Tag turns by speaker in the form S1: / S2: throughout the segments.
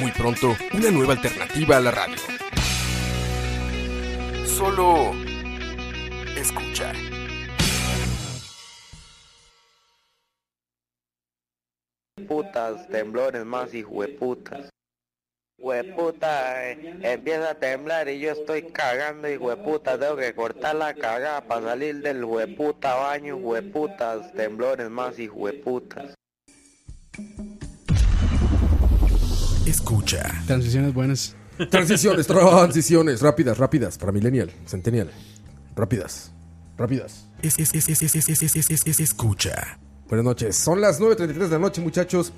S1: Muy pronto, una nueva alternativa a la radio. Solo escucha.
S2: putas, temblores más y hueputas. Hueputa, eh, empieza a temblar y yo estoy cagando y hueputa, tengo que cortar la cagada para salir del hueputa baño, hueputas, temblores más y hueputas.
S1: Escucha.
S3: Transiciones buenas.
S1: Transiciones, transiciones, rápidas, rápidas, para Millennial, Centennial. Rápidas, rápidas. Es, es, es, es, es, es, es, es, es, es, es, escucha. Buenas noches, son las 9.33 de la noche, muchachos.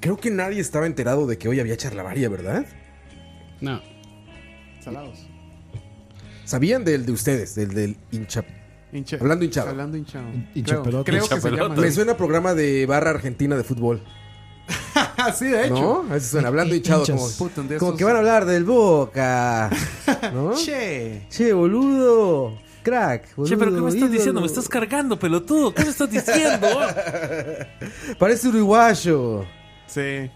S1: Creo que nadie estaba enterado de que hoy había charlavaria, ¿verdad?
S3: No. Salados.
S1: ¿Sabían del de ustedes, del del hincha?
S4: Hincha-
S1: Hablando hinchado.
S4: Hablando hinchado.
S3: hincha
S4: creo
S3: pelota.
S4: creo
S3: Hincha
S4: que se llama.
S1: Me suena a programa de barra argentina de fútbol.
S4: Así de hecho.
S1: ¿No? Así suena, hablando hinchado. Como,
S4: Puta, un de
S5: Como
S4: esos-
S5: que van a hablar del Boca. ¿No? che.
S4: Che.
S5: boludo. Crack, boludo.
S6: Che, pero ¿qué me estás
S5: ídolo.
S6: diciendo? Me estás cargando, pelotudo. ¿Qué me estás diciendo?
S5: Parece uruguayo.
S4: Sí.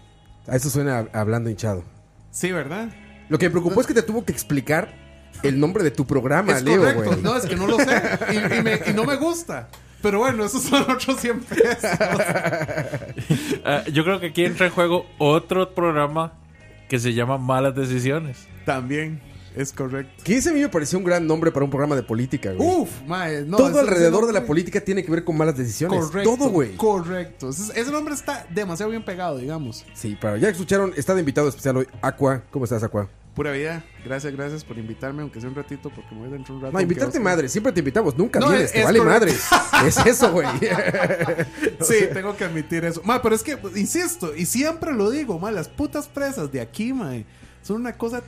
S1: A eso suena a- hablando hinchado.
S4: Sí, ¿verdad?
S1: Lo que me preocupó es que te tuvo que explicar el nombre de tu programa,
S4: es
S1: Leo,
S4: correcto.
S1: güey.
S4: No, es que no lo sé. Y, y me- y no me gusta. Pero bueno, esos son otros 100 pesos.
S6: Ah, yo creo que aquí entra en juego otro programa que se llama Malas Decisiones.
S4: También. Es correcto.
S1: Que ese a mí me pareció un gran nombre para un programa de política, güey.
S4: Uf, mae. Uh, No,
S1: Todo
S4: ese- ese
S1: alrededor de la
S4: nombre-
S1: política tiene que ver con malas decisiones.
S4: Correcto.
S1: Todo, güey.
S4: Correcto. Ese, ese nombre está demasiado bien pegado, digamos.
S1: Sí, pero ya escucharon, está de invitado especial hoy Aqua. ¿Cómo estás, Aqua?
S4: Pura vida. Gracias, gracias por invitarme, aunque sea un ratito, porque me voy dentro de un rato.
S1: No,
S4: aunque
S1: invitarte
S4: Oscar-
S1: madre, siempre te invitamos, nunca
S4: No,
S1: vienes,
S4: es-
S1: te
S4: es
S1: vale
S4: correcto.
S1: madre. Es eso, güey.
S4: Sí, tengo que admitir eso. Ma, pero es que, pues, insisto, y siempre lo digo, ma, las putas presas de aquí, ma, son una cosa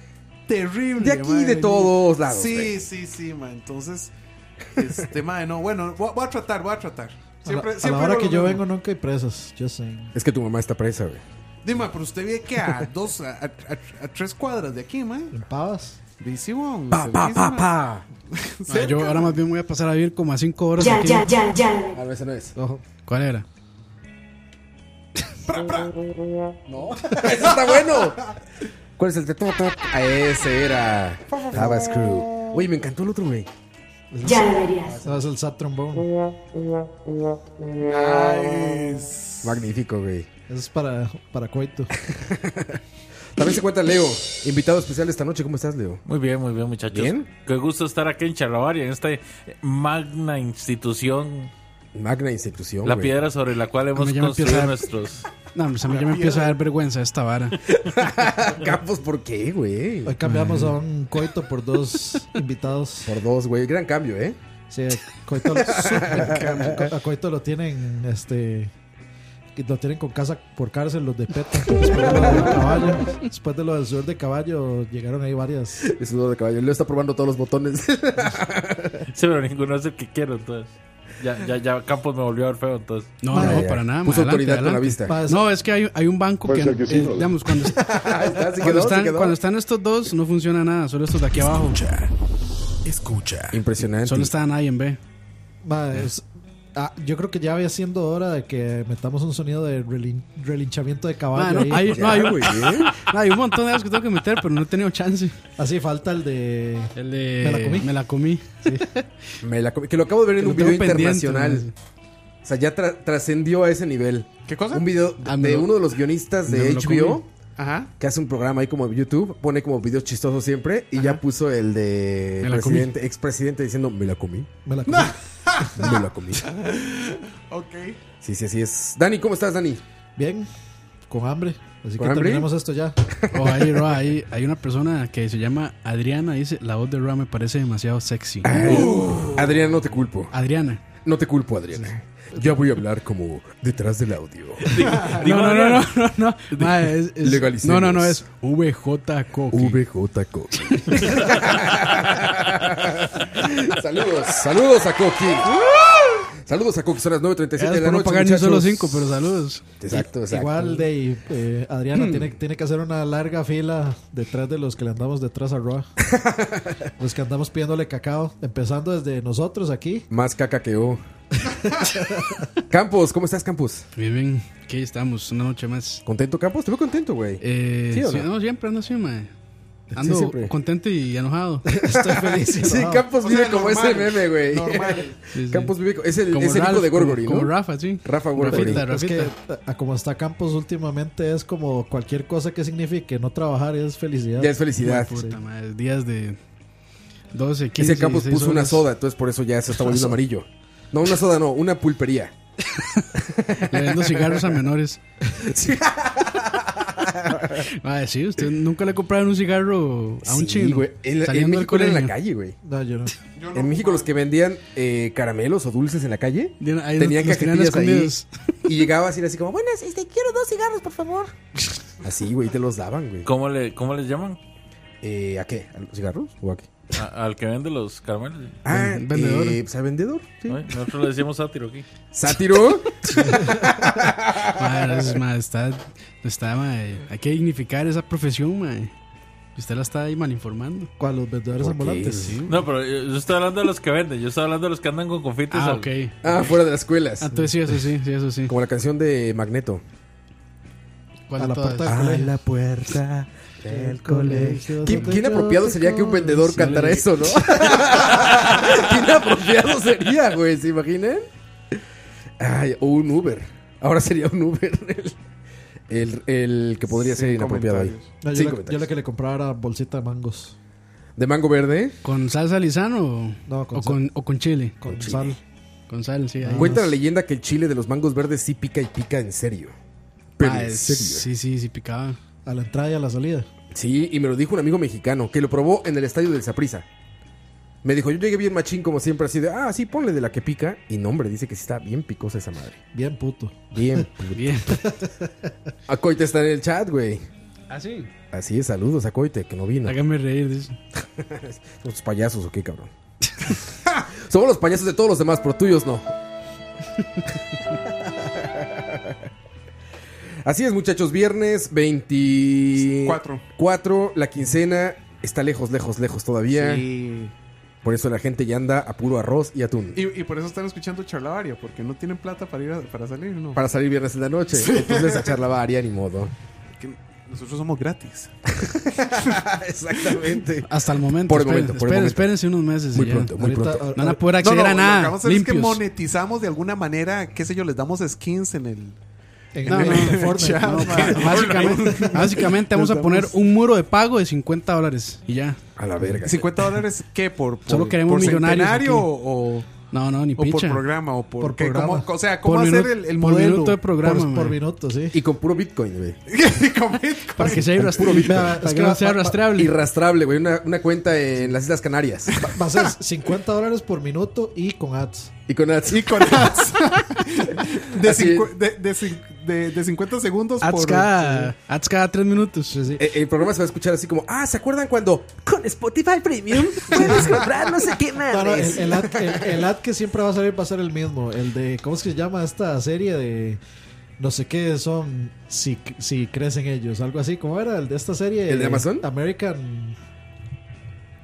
S4: terrible.
S1: De aquí
S4: ma,
S1: y de todos lados,
S4: Sí,
S1: güey.
S4: sí, sí, ma. Entonces, este, ma, no, bueno, voy, voy a tratar, voy a tratar. Siempre,
S3: a la, a la
S4: siempre
S3: hora
S4: hago
S3: que
S4: lo
S3: yo
S4: mismo.
S3: vengo nunca hay presas. Just saying.
S1: es que tu mamá está presa, güey.
S4: Dime, pero usted ve que a dos, a, a- a tres cuadras de aquí, ma.
S3: ¿En pavas?
S4: Dice, bon,
S1: Pa, pa, pa, pa.
S3: Ah, yo ahora más bien voy a pasar a vivir como a 5 horas
S7: Ya,
S3: aquí.
S7: ya, ya, ya.
S1: A veces no es.
S3: ¿Cuál era?
S1: ¡Eso está bueno! ¿Cuál es el teto? A Ah, ese era Tabas Crew. Oye, me encantó el otro, güey.
S7: Ya lo verías.
S3: Ese es el Sat
S1: Oh.
S3: Trombone.
S1: Magnífico, güey.
S3: Eso es para, para coito.
S1: También se cuenta Leo, invitado especial esta noche. ¿Cómo estás, Leo?
S6: Muy bien, muy bien, muchachos.
S1: ¿Bien?
S6: Qué gusto estar aquí en Charlavaria, en esta eh, magna institución,
S1: Magna institución.
S6: la
S1: güey.
S6: piedra sobre la cual hemos
S3: mí ya me
S6: construido
S3: empieza-
S6: nuestros.
S3: No, pues a mí ya me empieza a dar vergüenza esta vara.
S1: Campos, Ah, pues, ¿por qué, güey?
S8: Hoy cambiamos a un coito por dos invitados.
S1: Por dos, güey. Gran cambio, ¿eh?
S8: Sí, coito lo, a coito lo tienen, este, que lo tienen con casa por cárcel los de PETA. Después de lo del caballo, después de lo del sudor de caballo, llegaron ahí varias.
S1: Es sudor de caballo. Leo está probando todos los botones.
S6: Sí, pero ninguno es el que quiero, entonces. Ya, ya, ya Campos me volvió a ver feo, entonces.
S3: No,
S1: Ya,
S3: no,
S1: ya.
S3: para nada.
S1: Puso
S3: ma, adelante,
S1: autoridad con la
S3: adelante.
S1: vista.
S8: Pa-
S3: No, es que hay, hay un banco
S1: Pues
S3: que, eh, digamos, cuando,
S1: Ah, está, se
S3: cuando
S1: quedó, se
S3: están,
S1: quedó.
S3: cuando están estos dos no funciona nada, solo estos de aquí abajo.
S1: Escucha. Impresionante.
S3: Solo están ahí en B.
S8: ma, es- ah, yo creo que ya había siendo hora de que metamos un sonido de relin- relinchamiento de
S3: Ma,
S8: caballo.
S3: no, hay,
S8: ahí.
S3: no,
S1: Ya,
S3: hay, un-
S1: güey, ¿eh?
S3: no, hay un montón de cosas que tengo que meter, pero no he tenido chance.
S8: Así falta el de.
S3: El de-
S8: Me la comí.
S3: Me la comí.
S1: Me la comí. que lo acabo de ver en
S3: Que lo
S1: un video
S3: tengo pendiente,
S1: internacional. O sea, ya tra- trascendió a ese nivel.
S4: ¿Qué cosa?
S1: Un video
S3: Ah, me
S1: de
S3: lo-
S1: uno de los guionistas
S3: me
S1: de
S3: lo
S1: HBO
S4: Ajá.
S1: que hace un programa ahí como en YouTube, pone como videos chistosos siempre y ya puso el de
S3: Me la comí.
S1: presidente, expresidente diciendo me la comí,
S8: Me la comí.
S1: me la comí.
S4: Ok.
S1: Sí, sí, así es. Dani, ¿cómo estás, Dani?
S8: Bien, con hambre. Así
S1: ¿Con
S8: que
S1: hambre?
S8: terminemos esto ya.
S3: Oh, ahí, Roa, ahí- hay una persona que se llama Adriana, dice, la voz de Roa me parece demasiado sexy.
S1: Adriana, no te culpo.
S3: Adriana.
S1: No te culpo, Adriana. Ya voy a hablar como detrás del audio.
S6: Digo,
S3: no, no, no, no, no. Ma, es- es-
S1: Legalicemos.
S3: no, no, no, es VJ Coqui.
S1: VJ Coqui. saludos, saludos a Coqui. Saludos a Coqui, son las 9.37 de
S3: Gracias
S1: la
S3: por no
S1: noche.
S3: pagar ni un solo
S1: muchachos.
S3: cinco, pero saludos.
S1: Exacto, exacto.
S8: Igual de eh, Adriana tiene, tiene que hacer una larga fila detrás de los que le andamos detrás a Roa. los que andamos pidiéndole cacao, empezando desde nosotros aquí.
S1: Más caca que O. Campos, ¿cómo estás, Campos?
S3: Bien, bien. Aquí estamos, una noche más.
S1: ¿Contento, Campos? Te veo contento, güey.
S3: Eh,
S1: ¿Sí o
S3: sí,
S1: no?
S3: no? siempre ando así, ma. Ando
S1: siempre.
S3: contento y enojado.
S8: Estoy feliz. y
S1: sí,
S8: enojado.
S1: Campos
S4: O
S1: vive
S4: sea,
S1: como
S4: normal,
S1: ese meme, güey.
S4: Normal.
S3: Sí, sí.
S1: Campos vive co- es el,
S3: Como
S1: es el hijo
S3: Ralph,
S1: de Gorgory,
S3: como-
S1: ¿no?
S3: Como Rafa, sí.
S1: Rafa Gorgory.
S3: Rafita,
S8: Es que eh,
S3: Rafita.
S8: a- a como está Campos últimamente es como cualquier cosa que signifique no trabajar es felicidad.
S1: Ya es felicidad.
S3: Puta madre, días de 12, 15,
S1: Dice Campos
S3: 16
S1: puso una
S3: horas.
S1: soda, entonces por eso ya se está volviendo amarillo. No, una soda no, una pulpería.
S3: Le vendo cigarros a menores. Madre, sí, usted nunca le compraron un cigarro a un
S1: Sí,
S3: chino.
S1: güey. En, en
S3: saliendo del
S1: México era en la
S3: colegio.
S1: calle, güey.
S8: No, yo no.
S1: En México los que vendían eh, caramelos o dulces en la calle
S3: De- ahí
S1: tenían
S3: los tenían
S1: cajetillas ahí
S3: escondidos.
S1: y llegabas y era así como, buenas, este, quiero dos cigarros, por favor. Así, güey, te los daban, güey.
S6: ¿Cómo le, cómo le llaman?
S1: Eh, ¿A qué? ¿A los cigarros o a qué?
S6: A- al que vende los caramelos.
S1: Ah,
S3: Ven- vendedor.
S1: eh, pues, a vendedor. sí.
S6: Ay, Nosotros le decíamos sátiro aquí.
S1: ¿Sátiro?
S3: Madre, es- madre, está, está, madre, Hay que dignificar esa profesión, madre. Usted la está ahí malinformando.
S8: ¿Cuál? Los vendedores
S1: ¿Por qué?
S8: ambulantes.
S1: Sí.
S6: No, pero yo yo estoy hablando de los que venden. Yo estoy hablando de los que andan con confites.
S3: Ah,
S6: al-
S3: ok.
S1: ah, fuera de las escuelas.
S3: Ah, entonces sí, eso sí, sí, eso sí.
S1: Como la canción de Magneto.
S3: ¿Cuál
S8: a
S3: de
S8: la
S3: todas? Ah,
S8: puerta
S9: puerta
S8: del colegio. del colegio.
S1: ¿Quién,
S8: donde
S1: quién
S8: yo
S1: apropiado
S8: te
S1: sería que un vendedor
S8: conocí?
S1: cantara eso, no? ¿Quién apropiado sería, güey? ¿Se imaginan? Ay, o un Uber. Ahora sería un Uber el, el- el que podría ser
S4: Sin
S1: inapropiado ahí.
S4: comentarios.
S8: No,
S1: Sin
S8: yo, la, yo
S1: comentarios.
S8: la que le compraba era bolsita de mangos.
S1: ¿De mango verde?
S3: ¿Con salsa lisano o,
S8: No, con
S3: o, con, o con chile?
S8: Con,
S1: Con
S8: sal.
S3: Con sal, sí. ahí.
S1: Cuenta la leyenda que el chile de los mangos verdes sí pica y pica en serio. Pero
S3: Ah,
S1: en
S3: es-
S1: serio.
S3: Sí, sí, sí, picaba.
S8: A la entrada y a la salida.
S1: Sí, y me lo dijo un amigo mexicano que lo probó en el estadio del Saprisa. Me dijo, yo llegué bien machín como siempre, así de, ah, sí, ponle de la que pica. Y no, hombre, dice que sí está bien picosa esa madre.
S8: Bien puto.
S1: Bien.
S3: Bien.
S1: Acoite está en el chat, güey.
S3: Ah, sí.
S1: Así es, saludos a Coite, que no vino.
S3: Hágame reír. dice.
S1: Somos tus payasos, ¿o qué, cabrón? Somos los payasos de todos los demás, pero tuyos no. Así es, muchachos. Viernes 24.
S4: Cuatro.
S1: la quincena está lejos, lejos, lejos todavía.
S4: Sí.
S1: Por eso la gente ya anda a puro arroz y atún.
S4: Y, y por eso están escuchando Charlavaria, porque no tienen plata para ir a- para salir, ¿no?
S1: para salir viernes en la noche. Entonces a charlavaria, ni modo.
S4: Que nosotros somos gratis.
S1: Exactamente.
S3: Hasta el momento.
S1: Por el momento, por
S3: esperen-
S1: el
S3: esperen-
S1: momento.
S3: Espérense unos meses.
S1: Muy
S3: y ya.
S1: pronto, muy
S8: Ahorita-
S1: pronto.
S8: ahor-
S3: No van a poder acceder a
S4: lo que
S3: nada.
S4: vamos a hacer es que
S3: limpios.
S4: monetizamos de alguna manera, qué sé yo, les damos skins en el...
S8: En
S3: No,
S8: en
S3: no,
S8: el
S3: no,
S8: Fortnite,
S4: chat,
S8: no,
S4: man.
S8: pa-
S3: Básicamente, básicamente vamos a poner un muro de pago de 50 dólares y ya.
S1: A la verga.
S4: 50 dólares, ¿qué? ¿Por, por,
S3: Solo queremos
S4: por
S3: millonarios
S4: centenario
S3: aquí.
S4: o,
S3: No, no, ni
S4: o por
S3: picha.
S4: programa? ¿O por,
S8: Por
S4: qué? ¿Cómo-
S8: programa.
S4: o sea, ¿cómo
S3: Por
S4: hacer
S3: minu-
S4: el, el
S3: por
S4: modelo?
S3: minuto de programa.
S8: por, por
S3: man.
S8: minuto, sí.
S1: Y con puro Bitcoin, güey.
S4: Con Bitcoin.
S3: Para que sea
S1: Con puro
S3: irrastreable.
S1: Bitcoin.
S3: Para que no sea rastreable.
S1: Irrastrable, güey. Una, una cuenta en las Islas Canarias.
S8: Va- Va a ser 50 dólares por minuto y con ads.
S1: Y con ads.
S4: Y con ads. de,
S1: Así
S4: cincu- de, de cin- de- de 50 segundos
S3: Ads
S4: por...
S3: cada, ads cada 3 minutos.
S1: Eh, El programa se va a escuchar así como, ah, ¿se acuerdan cuando con Spotify Premium puedes comprar no sé qué
S8: No, no, el,
S1: madres?
S8: el ad, el- el ad que siempre va a salir va a ser el mismo. El de, ¿cómo es que se llama esta serie de no sé qué son si, si crecen ellos? Algo así, ¿cómo era? El de esta serie.
S1: ¿El de Amazon?
S8: American.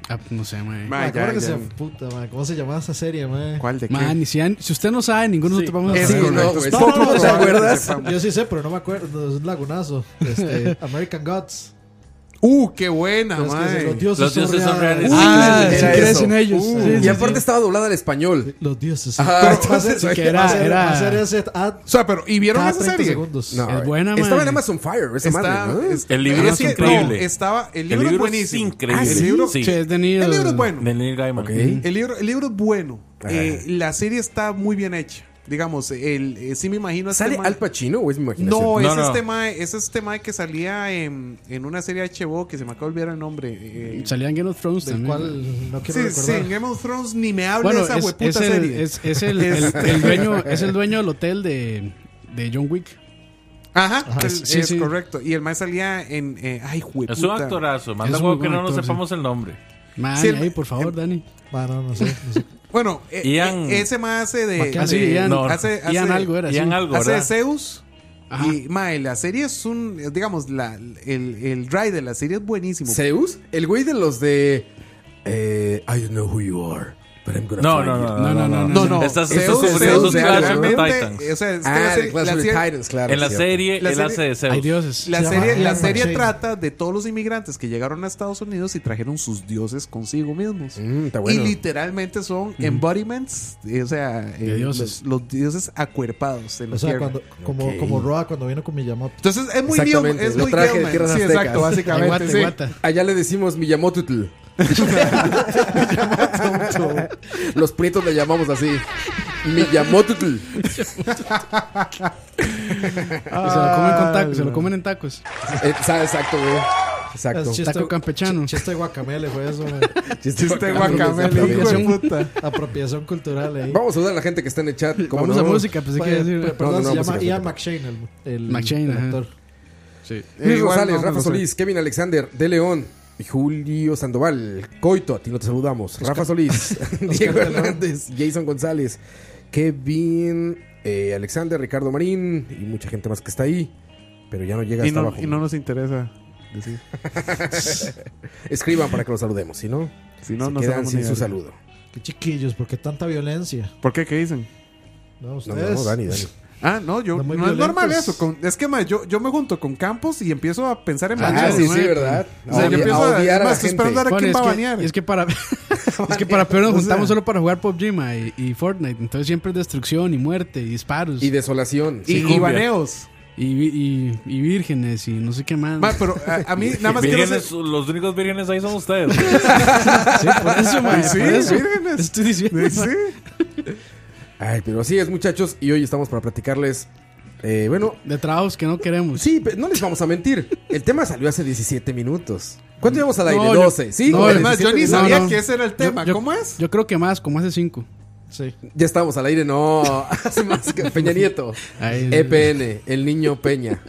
S3: Ah, no sé, man.
S4: Ma,
S8: Ah,
S4: ya,
S8: ¿cómo era que
S4: ya.
S8: se- puta, ma, ¿Cómo se llamaba esa serie, man?
S4: ¿Cuál de qué?
S3: Man, y si, han- si usted no sabe, ninguno de
S6: Sí.
S3: nosotros vamos a
S4: Es
S1: Sí,
S3: saber. Ah,
S1: no,
S4: correcto.
S1: güey.
S4: Es
S1: ¿Cómo
S4: poco
S1: no te
S4: probable que
S1: acuerdas?
S4: sepamos.
S8: Yo sí sé, pero no me acuerdo. Es un lagunazo. Este, American Gods.
S4: Uh, qué buena,
S8: Pero es que
S4: madre.
S8: los dioses,
S6: Los dioses son reales.
S3: Ah,
S1: Era
S3: si crees
S1: eso.
S3: en ellos.
S4: Uh,
S3: Sí, sí,
S1: Y
S3: sí.
S1: aparte estaba doblada al español.
S8: Los dioses.
S1: Ajá,
S8: Pero va a
S1: entonces, sí
S8: ser-
S3: que
S8: va a
S3: era-
S8: ser-
S3: era-
S8: va a ser ese ad
S4: O sea, pero, ¿y vieron
S8: cada
S4: esa
S8: 30
S4: segundos. serie?
S8: segundos.
S1: No,
S3: Es buena,
S1: Estaba
S3: madre.
S1: en Amazon Fire, esa
S4: Está,
S1: madre, ¿no?
S4: es-
S6: El libro
S4: ah,
S6: es
S4: que-
S6: increíble.
S4: no, estaba, el
S6: El
S4: libro, es
S6: libro es
S4: buenísimo.
S6: increíble.
S4: Ah, ¿sí? el, libro,
S6: Sí.
S3: Che, es de niños.
S4: el libro es bueno.
S6: De Neil Gaiman.
S1: Ok.
S4: El libro, el libro es bueno.
S1: Ajá.
S4: Eh, la serie está muy bien hecha. Digamos, el, eh, sí me imagino a este
S1: ¿Sale
S4: mae-
S1: Al Pacino o es mi imaginación?
S4: No,
S6: No,
S4: es,
S6: no.
S4: Este mae, es este mae que salía en, en una serie de HBO que se me acaba de olvidar el nombre. eh,
S3: Salían Game of Thrones
S8: Del
S3: también. mae.
S8: cual no quiero
S4: sí, sí,
S8: recordar.
S4: en Game of Thrones ni me hable
S3: Bueno,
S4: de esa
S3: es,
S4: hueputa
S3: es el,
S4: serie.
S3: es- es el- el-
S4: Este-
S3: el dueño, es el dueño del hotel de, de John Wick.
S4: Ajá,
S3: Ajá,
S4: el-
S3: sí,
S4: es
S3: sí.
S4: correcto. Y el mae salía en. eh, ay, hueputa.
S6: Es un actorazo. Manda
S3: Es
S6: juego
S3: muy
S6: que
S3: buen
S6: no nos
S3: actor, sí.
S6: sepamos el nombre.
S3: Man,
S4: Sí, el- eh,
S3: ahí, por favor, Dani.
S8: Ah, no, no sé, no sé.
S4: Bueno, eh,
S6: Ian-
S4: eh, ese mae hace de.
S8: McKellen.
S3: Ah, sí,
S4: de-
S3: Ian,
S6: no,
S4: hace, hace-
S3: Ian algo era.
S6: Ian
S3: sí.
S6: algo,
S4: hace de
S6: ¿verdad?
S4: Zeus.
S3: Ajá.
S4: Y, mae, la serie es un. eh, Digamos, la, el, el drive de la serie es buenísimo.
S1: ¿Zeus? El güey de los de. eh, I don't know who you are, but I'm gonna
S6: No,
S1: find
S6: no,
S1: you.
S6: no,
S3: No, no, no,
S4: No, no.
S6: Estás,
S4: Zeus
S6: estás
S4: es
S6: sufriendo
S1: Zeus
S6: sus
S1: de
S6: Clash of the
S4: realmente,
S6: Titans.
S4: O sea, es que la
S1: Ah,
S4: serie-
S1: de Clash
S4: la
S1: of the
S4: serie-
S1: Titans, claro.
S6: En la
S1: cierto.
S6: serie,
S4: La
S6: él
S4: serie-
S6: hace de Zeus.
S3: Ay, dioses.
S4: La
S8: Se llama
S4: serie, la
S8: Ian
S4: serie
S8: McShane.
S4: trata de todos los inmigrantes que llegaron a Estados Unidos y trajeron sus dioses consigo mismos.
S1: Mm, está bueno.
S4: Y literalmente son embodiments, eh, o sea, eh,
S3: De dioses.
S4: Los, los dioses acuerpados en la
S8: O sea,
S4: tierra.
S8: cuando, como,
S1: Ok.
S8: como Roa cuando vino con Miyamoto.
S4: Entonces es muy mío,
S1: Exactamente,
S4: es
S1: lo
S4: muy
S1: traje de
S4: Gilman.
S1: tierras
S4: Sí,
S1: aztecas.
S4: exacto, básicamente.
S3: Aguata,
S4: sí.
S3: aguanta.
S1: Allá le decimos Miyamotutl. Los prietos le llamamos así. Miyamotutl.
S3: Y se lo comen con tacos, se
S4: Ah.
S3: lo comen en tacos.
S1: Eh, sa- exacto, güey. Exacto.
S8: Es
S3: Taco campechano.
S8: Chiste de guacamele este fue eso, man.
S4: Chiste
S1: Exactamente.
S4: guacamele, hijo de puta.
S8: Apropiación cultural ahí.
S1: Vamos a saludar a la gente que está en el chat. como
S3: Vamos
S1: no.
S3: a música, pensé que
S8: Pues,
S3: iba a decir.
S8: perdón,
S1: no, no,
S8: se
S1: música,
S8: llama Ian
S1: música.
S8: McShane, el, el,
S3: McShane,
S8: el
S3: ajá.
S8: actor.
S1: Luis
S4: Eh, Igual
S1: González,
S4: no me
S1: Rafa
S4: lo sé.
S1: Solís, Kevin Alexander, De León, Julio Sandoval, Coito, a ti no te saludamos.
S4: Pues
S1: Rafa Solís, Diego
S8: Oscar de León.
S1: Hernández, Jason González, Kevin eh, Alexander, Ricardo Marín y mucha gente más que está ahí. Pero ya no llega
S4: Y
S1: hasta
S4: no,
S1: abajo.
S4: y no nos interesa decir.
S1: Escriban para que los saludemos, si no,
S4: Si no,
S1: se
S4: no
S1: quedan
S4: sabemos
S1: sin
S4: ni
S1: su
S4: hablar.
S1: saludo.
S8: Qué chiquillos, ¿por qué tanta violencia?
S4: ¿Por qué? ¿Qué dicen?
S8: No,
S1: No,
S8: ustedes.
S1: no, Dani, Dani.
S4: Ah, no, yo
S8: No,
S4: no,
S8: muy
S4: es
S8: violentos.
S4: normal eso. con- es que ma, yo, yo me junto con Campos y empiezo a pensar en
S1: Ah,
S4: banear.
S1: sí,
S4: ma.
S1: sí, ¿verdad?
S4: O sea,
S1: A
S4: yo
S1: odi-
S4: empiezo
S1: a
S4: a,
S1: odiar a
S4: es
S1: la
S4: más, espero
S1: gente.
S4: andar a
S3: Bueno,
S4: quién
S3: es,
S4: va a
S3: que,
S4: banear.
S3: es que para es que para peor nos
S4: O sea.
S3: juntamos solo para jugar PUBG ma, y, y Fortnite entonces siempre es destrucción y muerte y disparos
S1: Y
S3: y,
S1: desolación.
S4: Y,
S1: Sí.
S4: y
S6: cumbia.
S4: baneos.
S3: vi- y- y vírgenes y no sé qué más
S4: Ma, pero a, a mí nada más quiero
S6: Vírgenes,
S4: hacer-
S6: Los únicos vírgenes ahí son ustedes.
S3: sí, por eso, ma,
S4: Sí,
S3: por eso.
S4: vírgenes.
S3: Te estoy diciendo
S4: Sí, sí.
S1: Ay, pero así es, muchachos. Y hoy estamos para platicarles. eh, bueno,
S3: de trabajos que no queremos
S1: Sí, pero no les vamos a mentir. El tema salió hace 17 minutos. ¿Cuánto llevamos al aire?
S3: No, yo-
S1: 12. sí,
S3: no,
S1: como
S3: es
S4: Además,
S1: 17
S4: yo ni
S1: minutos.
S4: sabía
S3: no.
S4: que ese era el
S3: Yo-
S4: tema.
S3: yo-
S4: ¿Cómo es?
S3: yo creo que más como hace cinco
S8: Sí.
S1: Ya estamos al aire, no. Hace más que Peña Nieto.
S3: Ahí,
S1: EPN, el niño Peña.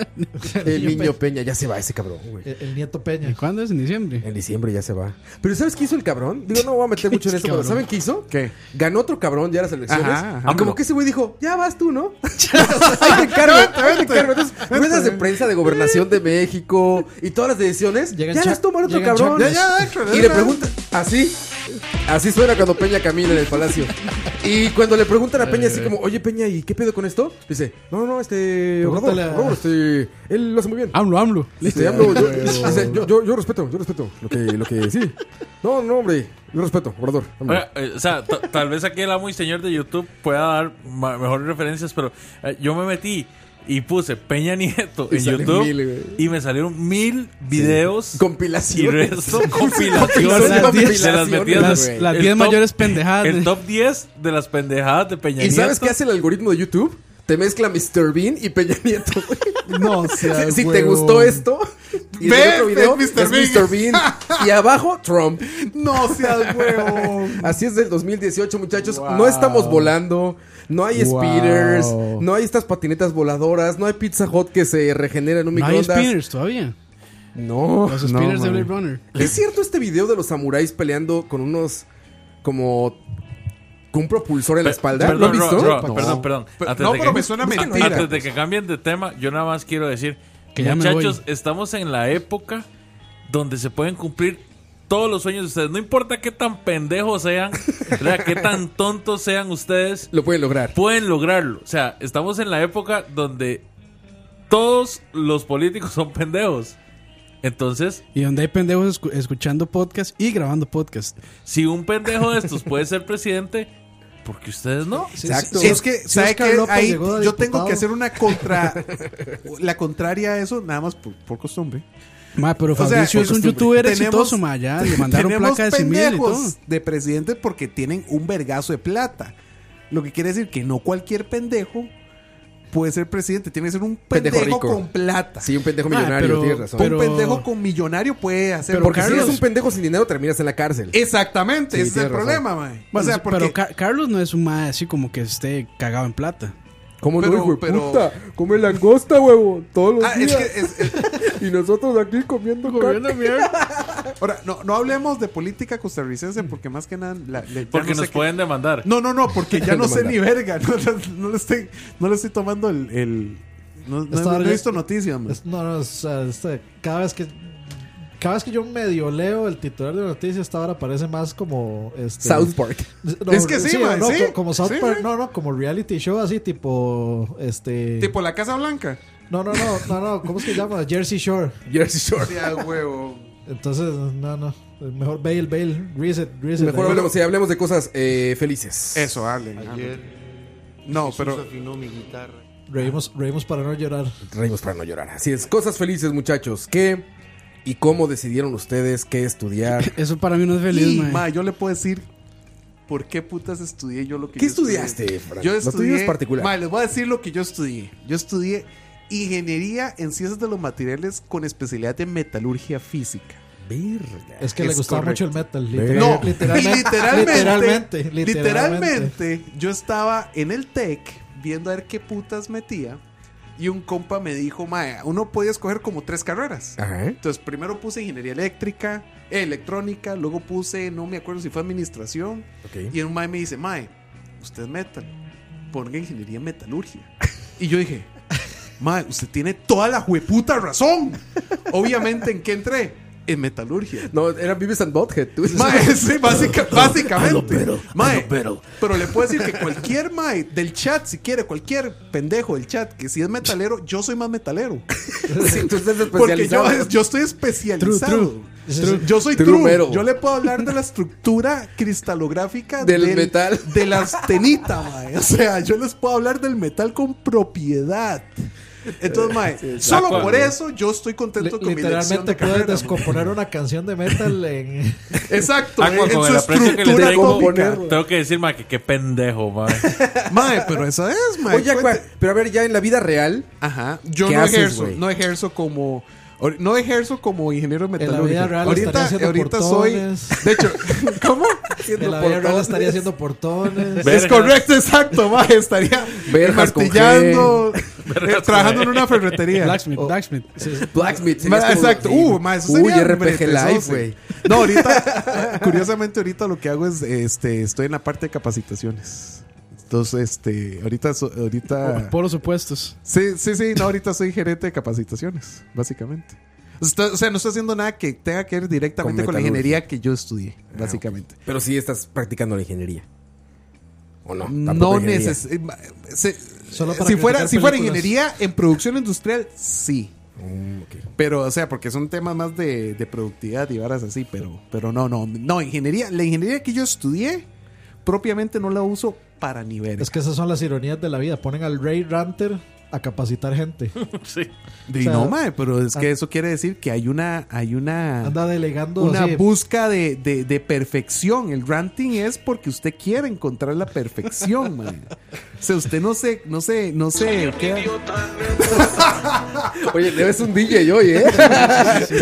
S1: El niño Peña, ya se va ese cabrón, güey.
S8: El, el nieto
S3: ¿Y
S8: Peña.
S3: cuándo es en diciembre
S1: En diciembre ya se va. Pero ¿sabes qué hizo el cabrón? Digo, no voy a meter mucho en
S3: hizo
S1: esto, pero
S3: cabrón?
S1: ¿saben qué hizo?
S4: ¿Qué?
S1: Ganó otro cabrón ya las elecciones.
S4: Ajá, ajá.
S1: y como
S6: Vámonos.
S1: que ese güey dijo, ya vas tú, ¿no? ahí te encargo, ahí te encargo. Entonces, ruedas de prensa de gobernación de México y todas las decisiones.
S8: Llegan
S1: ya
S8: cha-
S1: las toma el otro
S8: llegan
S1: cabrón.
S8: chables.
S4: Ya, ya, dentro,
S1: y le
S4: dentro.
S1: preguntan, así, así suena cuando Peña camina en el palacio. Y cuando le preguntan a Peña así como, oye Peña, ¿y qué pedo con esto? Dice, no, no, este, Obrador,
S8: Pregúntale a-
S1: Obrador, este, él lo hace muy bien.
S4: Ah,
S3: AMLO AMLO
S1: Listo, ya hablo, yo, dice, yo, yo, yo respeto, yo respeto lo que, lo que sí. No, no, hombre, yo respeto, Obrador. hombre.
S6: Oiga, eh, o sea, ta- tal vez aquí el amo y señor de YouTube pueda dar ma- mejores referencias, pero eh, yo me metí y puse Peña Nieto
S1: Y
S6: en
S1: salen
S6: YouTube
S1: mil, güey.
S6: y me salieron mil videos y
S1: Compilación.
S6: resto compilaciones
S1: Son compilaciones,
S6: de las metidas.
S1: Las-
S6: El
S3: las diez
S6: top-
S3: mayores pendejadas.
S6: El top 10 de las pendejadas de Peña
S1: ¿Y
S6: Nieto.
S1: sabes qué hace el algoritmo de YouTube? Te mezcla Mr. Bean y Peña Nieto. güey.
S8: No, sea,
S1: si te
S8: huevón.
S1: gustó esto, y en
S4: Ve,
S1: el otro
S4: ve,
S1: video
S4: Mr.
S1: es
S4: Bean.
S1: Mr. Bean. Y abajo, Trump.
S4: No seas huevo.
S1: Así es del 2018, muchachos. No estamos volando. No hay
S8: Wow.
S1: speeders. No hay estas patinetas voladoras. No hay Pizza Hot que se regenera en un
S3: no hay
S1: microondas.
S3: spinners todavía
S1: No.
S3: los
S4: No,
S3: spinners de
S4: mami.
S3: Blade Runner
S1: ¿Es cierto este video de los samuráis peleando con unos como con un propulsor en la espalda? ¿Lo
S6: Perdón,
S1: has visto?
S6: Ro- Ro,
S1: No.
S6: perdón, perdón.
S4: Pe-
S6: Antes
S4: no,
S6: de
S4: pero
S6: que-
S4: me suena
S6: antes
S4: mentira.
S6: Antes de que cambien de tema, yo nada más quiero decir,
S3: Que ya me
S6: muchachos,
S3: voy.
S6: estamos en la época donde se pueden cumplir todos los sueños de ustedes. No importa qué tan pendejos sean, ¿verdad? qué tan tontos sean ustedes,
S1: Lo pueden lograr.
S6: pueden lograrlo. O sea, estamos en la época donde todos los políticos son pendejos. Entonces,
S3: y donde hay pendejos escu- escuchando podcast y grabando podcast
S6: si un pendejo de estos puede ser presidente, ¿por qué ustedes no?
S8: Sí,
S1: Exacto.
S8: sí,
S4: Es que,
S8: si
S4: ¿sabe
S8: Oscar
S4: qué?
S8: López
S4: Ahí
S8: llegó de
S4: yo tengo
S8: diputado,
S4: que hacer una contra. la contraria a eso, nada más por, por costumbre.
S3: ma pero
S4: sea,
S3: Fabricio
S4: por
S3: es un
S4: costumbre.
S3: youtuber
S4: Tenemos-
S3: exitoso ma ya Ah, le mandaron
S4: Tenemos
S3: placa de 100 mil y todo
S4: pendejos de presidente porque tienen un vergazo de plata. Lo que quiere decir que no cualquier pendejo puede ser presidente. Tiene que ser un pendejo,
S10: Pendejo rico.
S4: con plata.
S10: Sí, un pendejo
S4: Ma,
S10: millonario,
S4: pero-
S10: tienes razón.
S4: Un pendejo con millonario puede hacer.
S10: Porque si
S4: Carlos- Eh,
S10: eres un pendejo sin dinero, terminas en la cárcel.
S4: Exactamente,
S10: Sí,
S4: ese es el
S10: tienes razón.
S4: problema, mae. O sea, porque
S3: Pero Ca- Carlos no es un mae así como que esté cagado en plata.
S10: ¿Cómo
S4: pero-
S10: no, hijo de
S4: pero-
S10: puta? Come langosta, huevo, todos los
S4: Ah, es
S10: días.
S4: que es- es-
S10: Y nosotros aquí comiendo carne.
S4: ahora no, no hablemos de política costarricense porque más que nada la- la- ya
S6: Porque
S4: no sé
S6: nos
S4: qué-
S6: pueden demandar.
S4: No, no, no, porque ya no sé
S10: Demandar.
S4: ni verga, no, no, no le estoy no le estoy tomando el, el- no, no-
S8: Estaba
S4: no he
S8: re-
S4: visto noticias, mae.
S8: Es- no, no, o sea, este, cada vez que cada vez que yo medio leo el titular de noticias, esta hora parece más como este,
S10: South Park.
S8: no,
S4: Es que sí, man,
S8: no,
S4: sí.
S8: co- como South
S4: Sí,
S8: Park,
S4: sí.
S8: no, no, como reality show así tipo este
S4: Tipo la Casa Blanca.
S8: No, no, no, no, no, ¿cómo es que se llama? Jersey Shore.
S10: Jersey Shore.
S4: Sí, a huevo.
S8: Entonces, no, no, mejor bail, bail, reset, reset.
S10: Mejor hablemos, sí, hablemos de cosas eh, felices.
S4: Eso, Ale. No, pero
S8: reímos, reímos para no llorar.
S10: Reímos para no llorar. Así es. Cosas felices, muchachos. ¿Qué y cómo decidieron ustedes qué estudiar?
S3: Eso para mí no es feliz,
S4: y,
S3: mae.
S4: mae, yo le puedo decir por qué putas estudié yo lo que
S10: ¿Qué
S4: yo estudié.
S10: estudiaste, Fran?
S4: Yo
S10: Lo tuyo
S4: estudié
S10: es particular.
S4: Mae, les voy a decir lo que yo estudié. Yo estudié ingeniería en ciencias de los materiales con especialidad de metalurgia física.
S10: Verga.
S8: Es que le
S4: Es
S8: gustaba
S4: correcto.
S8: mucho el metal.
S10: Ve.
S8: literal-
S4: No, y
S8: literalmente,
S4: literalmente, literalmente,
S8: literalmente, literalmente.
S4: yo estaba en el tech viendo a ver qué putas metía y un compa me dijo, mae, uno podía escoger como tres
S8: Ah.
S4: carreras.
S10: Ajá.
S4: Entonces primero puse ingeniería eléctrica, eh, electrónica, luego puse, no me acuerdo si fue administración,
S10: Ok.
S4: y un mae me dice, mae, usted es metal, ponga ingeniería en metalurgia. Y yo dije, mae, usted tiene toda la jueputa razón. Obviamente, ¿en qué entré? En metalurgia.
S10: No, era Vives and Bothead. Tú
S4: Mae, sí, básica- básicamente. Mae, pero le puedo decir que cualquier mae del chat, si quiere, cualquier pendejo del chat, que si es metalero, yo soy más metalero.
S10: Sí, tú estás
S4: Porque
S10: especializado.
S4: yo, yo estoy especializado.
S8: True, true. Sí, sí.
S4: Yo soy
S10: True
S4: true.
S10: mero.
S4: Yo le puedo hablar de la estructura cristalográfica
S10: Del metal.
S4: de la astenita, mae. O sea, yo les puedo hablar del metal con propiedad. Entonces, mae, solo
S6: cual.
S4: por eso yo estoy
S8: Li-
S4: contento con mi elección
S8: literalmente
S4: de
S8: puedes
S4: carrera, mae.
S8: descomponer una canción de metal en...
S4: Exacto,
S6: Ah, con,
S4: en
S6: con
S4: su
S6: el aprecio que le
S4: estructura
S6: tengo,
S4: atómica.
S6: tengo que decir, ma, que qué pendejo, ma.
S4: Mae, pero esa es, mae.
S10: Oye,
S4: Cuente-
S10: Aqua, pero a ver, ya en la vida real,
S4: Ajá. Yo
S10: ¿Qué
S4: no
S10: haces,
S4: ejerzo,
S10: güey?
S4: no ejerzo como or- no ejerzo como ingeniero
S8: vida
S4: metalúrgico.
S8: real estaría
S4: ahorita
S8: haciendo
S4: ahorita soy
S8: portones.
S4: De hecho, ¿cómo?
S8: En la vida real estaría haciendo portones.
S6: Ve-
S4: Es
S6: Vergas.
S4: correcto, exacto, mae, estaría
S10: Verjas con
S4: martillando,
S6: Verjas
S4: eh,
S6: con
S4: trabajando en
S6: G.
S4: una ferretería.
S3: Blacksmith, Blacksmith.
S10: Blacksmith.
S4: Ma-
S10: serías como-
S4: exacto.
S10: sí.
S4: Uh, ma, eso
S10: Uy,
S4: sería
S10: RPG Live,
S4: meretesoso.
S10: güey.
S4: No, ahorita, curiosamente, ahorita lo que hago es, este, estoy en la parte de capacitaciones. Entonces, este, ahorita, so- ahorita.
S3: Por los opuestos.
S4: Sí, sí, sí, no, ahorita soy gerente de capacitaciones, básicamente. Está- o sea, no estoy haciendo nada que tenga que ver directamente
S10: Con
S4: con, la
S10: metalurgia.
S4: ingeniería que yo estudié,
S8: Ah,
S4: básicamente.
S10: Pero sí estás practicando la ingeniería. ¿O no?
S4: No eh,
S10: necesitas.
S4: necesito.
S8: Solo para
S4: eh, Si fuera,
S8: criticar
S4: si fuera
S8: películas.
S4: ingeniería en producción industrial, sí.
S10: Mm,
S4: Pero, o sea, porque son temas más de, de productividad y varas así, pero, pero no, no, no, ingeniería, la ingeniería que yo estudié, propiamente no la uso para niveles.
S8: Es que esas son las ironías de la vida. Ponen al Ray Ranter a capacitar gente.
S6: Sí.
S4: De
S8: o sea,
S4: no, mae, pero es que eso quiere decir que hay una, hay una,
S8: Anda delegando
S4: Ah. una
S8: así.
S4: busca de, de- de perfección. El ranting es porque usted quiere encontrar la perfección, mae. O sea, usted no se, no se, no se queda-
S10: Oye, Leo es un DJ hoy, ¿eh?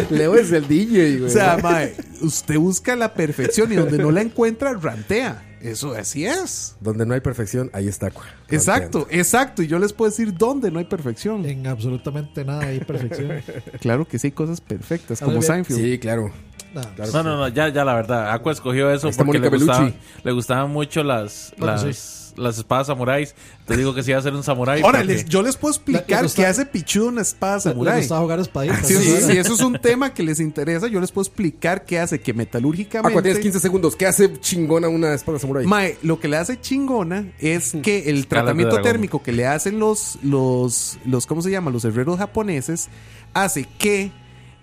S10: Leo es el DJ,
S4: O
S10: güey.
S4: sea, mae, usted busca la perfección y donde no la encuentra, rantea. Eso así es.
S10: Donde no hay perfección, ahí está. Aqua.
S4: Exacto, exacto. Y yo les puedo decir dónde no hay perfección.
S8: En absolutamente nada hay perfección.
S4: Claro que sí hay cosas perfectas,
S8: A
S4: como
S8: ver,
S10: Planteando.
S4: Seinfeld.
S10: Sí, claro.
S8: Nada.
S10: claro Ah,
S6: No,
S10: que
S6: no, no, ya, ya la verdad. Aqua escogió eso
S10: Ahí está
S6: porque le
S10: Mónica
S6: gustaban,
S10: Bellucci.
S6: le gustaban mucho las,
S8: Bueno,
S6: las, las espadas samuráis. Te digo que si iba a ser un samurái.
S4: Ahora,
S6: porque-
S4: les- yo les puedo explicar
S8: gusta-
S4: qué hace pichudo una espada
S8: Le
S4: samurai. Ah,
S8: gustaba jugar espaditas.
S4: Si,
S8: ¿no? Ah,
S4: si-
S8: Era-
S4: si eso es un tema que les interesa, yo les puedo explicar qué hace que
S10: Aqua, tienes
S4: metalúrgicamente.
S10: 15 segundos. ¿Qué hace chingona una espada samurai?
S4: Mae, lo que le hace chingona es que el
S6: Escalas de
S4: tratamiento
S6: dragón.
S4: térmico que le hacen los, los, los, ¿cómo se llama? Los herreros japoneses hace que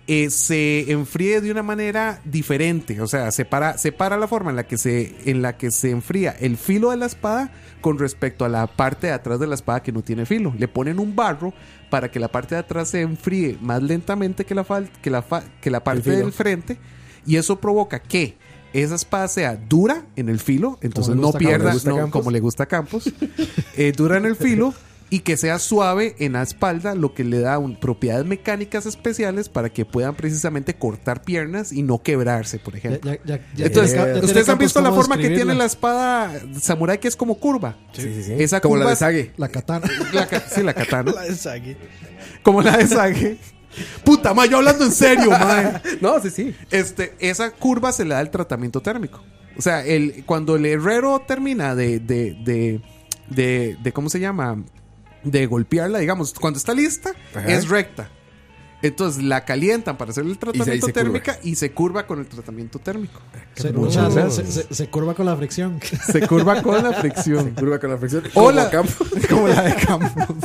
S4: eh, se enfríe de una manera diferente. O sea, separa, separa la forma en la, que se, en la que se enfría el filo de la espada con respecto a la parte de atrás de la espada que no tiene filo. Le ponen un barro para que la parte de atrás se enfríe más lentamente que la, fal- que la, fa- que la parte
S10: filo.
S4: del frente. Y eso provoca que esa espada sea dura en el filo, entonces
S8: le
S4: no
S8: gusta a Campos.
S4: pierda,
S8: Como le gusta a
S4: no,
S8: Campos.
S4: como le gusta a Campos, eh, dura en el filo y que sea suave en la espalda, lo que le da un- propiedades mecánicas especiales para que puedan precisamente cortar piernas y no quebrarse, por ejemplo. Entonces,
S1: ya- ya tiene
S4: ustedes han visto la forma que tiene la
S8: la,
S4: espada samurai que es como curva.
S1: Sí, sí, sí.
S4: Esa
S1: Como
S4: curva
S1: la de
S4: es-
S1: Sage.
S8: la katana.
S4: la ca- sí, la katana.
S3: La de Sagi.
S4: como la de Sage. Puta, ma, yo hablando en serio, ma.
S1: No, sí, sí.
S4: Este, esa curva se le da el tratamiento térmico. O sea, el, cuando el herrero termina de, de, de, de, de- ¿cómo se llama? De golpearla, digamos, cuando está lista,
S1: Ajá.
S4: es recta. Entonces la calientan para hacer el tratamiento
S10: se curva.
S4: térmica y se curva con el tratamiento térmico.
S8: se,
S1: Muchas
S8: o sea,
S1: gracias.
S8: se- se- se curva con la fricción.
S4: Se curva con la fricción.
S1: Curva con la fricción.
S4: Hola.
S1: Como campo.
S4: como la de Campos.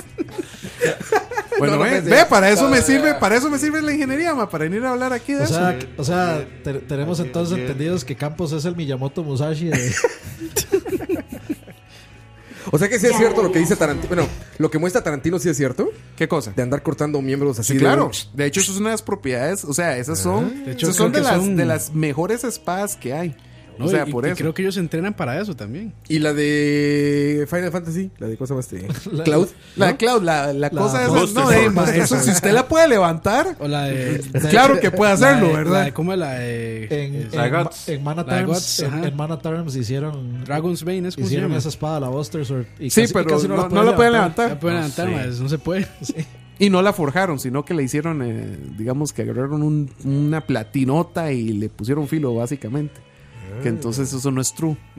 S4: bueno,
S1: No,
S4: eh,
S1: no
S4: ve,
S1: pensé.
S4: ve, para eso
S1: No,
S4: me
S1: no,
S4: sirve,
S1: no.
S4: para eso me sirve la ingeniería, ma, para venir a hablar aquí de
S8: O
S4: eso.
S8: sea, o sea te- tenemos entonces entendidos que Campos es el Miyamoto Musashi de,
S1: O sea que sí es cierto lo que dice Tarantino. Bueno, lo que muestra Tarantino sí es cierto.
S4: ¿Qué cosa?
S1: De andar cortando miembros así.
S4: Sí,
S1: de
S4: claro.
S1: un-
S4: De hecho, esas son unas propiedades. O sea, esas son,
S3: Ah, De hecho,
S4: esas
S3: creo
S4: son, de,
S3: que
S4: las,
S3: son-
S4: de las mejores espadas que hay.
S3: No,
S4: o sea,
S3: y-
S4: por
S3: y
S4: eso.
S3: creo que ellos entrenan para eso también.
S1: Y la de Final Fantasy. La de cosa más. Este,
S8: La-
S1: Cloud.
S4: La de Cloud, la, la
S8: La
S4: cosa esa.
S6: Buster
S4: No,
S6: Sword.
S4: eh, ma, eso si usted la puede levantar,
S3: O la de.
S4: claro que puede hacerlo,
S3: la de- la
S4: ¿verdad?
S3: de- ¿Cómo es la de.
S8: en, en,
S3: es-
S6: La
S8: Ma-
S6: Guts.
S8: en Mana
S3: La
S8: Terms,
S3: Guts,
S8: en,
S3: ajá.
S8: en Mana Terms hicieron
S3: Dragon's Bane, es como se
S8: hicieron
S3: llama.
S8: esa espada la Buster Sword y
S4: Sí,
S8: casi- y
S4: pero
S8: casi
S4: no- no la pueden levantar.
S3: Ya pueden levantar,
S6: sí.
S3: mae, no se puede.
S4: Y no la forjaron, sino que le hicieron, eh, digamos que agarraron un- una platinota y le pusieron filo, básicamente.
S3: Ah.
S4: Que entonces eso no es true.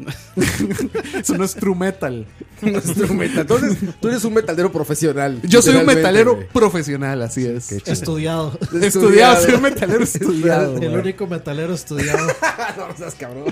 S4: eso no es true metal.
S1: Nuestro metal. Entonces, tú eres un metalero profesional.
S4: Yo soy un
S1: literalmente,
S4: metalero
S1: güey.
S4: profesional, así es.
S8: Estudiado.
S4: Estudiado, soy un metalero estudiado.
S8: El único metalero estudiado.
S1: Ah, No seas cabrón.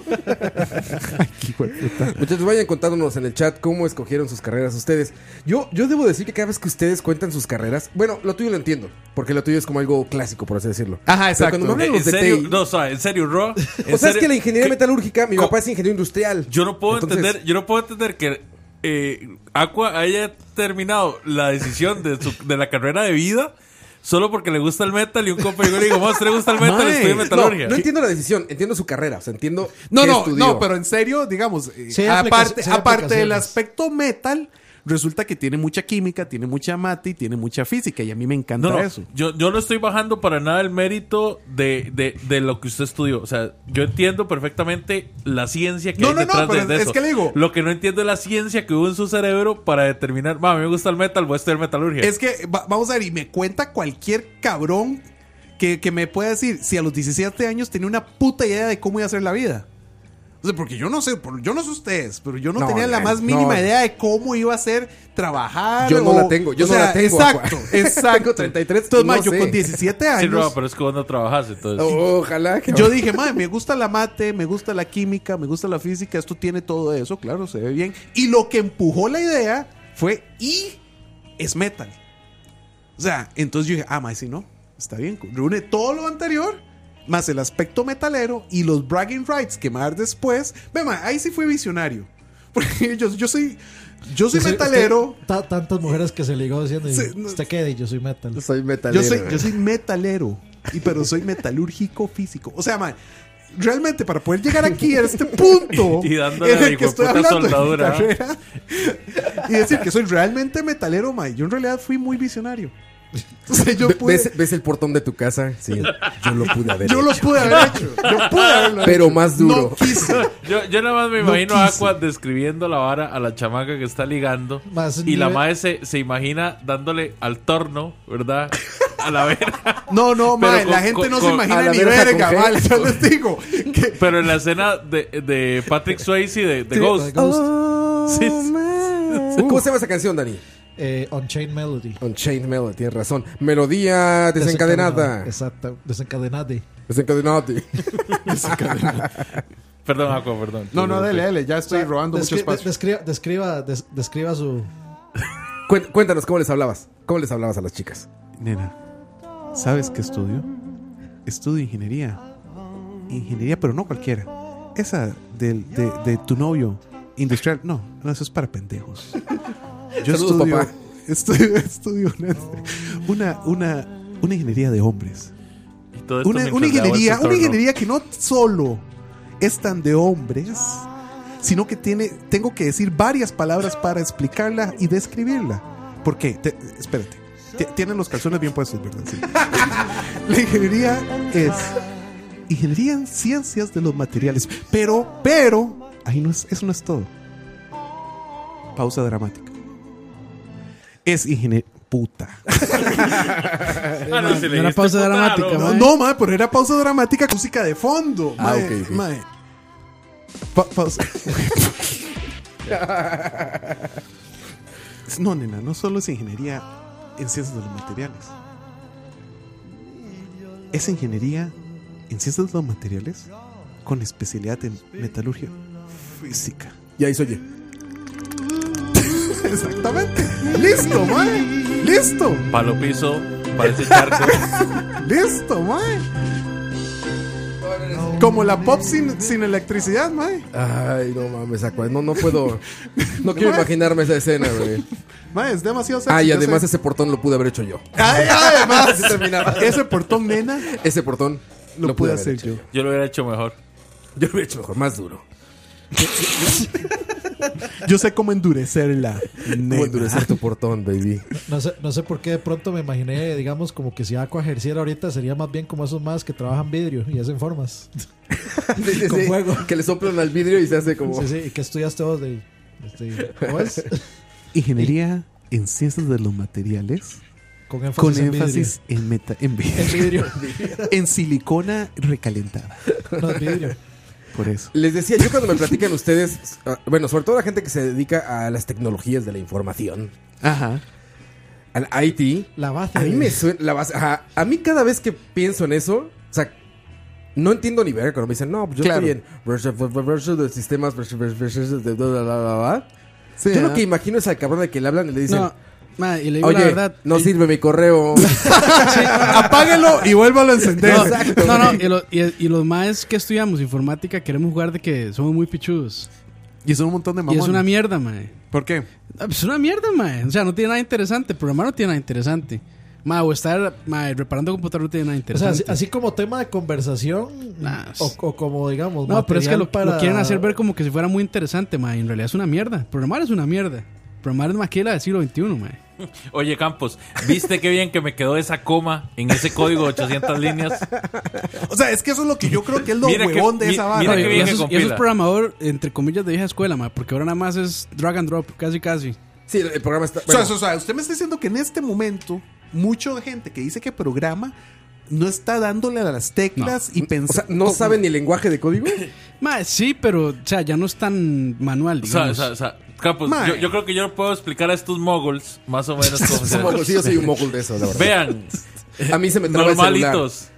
S1: Muchachos, vayan contándonos en el chat cómo escogieron sus carreras ustedes. Yo, yo debo decir que cada vez que ustedes cuentan sus carreras, bueno, lo tuyo lo entiendo, porque lo tuyo es como algo clásico, por así decirlo.
S4: Ajá,
S1: Pero
S4: exacto. Eh,
S1: cuando me hablan
S6: En
S1: los de
S6: serio,
S1: TI,
S6: no, o sea, en serio, Ro.
S1: o sea, es que la ingeniería metalúrgica, mi
S6: Co-
S1: papá es ingeniero industrial.
S6: Yo no puedo
S1: Entonces,
S6: entender, yo no puedo entender que eh, Aqua haya terminado la decisión de, su- de la carrera de vida solo porque le gusta el metal y un compa llegó y le dijo, vos te gusta el metal,
S4: Mae,
S6: estudia
S1: No,
S6: metalurgia.
S1: no entiendo la decisión, entiendo su carrera, o sea, entiendo.
S4: No,
S1: qué
S4: no,
S1: estudió.
S4: no, pero en serio, digamos, eh,
S8: Sí hay
S4: aparte,
S8: aplicaci- sí hay
S4: aparte del
S8: aplicaciones.
S4: aspecto metal, resulta que tiene mucha química, tiene mucha mate y tiene mucha física. Y a mí me encanta
S6: No, no,
S4: eso.
S6: Yo, yo no estoy bajando para nada el mérito de, de, de lo que usted estudió. O sea, yo entiendo perfectamente la ciencia que
S4: No,
S6: hay
S4: no, no,
S6: detrás
S4: pero
S6: de, de
S4: es
S6: eso.
S4: que le digo-
S6: Lo que no entiendo es la ciencia que hubo en su cerebro para determinar, "Ma, a mí me gusta el metal, voy a estudiar metalurgia.
S4: Es que, va- vamos a ver, y me cuenta cualquier cabrón que, que me pueda decir si a los 17 años tenía una puta idea de cómo iba a hacer la vida. O sea, porque yo no sé, por- yo no sé ustedes, pero yo no,
S1: No,
S4: tenía la
S1: no,
S4: más
S1: no.
S4: mínima idea de cómo iba a ser trabajar.
S1: Yo no
S4: o-
S1: la tengo, yo
S4: o
S1: no la tengo,
S4: Exacto,
S1: Juan.
S4: exacto.
S1: Tengo 33 y
S4: Entonces, ma,
S1: no
S4: yo
S1: sé.
S4: con 17 años.
S6: Sí, Roa, pero es que vos no trabajas, entonces.
S4: Oh,
S1: ojalá que.
S4: Yo dije, madre, me gusta la mate, me gusta la química, me gusta la física, esto tiene todo eso, claro, se ve bien. Y lo que empujó la idea fue, y es metal. O sea, entonces yo dije, ah, mae, si no, está bien, reúne todo lo anterior, más el aspecto metalero y los bragging rights que más después. Ve, mae, ahí sí fue visionario. Porque yo, yo soy, yo soy
S8: Usted-
S4: metalero.
S8: usted- ta- tantas mujeres que se ligó diciendo,
S4: Sí, no.
S8: ¿usted qué? Yo soy metal.
S1: soy metalero. eh.
S4: Yo soy, yo
S1: güey.
S4: soy metalero, y, pero soy metalúrgico físico. O sea, man, realmente para poder llegar aquí a este punto
S6: Y dándole a la hijueputa
S4: de mi
S6: soldadura.
S4: carrera, y decir que soy realmente metalero, man, yo en realidad fui muy visionario. O sea, yo
S1: Ve-
S4: pude,
S1: ¿Ves, ves el portón de tu casa? Sí, yo lo pude haber.
S4: yo lo
S1: hecho.
S4: pude haber hecho. Yo pude haberlo
S1: Pero
S4: hecho.
S1: más duro.
S4: No quise.
S6: Yo, yo nada más me
S4: No
S6: imagino a
S4: quise.
S6: Aqua describiendo la vara a la chamaca que está ligando.
S8: Más
S6: y la
S8: nivel-
S6: madre se, se imagina dándole al torno, ¿verdad? A la vera.
S4: No, no,
S6: Pero
S4: man,
S6: con-
S4: la gente no se
S6: con- con-
S1: a
S4: imagina
S1: la
S4: ni
S1: verga con
S4: verga,
S1: gel.
S4: vale, yo les digo. Que,
S6: Pero en la escena de, de Patrick Swayze de, de
S8: de
S6: Ghost.
S8: Ghost,
S6: Sí, sí.
S1: ¿Cómo se llama esa canción, Dani?
S8: eh, Unchained Melody.
S1: Unchained Melody, tienes razón. Melodía desencadenada.
S8: Exacto, desencadenade.
S1: Desencadenada.
S6: Perdón, Aqua, perdón.
S4: no, no, dele, dele, ya estoy robando mucho
S8: Descri-
S4: espacio.
S8: describa, describa, des- describa su...
S1: Cuen- Cuéntanos, ¿cómo les hablabas? ¿Cómo les hablabas a las chicas?
S4: Nena, ¿sabes qué estudio? Estudio ingeniería. Ingeniería, pero no cualquiera. Esa del- de, de tu novio industrial. No, no, eso es para pendejos. Yo
S1: Saludos,
S4: estudio,
S1: papá.
S4: estudio, estudio una, una, una, una ingeniería de hombres.
S6: Y todo esto
S4: Una,
S6: mientras
S4: una
S6: le daba el
S4: ingeniería, una
S6: torno.
S4: ingeniería que no solo es tan de hombres, sino que tiene, tengo que decir varias palabras para explicarla y describirla. Porque, te- espérate, ti- tienen los calzones bien puestos, ¿verdad? Sí. La ingeniería es ingeniería en ciencias de los materiales. Pero, pero, ahí no es, eso no es todo. Pausa dramática. Es ingeniería. Puta.
S6: Ah, no, si
S3: Una
S6: le dijiste
S3: pausa
S6: puta,
S3: dramática,
S6: no,
S4: No,
S3: mae.
S4: no, mae, pero era pausa dramática, con música de fondo.
S1: Ah,
S4: mae,
S1: ok, ok.
S4: mae. Pa- pausa. no, nena, no solo es ingeniería en ciencias de los materiales. Es ingeniería en ciencias de los materiales con especialidad en metalurgia física.
S1: Y ahí se oye.
S4: Exactamente. Listo, mae. Listo.
S6: Palo piso, parece charco.
S4: Listo, mae. Como la pop sin, sin electricidad, mae.
S1: Ay, no mames, acu- no, no puedo. No quiero imaginarme esa escena, güey.
S4: Mae, es demasiado sexy.
S1: Ah, y
S4: yo
S1: además
S4: sé.
S1: ese portón lo pude haber hecho yo.
S4: Ay, además.
S1: Así terminaba.
S4: Ese portón nena
S1: Ese portón
S4: lo, pude
S1: haber
S4: hacer
S1: hecho.
S4: yo.
S6: Yo lo hubiera hecho mejor.
S1: Yo lo hubiera hecho mejor, más duro.
S4: Yo sé cómo endurecerla.
S1: Cómo
S4: Nena.
S1: endurecer tu portón, baby.
S8: No sé, no sé por qué de pronto me imaginé, digamos, como que si Aqua ejerciera ahorita sería más bien como esos más que trabajan vidrio y hacen formas.
S1: Sí, sí,
S8: Con
S1: sí.
S8: fuego.
S1: Que le soplan al vidrio y se hace como.
S8: Sí, sí, y que estudiaste vos de... este, ¿Cómo es?
S4: Ingeniería en ciencias de los materiales
S8: Con énfasis
S4: con
S8: en
S4: énfasis en meta en, vi-
S8: vidrio.
S4: en silicona recalentada.
S8: vidrio. No, en vidrio.
S4: Por eso.
S1: Les decía, yo cuando me platican ustedes, ah, bueno, sobre todo la gente que se dedica a las tecnologías de la información,
S4: Ajá.
S1: al IT,
S8: La base.
S1: a mí
S8: de-
S1: me suena la base- ajá, a mí cada vez que pienso en eso, o sea, no entiendo ni ver cuando me dicen, no, yo
S4: Claro.
S1: estoy en de sistemas, de bla, bla, bla, bla, bla".
S4: Sí,
S1: Yo
S4: ah.
S1: lo que imagino es al cabrón al que le hablan y le dicen,
S3: No, mae, y le digo la
S1: oye,
S3: verdad.
S1: no
S3: el-
S1: sirve mi correo.
S4: Apáguelo y vuélvalo a encender.
S3: No, no, no, y, lo- y- y los maes que estudiamos informática queremos jugar de que somos muy pichudos.
S4: Y son un montón de
S3: Y
S4: mamones.
S3: es una mierda, mae.
S4: ¿Por qué?
S3: Ah, pues Es una mierda, mae. O sea, no tiene nada interesante. Programar no tiene nada interesante. Mae, o estar mae, reparando computador no tiene nada
S8: O sea,
S3: interesante.
S8: así, así como tema de conversación
S3: Nah, es-
S8: o, o como, digamos,
S6: pues,
S3: no, pero es que
S8: material
S3: lo, lo quieren hacer ver como que si fuera muy interesante, mae. En realidad es una mierda. Programar es una mierda. Programar es maquila del siglo XXI, mae.
S6: Oye, Campos, ¿viste qué bien que me quedó esa coma en ese código de 800 líneas?
S4: O sea, es que eso es lo que yo creo que es lo
S6: Mira que-
S4: huevón de
S6: mi-
S4: esa vara.
S6: mira
S3: No,
S6: que
S3: y- y
S6: bien
S3: eso, es- y eso es
S6: compila.
S3: programador, entre comillas, de vieja escuela, mae. Porque ahora nada más es drag and drop, casi casi.
S1: sí, el programa está.
S4: O sea,
S1: bueno,
S4: o sea, usted me está diciendo que en este momento, mucha gente que dice que programa no está dándole a las teclas y
S1: o
S4: pensando.
S1: sea, no saben ni el lenguaje de código.
S3: Mae, sí, pero, o sea, ya no es tan manual,
S6: O sea,
S3: digamos.
S6: o sea, o sea, Campos,
S4: Mae.
S6: yo, yo creo que yo puedo explicar a estos moguls más o menos cómo se
S1: Somos- sí, yo soy un mogul de eso, la verdad.
S6: Vean,
S1: A mí se me traba el celular.
S6: normalitos.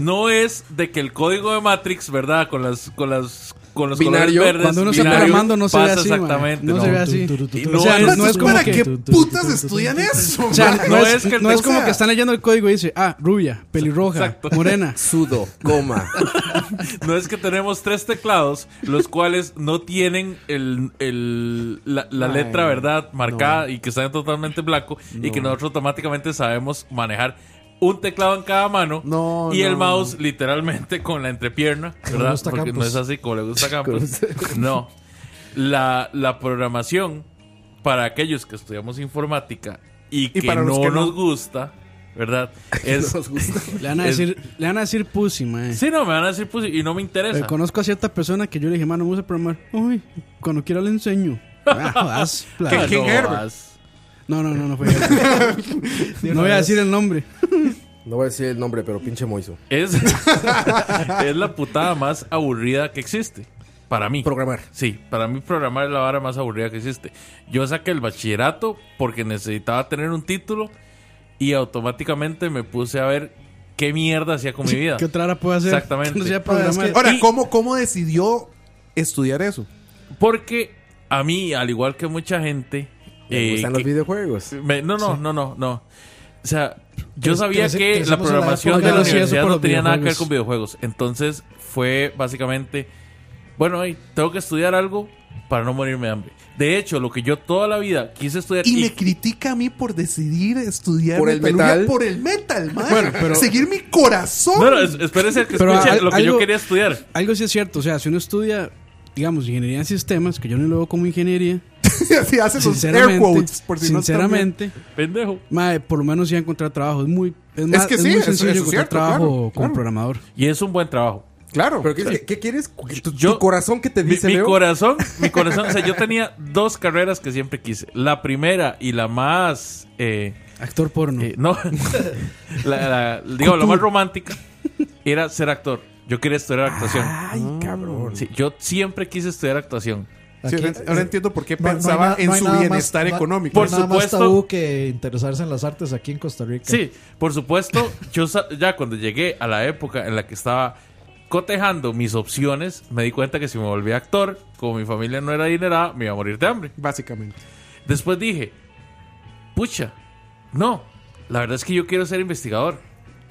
S6: No es de que el código de Matrix, ¿verdad? Con las con las con los
S1: Binario.
S6: colores verdes.
S3: Cuando uno se está
S6: binario,
S3: programando no se ve
S6: pasa
S3: así, mae.
S6: exactamente.
S3: No,
S6: No,
S3: se ve así.
S6: Y
S3: O
S6: no
S3: sea,
S6: es-
S3: no es como
S4: ¿Para
S3: que-
S4: qué putas estudian eso?
S3: O sea, no,
S6: No
S3: es,
S6: es que el
S3: no es
S6: te-
S3: como
S6: o sea-
S3: que están leyendo el código y dice, ah, rubia, pelirroja,
S6: Exacto.
S3: morena.
S1: Sudo, coma.
S6: no es que tenemos tres teclados, los cuales no tienen el, el- la, la
S4: Ay,
S6: letra, ¿verdad? Marcada y que están totalmente en blanco y que nosotros automáticamente sabemos manejar un teclado en cada mano
S4: No,
S6: y el
S4: no,
S6: mouse literalmente con la entrepierna,
S8: le
S6: ¿verdad?
S8: gusta
S6: Porque no
S8: Campos.
S6: es así como le gusta a Campos. no. La, la programación para aquellos que estudiamos informática y, que
S4: para los
S6: no
S4: que no.
S6: nos gusta, ¿verdad? Es,
S1: Nos gusta.
S3: Le van a
S6: Es-
S3: decir, le van a decir pussy, mae.
S6: Sí, no, me van a decir pues, y no me interesa.
S3: Eh, conozco a cierta persona que yo le dije, mano, vamos a programar. Uy, cuando quiera le enseño. Ah, jodas,
S6: Ah,
S3: pla-
S4: King
S6: no,
S4: Herbert.
S6: vas.
S3: No, no, no, no fue. no voy a decir el nombre.
S1: No voy a decir el nombre, pero pinche Moiso.
S6: Es, es la putada más aburrida que existe. Para mí.
S1: Programar.
S6: Sí, para mí programar es la vara más aburrida que existe. Yo saqué el bachillerato porque necesitaba tener un título y automáticamente me puse a ver qué mierda hacía con mi vida.
S3: ¿Qué otra hora puedo hacer?
S6: Exactamente.
S3: No sé, ya
S8: Ahora, es
S3: programar.
S4: Ahora,
S6: Y-
S4: ¿cómo, ¿cómo decidió estudiar eso?
S6: Porque a mí, al igual que mucha gente...
S1: Me
S6: eh,
S1: gustan
S6: que-
S1: los videojuegos.
S6: me- no, no, no, no, no. O sea, yo
S8: Crec-
S6: sabía
S8: crece-
S6: que la
S8: crecemos en la
S6: programación de
S8: época de
S6: la
S8: los hacía eso
S6: universidad
S8: por
S6: no
S8: los
S6: tenía nada que ver
S8: videojuegos.
S6: con videojuegos. Entonces fue básicamente, bueno, hey, tengo que estudiar algo para no morirme de hambre. De hecho, lo que yo toda la vida quise estudiar
S4: Y
S6: y-
S4: me critica a mí por decidir estudiar
S1: Por el
S4: metalurgia
S1: metal.
S4: por el metal, man.
S3: Bueno, pero-
S4: Seguir mi corazón.
S6: No, no, es- espérese a que
S3: Pero
S6: escuche
S3: al-
S6: lo que yo
S3: algo-
S6: quería estudiar.
S3: Algo sí es cierto, o sea, si uno estudia, digamos, ingeniería en sistemas, que yo no lo veo como ingeniería,
S4: Así hace sus air
S3: sinceramente,
S4: quotes, por si no están viendo.
S3: sinceramente,
S6: Pendejo.
S3: mae, por lo menos ya encontrar trabajo. Es muy, es más,
S4: que
S3: es
S4: sí,
S3: muy
S4: eso-
S3: sencillo
S4: eso es
S3: encontrar
S4: cierto,
S3: trabajo
S4: claro,
S3: como
S4: claro.
S3: programador.
S6: Y es un buen trabajo.
S4: Claro.
S1: ¿Pero qué, qué- qué quieres? ¿Tu, tu
S6: Yo-
S1: corazón que te
S6: Mi,
S1: dice,
S6: mi
S1: Leo?
S6: corazón, mi corazón, o sea, yo tenía dos carreras que siempre quise. La primera y la más, eh,
S3: Actor porno.
S6: eh, no, la, la- digo, la más romántica era ser actor. Yo quería estudiar actuación. Mm.
S1: Ay, cabrón.
S6: Sí, yo siempre quise estudiar actuación.
S4: Sí,
S8: Aquí-
S4: ahora, ahora entiendo por qué
S8: no hay
S4: pensaba
S8: nada-
S4: en
S8: no hay
S4: su
S8: nada más-
S4: bienestar
S8: no-
S4: económico.
S6: Por
S8: no hay nada más
S6: supuesto.
S8: tabú que interesarse en las artes aquí en Costa Rica.
S6: Sí, por supuesto, yo sa- ya cuando llegué a la época en la que estaba cotejando mis opciones, me di cuenta que si me volvía actor, como mi familia no era adinerada, me iba a morir de hambre.
S4: Básicamente.
S6: Después dije, pucha, no, la verdad es que yo quiero ser investigador.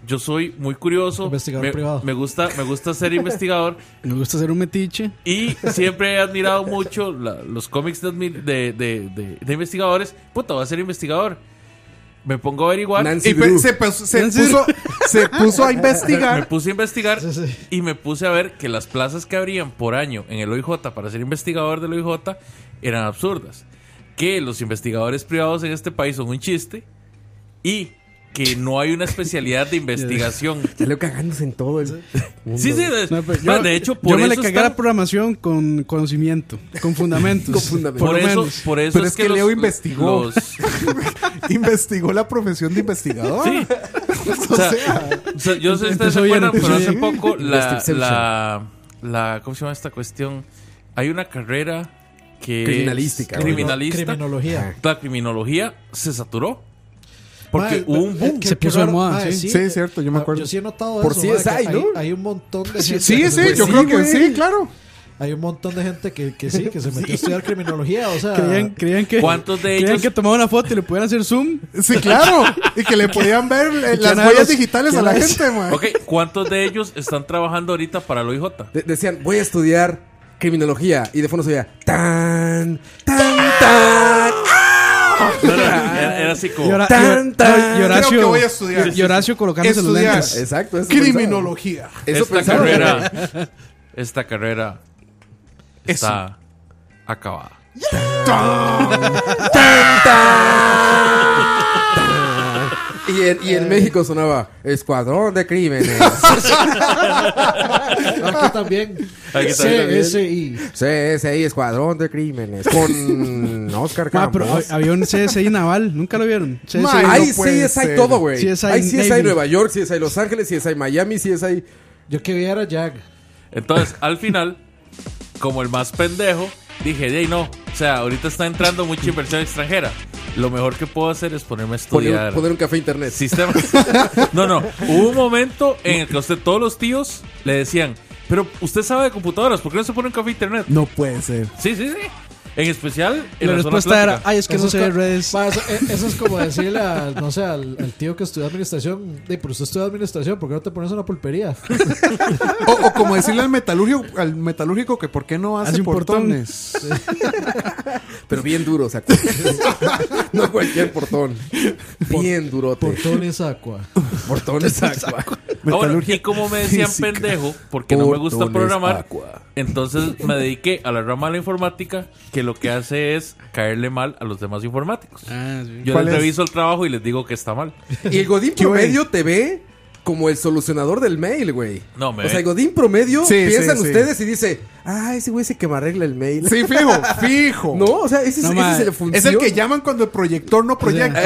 S6: Yo soy muy curioso.
S8: Investigador
S6: me,
S8: privado.
S6: me gusta, me gusta ser investigador
S3: Me gusta ser un metiche.
S6: y siempre he admirado mucho la- los cómics de, admi- de, de- de- de investigadores. Puta, voy a ser investigador. Me pongo a averiguar.
S1: Nancy
S4: Y pe-
S1: Drew.
S4: se, pe- se
S3: ¿En serio?
S4: puso, se puso a
S6: Me
S4: investigar.
S6: puse a investigar
S8: Sí, sí.
S6: y me puse a ver que las plazas que abrían por año en el OIJ para ser investigador del OIJ eran absurdas. Que los investigadores privados en este país son un chiste y que no hay una especialidad de investigación.
S1: Ya Leo cagándose en todo. El...
S6: Sí, sí, de,
S3: No, pero
S6: más, de hecho, por
S3: yo me
S6: eso,
S3: le cagué a
S6: están-
S3: la programación con conocimiento, con fundamentos.
S1: Con fundamentos.
S3: Por,
S6: por
S3: lo
S6: eso,
S3: menos.
S6: por eso
S4: Pero es que Leo
S6: los-
S4: investigó.
S6: los-
S4: investigó la profesión de investigador.
S6: sí.
S4: O
S6: O sea,
S4: sea,
S6: o sea, yo no sé si ustedes
S3: Empezó
S6: se
S3: bien,
S6: acuerdan, pero
S3: empezó
S6: hace
S3: bien.
S6: poco la,
S1: Investigation.
S6: la, la- ¿Cómo se llama esta cuestión? Hay una carrera que. es
S1: Criminalística, güey.
S6: Criminalista.
S8: Criminología.
S6: La criminología se saturó. Porque
S8: Mae,
S6: hubo un boom.
S8: es que
S3: Se
S8: qué
S3: puso de
S8: raro,
S3: moda,
S8: mae,
S3: sí.
S4: Sí, es cierto, yo me
S8: Ah,
S4: acuerdo.
S8: Yo sí he notado
S1: Por
S8: eso.
S1: CSI,
S8: mae, que hay,
S1: ¿no?
S8: hay un montón de
S4: sí,
S8: gente
S4: sí,
S8: que se-
S4: yo
S8: sí,
S4: creo que sí, claro.
S8: Hay un montón de gente que, que sí, que se metió a estudiar criminología. O sea,
S3: Creían, creían que,
S6: ¿Cuántos de
S3: creían
S6: ellos-
S3: que tomaba una foto y le pudieran hacer zoom.
S4: Sí, claro. Y que le podían ver eh,
S3: ¿Quién
S4: las
S3: era
S4: huellas
S3: ese?
S4: digitales a
S3: ¿Quién
S4: la
S3: era ese?
S4: gente, man.
S6: Ok, ¿cuántos de ellos están trabajando ahorita para el OIJ?
S1: De- decían, voy a estudiar criminología. Y de fondo se veía, tan, tan, tan.
S6: Ah. No, no, era, era así como.
S3: Y ahora-
S1: Tan,
S3: y-
S1: tan.
S3: y Horacio,
S4: Creo que voy a estudiar.
S3: Y Horacio colocándose los
S4: Estudiar.
S3: lentes.
S1: Exacto. eso
S4: Criminología.
S1: pensaba. Eso
S6: Esta
S1: pensaba.
S6: carrera. Esta carrera está acabada.
S1: Y en, y en México sonaba, escuadrón de crímenes.
S8: aquí también.
S6: Aquí también.
S8: CSI.
S1: CSI, escuadrón de crímenes. Con Oscar
S3: Ma, pero
S1: Campos.
S3: hab- había un CSI naval, nunca lo vieron. CSI
S4: Ma,
S3: no-
S4: ay,
S1: Hay
S4: no puede
S1: CSI
S4: ser.
S1: todo, güey.
S3: CSI
S1: Hay CSI
S3: Navy.
S1: Nueva York, CSI Los Ángeles, CSI Miami, CSI...
S8: Yo que vi era Jag.
S6: Entonces, al final, como el más pendejo, dije, hey, no. O sea, ahorita está entrando mucha inversión extranjera. Lo mejor que puedo hacer es ponerme a
S1: Poner,
S6: estudiar.
S1: poner un café a internet.
S6: sistemas. No, no. Hubo un momento en el que a usted, todos los tíos le decían, pero usted sabe de computadoras, ¿por qué no se pone un café internet?
S4: No puede ser.
S6: Sí, sí, sí. En especial en
S3: La
S6: la,
S3: respuesta
S6: zona
S3: era,
S6: atlántica.
S3: ay, es que no
S8: Eso
S3: sé de
S8: co-
S3: redes.
S8: Ma, eso, eh, eso es como decirle, a, no sé, al, al tío que estudia administración, de, pero usted estudia administración, ¿por qué no te pones una pulpería?
S4: O, o como decirle al metalúrgico, al metalúrgico que por qué no hace,
S3: Hace un portón.
S4: portones.
S1: Pero bien duro, o sea. no cualquier portón. Bien durote.
S8: Portones Aqua.
S1: portones aqua.
S6: Ah, bueno, y
S4: Metalurgia
S6: como me decían
S4: física.
S6: pendejo, porque no me gusta
S1: Portones
S6: programar,
S1: Aqua.
S6: entonces me dediqué a la rama de la informática que lo que hace es caerle mal a los demás informáticos.
S3: Ah, sí.
S6: Yo
S4: ¿Cuál
S6: les
S4: es?
S6: reviso el trabajo y les digo que está mal.
S1: Y el Godín
S4: ¿Qué güey?
S1: promedio te ve como el solucionador del mail, güey.
S6: No, me
S1: O sea,
S6: ve.
S1: el Godín promedio
S4: Sí,
S1: piensan
S4: sí, sí.
S1: ustedes y dice, ah, ese güey es el que me arregla el mail.
S4: Sí, fijo, fijo.
S1: No, o sea, ese,
S3: No,
S1: es,
S3: ma,
S1: ese es el
S3: es
S1: función.
S4: Es el que llaman cuando el proyector no proyecta.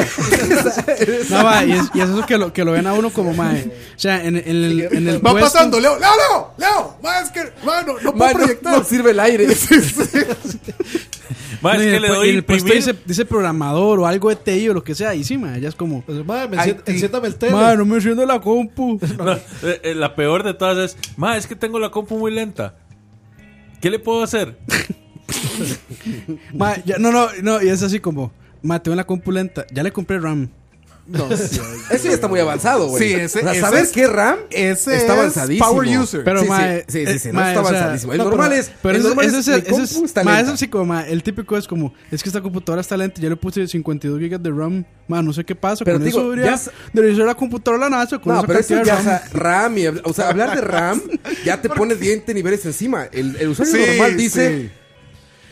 S3: No, ma, y, es, y es eso que lo, que lo ven a uno como mae. O sea, en, en el, en el
S4: Va
S3: puesto-
S4: pasando, Leo, Leo, Leo, Leo. Ma, es que, mano, no puedo
S1: Ma, no-
S4: proyectar.
S1: no, sirve el aire.
S6: Más
S3: no, y
S6: que
S3: en
S6: le
S3: el pu-
S6: doy
S3: y en el puesto
S6: imprimir.
S3: dice, dice programador o algo de TI o lo que sea. Y sí, mae, ella es como,
S8: Pues, madre, me
S4: Ay,
S8: encien- enciéndame el tele.
S3: mae, no me enciendo la compu.
S6: No, eh, eh, la peor de todas es, ma, es que tengo la compu muy lenta. ¿Qué le puedo hacer?
S3: Ma, ya- no, no, no, y es así como, ma, tengo la compu lenta, ya le compré RAM.
S4: No, sí,
S1: Ese ya está muy avanzado, güey.
S4: Sí, ese-
S1: O sea,
S4: ese
S1: saber
S4: es-
S1: qué RAM
S4: ese
S1: está
S4: es
S1: avanzadísimo.
S4: power user.
S3: Pero,
S1: sí,
S3: mae,
S1: sí, sí, sí, sí,
S3: eh,
S1: no,
S3: mae,
S1: está
S3: o sea,
S1: avanzadísimo. El
S3: no,
S1: normal
S3: pero-
S1: es.
S3: Pero
S1: el
S3: ese-
S1: normal
S3: ese
S1: es.
S3: es el-
S1: mi compu
S3: ese es-
S1: está
S3: mae,
S1: lenta.
S3: eso sí, como, mae, el típico es como, es que esta computadora está lenta, yo le puse 52 gigas de RAM, mae, no sé qué pasa,
S1: Pero
S3: con
S1: digo,
S3: eso debería,
S1: ya s-
S3: debería ser la computadora la NASA, con
S1: No,
S3: esa
S1: pero eso ya,
S3: cantidad de
S1: o
S3: RAM.
S1: sea, RAM y, o sea, hablar de RAM ya te pones 20 niveles encima. El, el usuario
S4: Sí,
S1: normal dice,
S4: sí.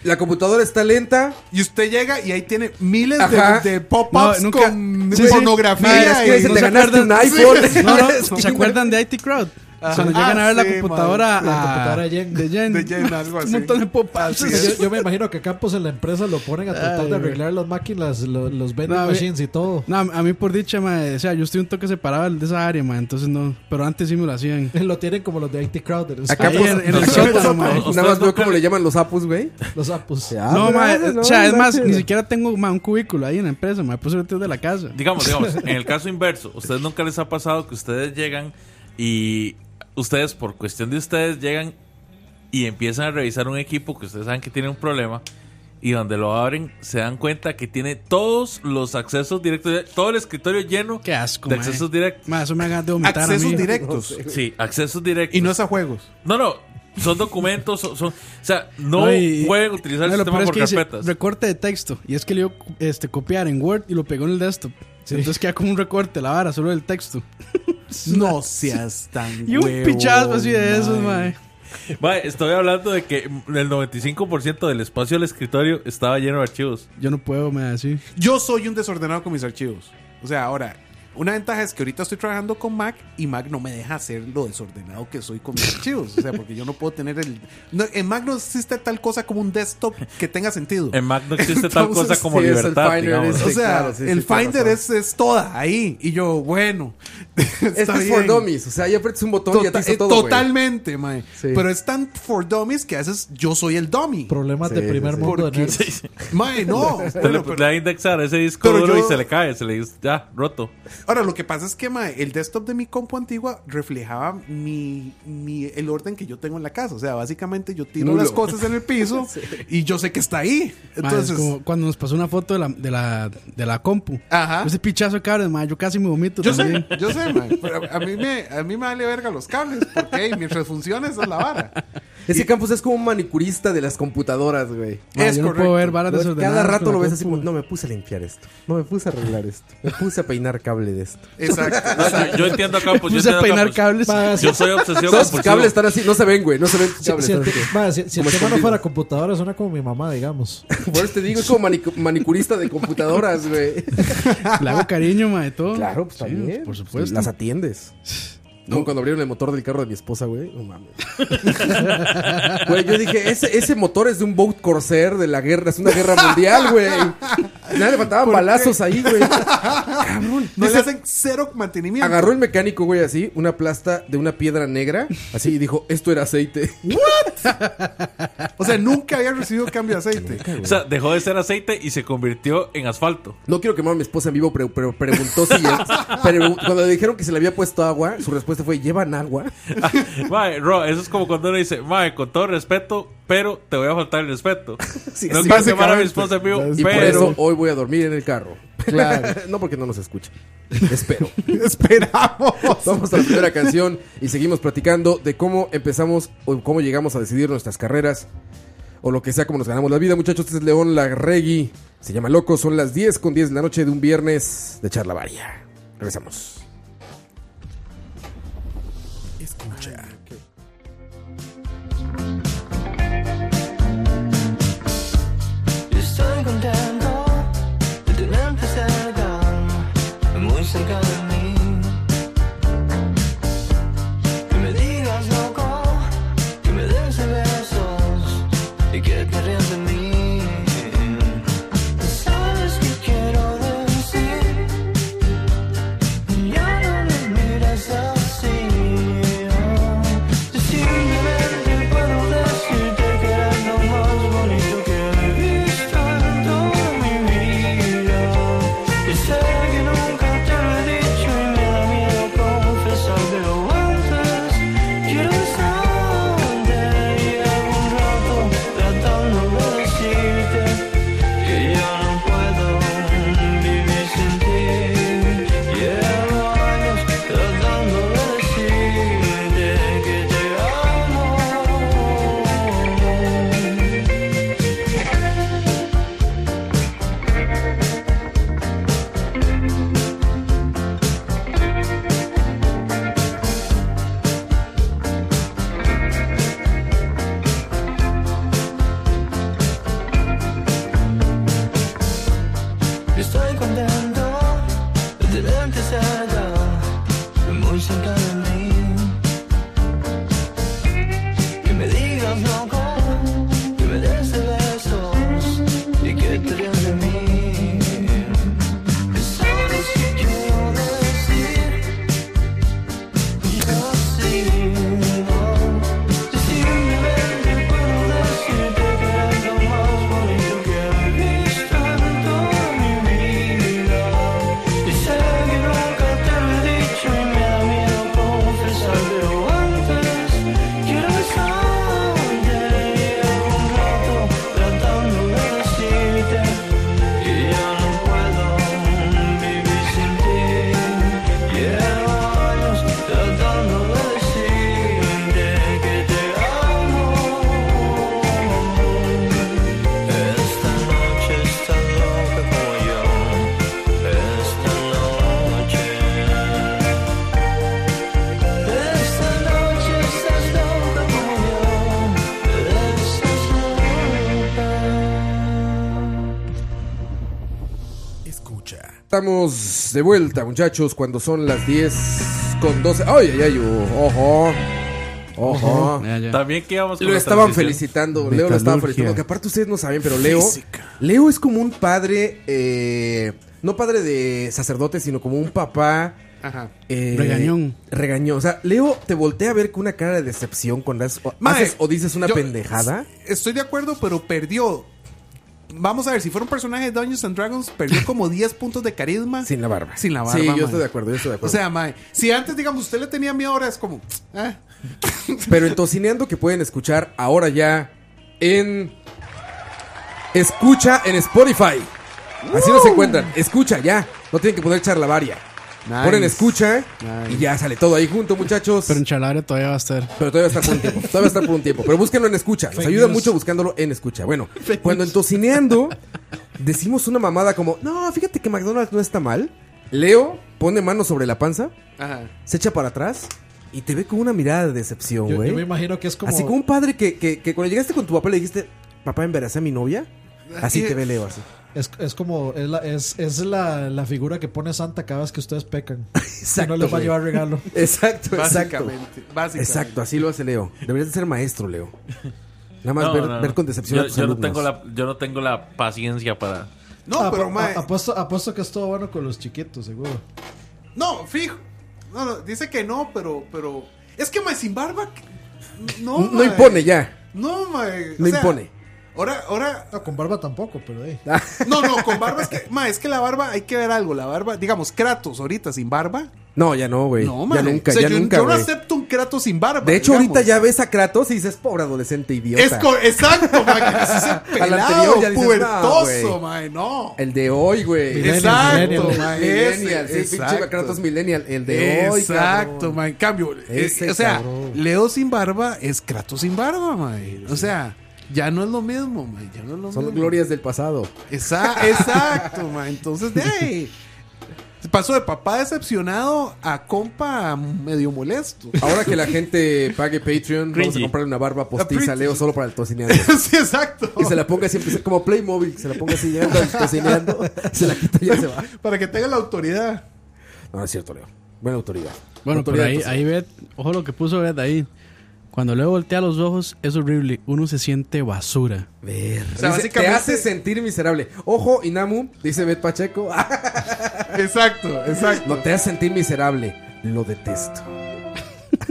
S1: la computadora está lenta,
S4: Y usted llega y ahí tiene miles
S1: Ajá.
S4: de, de pop-ups
S3: No, nunca-
S4: con
S3: sí, sí.
S1: Ay,
S4: pornografía.
S1: las
S4: y-
S1: que se
S3: no
S1: te
S3: se
S1: ganaste un
S3: acuerdan.
S1: iPhone.
S3: No, no, ¿se acuerdan de IT Crowd? Cuando llegan
S4: Ah,
S3: a ver la
S4: sí,
S3: computadora,
S8: madre. La
S3: a-
S8: computadora de Jen.
S3: de Jen,
S4: De Jen, algo así.
S3: un montón de pop
S4: Así es.
S8: Yo, yo me imagino que Campos en la empresa lo ponen a tratar
S3: Ay,
S8: de
S3: güey.
S8: arreglar las máquinas, lo- los vending
S3: No, a mí-
S8: machines y todo.
S3: No, a mí por dicha, mae, o sea, yo estoy un toque separado de esa área, mae, entonces no, pero antes sí me lo hacían.
S8: Lo tienen como los de IT Crowders.
S1: Acá,
S3: Ahí
S1: pues,
S3: en, en el
S1: no,
S3: sótano, mae.
S1: Nada más veo cómo le llaman los apus, güey.
S8: Los apus.
S3: Ah, No, ma,
S1: madre,
S3: o sea, es más, ni siquiera tengo ma, un cubículo ahí en la empresa, ma, por eso es de la casa.
S6: Digamos, digamos, en el caso inverso, ¿ustedes nunca les ha pasado que ustedes llegan y ustedes, por cuestión de ustedes, llegan y empiezan a revisar un equipo que ustedes saben que tiene un problema y donde lo abren se dan cuenta que tiene todos los accesos directos, todo el escritorio lleno
S3: Qué asco,
S6: de
S3: ma.
S6: accesos directos.
S3: Ma, eso me hagas de vomitar a
S4: Accesos
S3: mí.
S4: directos.
S6: Sí, accesos directos.
S4: Y no es a juegos.
S6: No, no, son documentos, son, son- o sea, no
S3: No, y-
S6: pueden utilizar el
S3: No, lo
S6: sistema
S3: peor es
S6: por
S3: que dice
S6: carpetas.
S3: recorte de texto. Y es que le dio este, copiar en Word y lo pegó en el desktop. Entonces queda como un recorte la vara, solo del texto.
S4: No seas tan
S3: Y un
S4: huevón,
S3: pichazo así de esos,
S4: mae.
S3: mae.
S6: Mae, estoy hablando de que el 95% del espacio del escritorio estaba lleno de archivos.
S3: Yo no puedo, mae, así.
S4: Yo soy un desordenado con mis archivos. O sea, ahora, una ventaja es que ahorita estoy trabajando con Mac y Mac no me deja hacer lo desordenado que soy con mis archivos. O sea, porque yo no puedo tener el. no, en Mac no existe tal cosa como un desktop que tenga sentido.
S6: En Mac no existe tal
S4: Entonces,
S6: cosa como
S1: sí, es el
S6: libertad,
S1: Finder,
S6: digamos.
S1: es-
S4: O sea,
S1: Sí, claro, sí, sí,
S4: el
S1: tiene
S4: Finder
S1: razón.
S4: es, es toda ahí. Y yo, bueno.
S1: Este
S4: está
S1: es for
S4: bien.
S1: dummies. O sea, ya apretas un botón y ya te
S4: Tota-
S1: hizo
S4: eh,
S1: todo, güey.
S4: totalmente, mae.
S1: Sí.
S4: Pero es tan for dummies que a veces yo soy el dummy.
S8: Problemas de
S1: Sí,
S8: primer
S1: sí, sí.
S8: mundo de
S4: Porque-
S8: nerds.
S6: Sí, sí.
S4: Mae, no.
S6: Usted le,
S4: Bueno, pero-
S6: le da a indexar ese disco
S4: pero
S6: duro y
S4: yo-
S6: se le cae, se le ya, roto.
S4: Ahora, lo que pasa es que mae, el desktop de mi compu antigua reflejaba mi, mi- el orden que yo tengo en la casa. O sea, básicamente yo tiro
S1: Nulo.
S4: las cosas en el piso y yo sé que está ahí.
S3: Ma, es
S4: Entonces,
S3: como cuando nos pasó una foto de la, de la, de la compu.
S4: Ajá.
S3: Ese pichazo de cables, mae, yo casi me vomito
S4: yo
S3: también.
S4: sé, yo sé, mae, pero a mí me, a mí me vale verga los cables, porque hey, mientras funciona esa es la vara.
S1: Ese campus es como un manicurista de las computadoras, güey.
S3: Ma,
S4: Es
S3: yo no
S4: correcto.
S3: puedo ver varas
S1: Lo-
S3: desordenadas.
S1: Cada rato
S3: con
S1: lo
S3: la
S1: ves así
S3: compu,
S1: como, no, me puse a limpiar esto. No, me puse a arreglar esto. Me puse a peinar cable de esto.
S4: Exacto.
S6: Yo, yo entiendo a Campos, yo
S3: Puse
S6: entiendo
S3: a
S6: a
S3: peinar
S6: Campos.
S3: cables.
S8: Ma,
S6: Yo soy obsesivo
S1: Todos tus
S6: compulsivo.
S1: cables están así. No se ven, güey. No se ven tus
S8: Si,
S1: cables.
S8: si el,
S1: están
S8: te-
S1: así.
S8: ma, si- si el
S1: Como
S8: tema no
S1: escondido.
S8: fuera computadora, suena como mi mamá, digamos.
S1: Por eso te digo, es como manicu- manicurista de computadoras, güey.
S3: Le hago cariño, mae, de todo.
S1: Claro, pues
S3: Sí,
S1: también.
S3: Por supuesto.
S1: Las atiendes. No, cuando abrieron el motor del carro de mi esposa, güey. No mames. Güey, yo dije, ese, ese motor es de un boat corsair de la guerra, es una guerra mundial, güey. Nada, le faltaban balazos ahí, güey.
S4: No le hacen cero mantenimiento.
S1: Agarró el mecánico, güey, así, una plasta de una piedra negra, así, y dijo, esto era aceite.
S4: O sea, nunca había recibido cambio de aceite.
S6: O sea, dejó de ser aceite y se convirtió en asfalto.
S1: No quiero quemar a mi esposa en vivo, pero, pero preguntó si... pero cuando le dijeron que se le había puesto agua, su respuesta fue, ¿llevan agua?
S6: Mae, Ro, eso es como cuando uno dice, Mae, con todo respeto, pero te voy a faltar el respeto.
S1: Sí,
S6: no
S1: sí,
S6: quiero quemar a
S4: básicamente.
S6: mi esposa en vivo,
S1: Y por
S6: pero.
S1: eso hoy voy a dormir en el carro. Claro. no porque no nos escuche. Espero.
S4: Esperamos.
S1: Vamos a la primera canción y seguimos platicando de cómo empezamos o cómo llegamos a decidir nuestras carreras o lo que sea como nos ganamos la vida, muchachos. Este es León Larregui. Se llama Loco. Son las 10 con 10 de la noche de un viernes de charla varia. Regresamos.
S4: Escucha.
S11: Yo estoy contento de tenerte cerca, muy cerca de mí. Que me digas loco, que me des besos y que te rías de mí. ¿Sabes qué quiero decir? Ya no me mires así. Yo simplemente puedo decirte que eres lo más bonito que he visto en toda mi vida. Y sé que nunca te lo he dicho muy cerca de mí. Que me digas loco, que me des de besos y que te rías de mí. Que sabes que quiero decir, yo sí, no. Simplemente puedo decirte que eres lo más bonito que he visto en toda mi vida. Y sé que nunca te lo he dicho y me da miedo confesar, pero antes quiero besarte y un rato tratando de decirte que ya no puedo vivir sin ti. Llevo años tratando de decirte que te amo. Esta noche está loca como yo. Esta noche. Esta noche estás loca como yo. Estás loca.
S10: Escucha.
S1: Estamos de vuelta, muchachos, cuando son las 10 con 12. ¡Ay, ay, ay! oh, ¡Ojo! ¡Ojo!
S3: Ya, ya.
S6: También que íbamos con
S1: Lo
S6: la
S1: estaban
S6: transición.
S1: felicitando, Leo lo estaban
S4: Metalurgia.
S1: felicitando. Que aparte ustedes no saben, pero Leo. Leo es como un padre. eh, no padre de sacerdote, sino como un papá.
S4: Ajá.
S1: eh,
S3: Regañón.
S1: Regañón. O sea, Leo te voltea a ver con una cara de decepción cuando haces, o,
S4: Mae,
S1: haces o dices una
S4: yo-
S1: pendejada.
S4: Estoy de acuerdo, pero perdió. Vamos a ver, si fuera un personaje de Dungeons and Dragons, perdió como 10 puntos de carisma.
S1: Sin la barba.
S4: Sin la barba.
S1: Sí,
S4: mae.
S1: yo estoy de acuerdo, yo estoy de
S4: O
S1: acuerdo.
S4: sea, mae, si antes, digamos, usted le tenía miedo, ahora es como. ah,
S1: Pero en Tocineando que pueden escuchar ahora ya en... Escucha en Spotify. Así nos encuentran. Escucha ya. No tienen que poner charlavaria.
S4: Nice.
S1: Ponen escucha
S4: Nice.
S1: y ya sale todo ahí junto, muchachos.
S3: Pero
S1: Pero,
S3: en Chalabre todavía va a estar.
S1: todavía está por un tiempo. Todavía está por un tiempo. Pero búsquenlo en escucha. Nos
S8: Fake
S1: ayuda
S8: news.
S1: mucho buscándolo en escucha. Bueno, cuando en Tocineando decimos una mamada como, no, fíjate que McDonald's no está mal. Leo pone mano sobre la panza,
S4: Ajá.
S1: se echa para atrás y te ve con una mirada de decepción,
S8: Yo,
S1: güey.
S8: yo me imagino que es como.
S1: Así como un padre que, que, que cuando llegaste con tu papá le dijiste, papá, embaracé a mi novia. Así
S4: Así
S1: te
S4: es.
S1: ve Leo, así.
S8: Es, es como. Es, la, es, es la, la figura que pone Santa cada vez que ustedes pecan. Que no les va a
S1: güey.
S8: llevar regalo.
S1: Exacto, exacto.
S4: Básicamente. Básicamente.
S1: Exacto, así lo hace Leo. Deberías de ser maestro, Leo. Nada más
S6: No,
S1: ver,
S6: no, no.
S1: ver con decepción
S6: yo,
S1: a tus
S6: yo no
S1: alumnos.
S6: tengo la, yo no tengo la paciencia para.
S4: No,
S8: Ah,
S4: pero,
S8: a-
S4: mae.
S8: apuesto, apuesto que es todo bueno con los chiquitos, seguro.
S4: No, fijo. No, no, dice que no, pero. pero Es que, mae, sin barba. No,
S1: No
S4: mae.
S1: impone ya.
S4: No, mae. o
S1: No impone.
S4: Ahora, ahora.
S8: No, con barba tampoco, pero eh.
S4: No, no, con barba es que. Mae, es que la barba, hay que ver algo. La barba, digamos, Kratos ahorita sin barba.
S1: No, ya no, güey.
S4: No,
S1: ya
S4: mae.
S1: nunca,
S4: O sea,
S1: ya
S4: yo,
S1: nunca,
S4: yo no
S1: güey.
S4: acepto un Kratos sin barba.
S1: De hecho, ahorita
S4: digamos.
S1: ya ves a Kratos y dices, pobre adolescente idiota.
S4: Es co- exacto, mae. que es ese pelado,
S1: anterior ya dices, no, güey.
S4: puertoso, mae. No.
S1: El de hoy, güey.
S8: Millennial,
S4: Exacto,
S8: millennial.
S4: mae.
S1: Millennial,
S4: ese,
S1: sí, pinche
S4: exacto.
S1: Kratos Millennial. El de hoy,
S4: Exacto,
S1: cabrón.
S4: ma. En cambio, eh,
S1: Ese
S4: o sea,
S1: cabrón.
S4: Leo sin barba es Kratos sin barba, ma. O sea, ya no es lo mismo, ma. Ya no es lo
S1: Son
S4: mismo.
S1: glorias del pasado.
S4: Esa- exacto, ma. Entonces, de ahí. Pasó de papá decepcionado a compa medio molesto.
S1: Ahora que la gente pague Patreon, vamos a
S6: Cringy.
S1: comprarle una barba postiza a
S4: Cringy.
S1: Leo solo para el tocineando.
S4: sí, exacto.
S1: Y se la ponga siempre como Playmobil, se la ponga así llegando al tocineando, se la quita y ya se va.
S4: Para que tenga la autoridad.
S1: No, no es cierto, Leo. Buena autoridad.
S3: Bueno, pero
S1: Autoridad
S3: ahí,
S1: tocineando.
S3: ahí Bet, ojo lo que puso Bet ahí. Cuando Leo voltea los ojos, es horrible. Uno se siente basura.
S1: Ver. Dice,
S4: O sea,
S1: te
S4: básicamente-
S1: hace sentir miserable. Ojo, Inamu, dice Bet Pacheco.
S4: Exacto, exacto.
S1: No te hace sentir miserable. Lo detesto.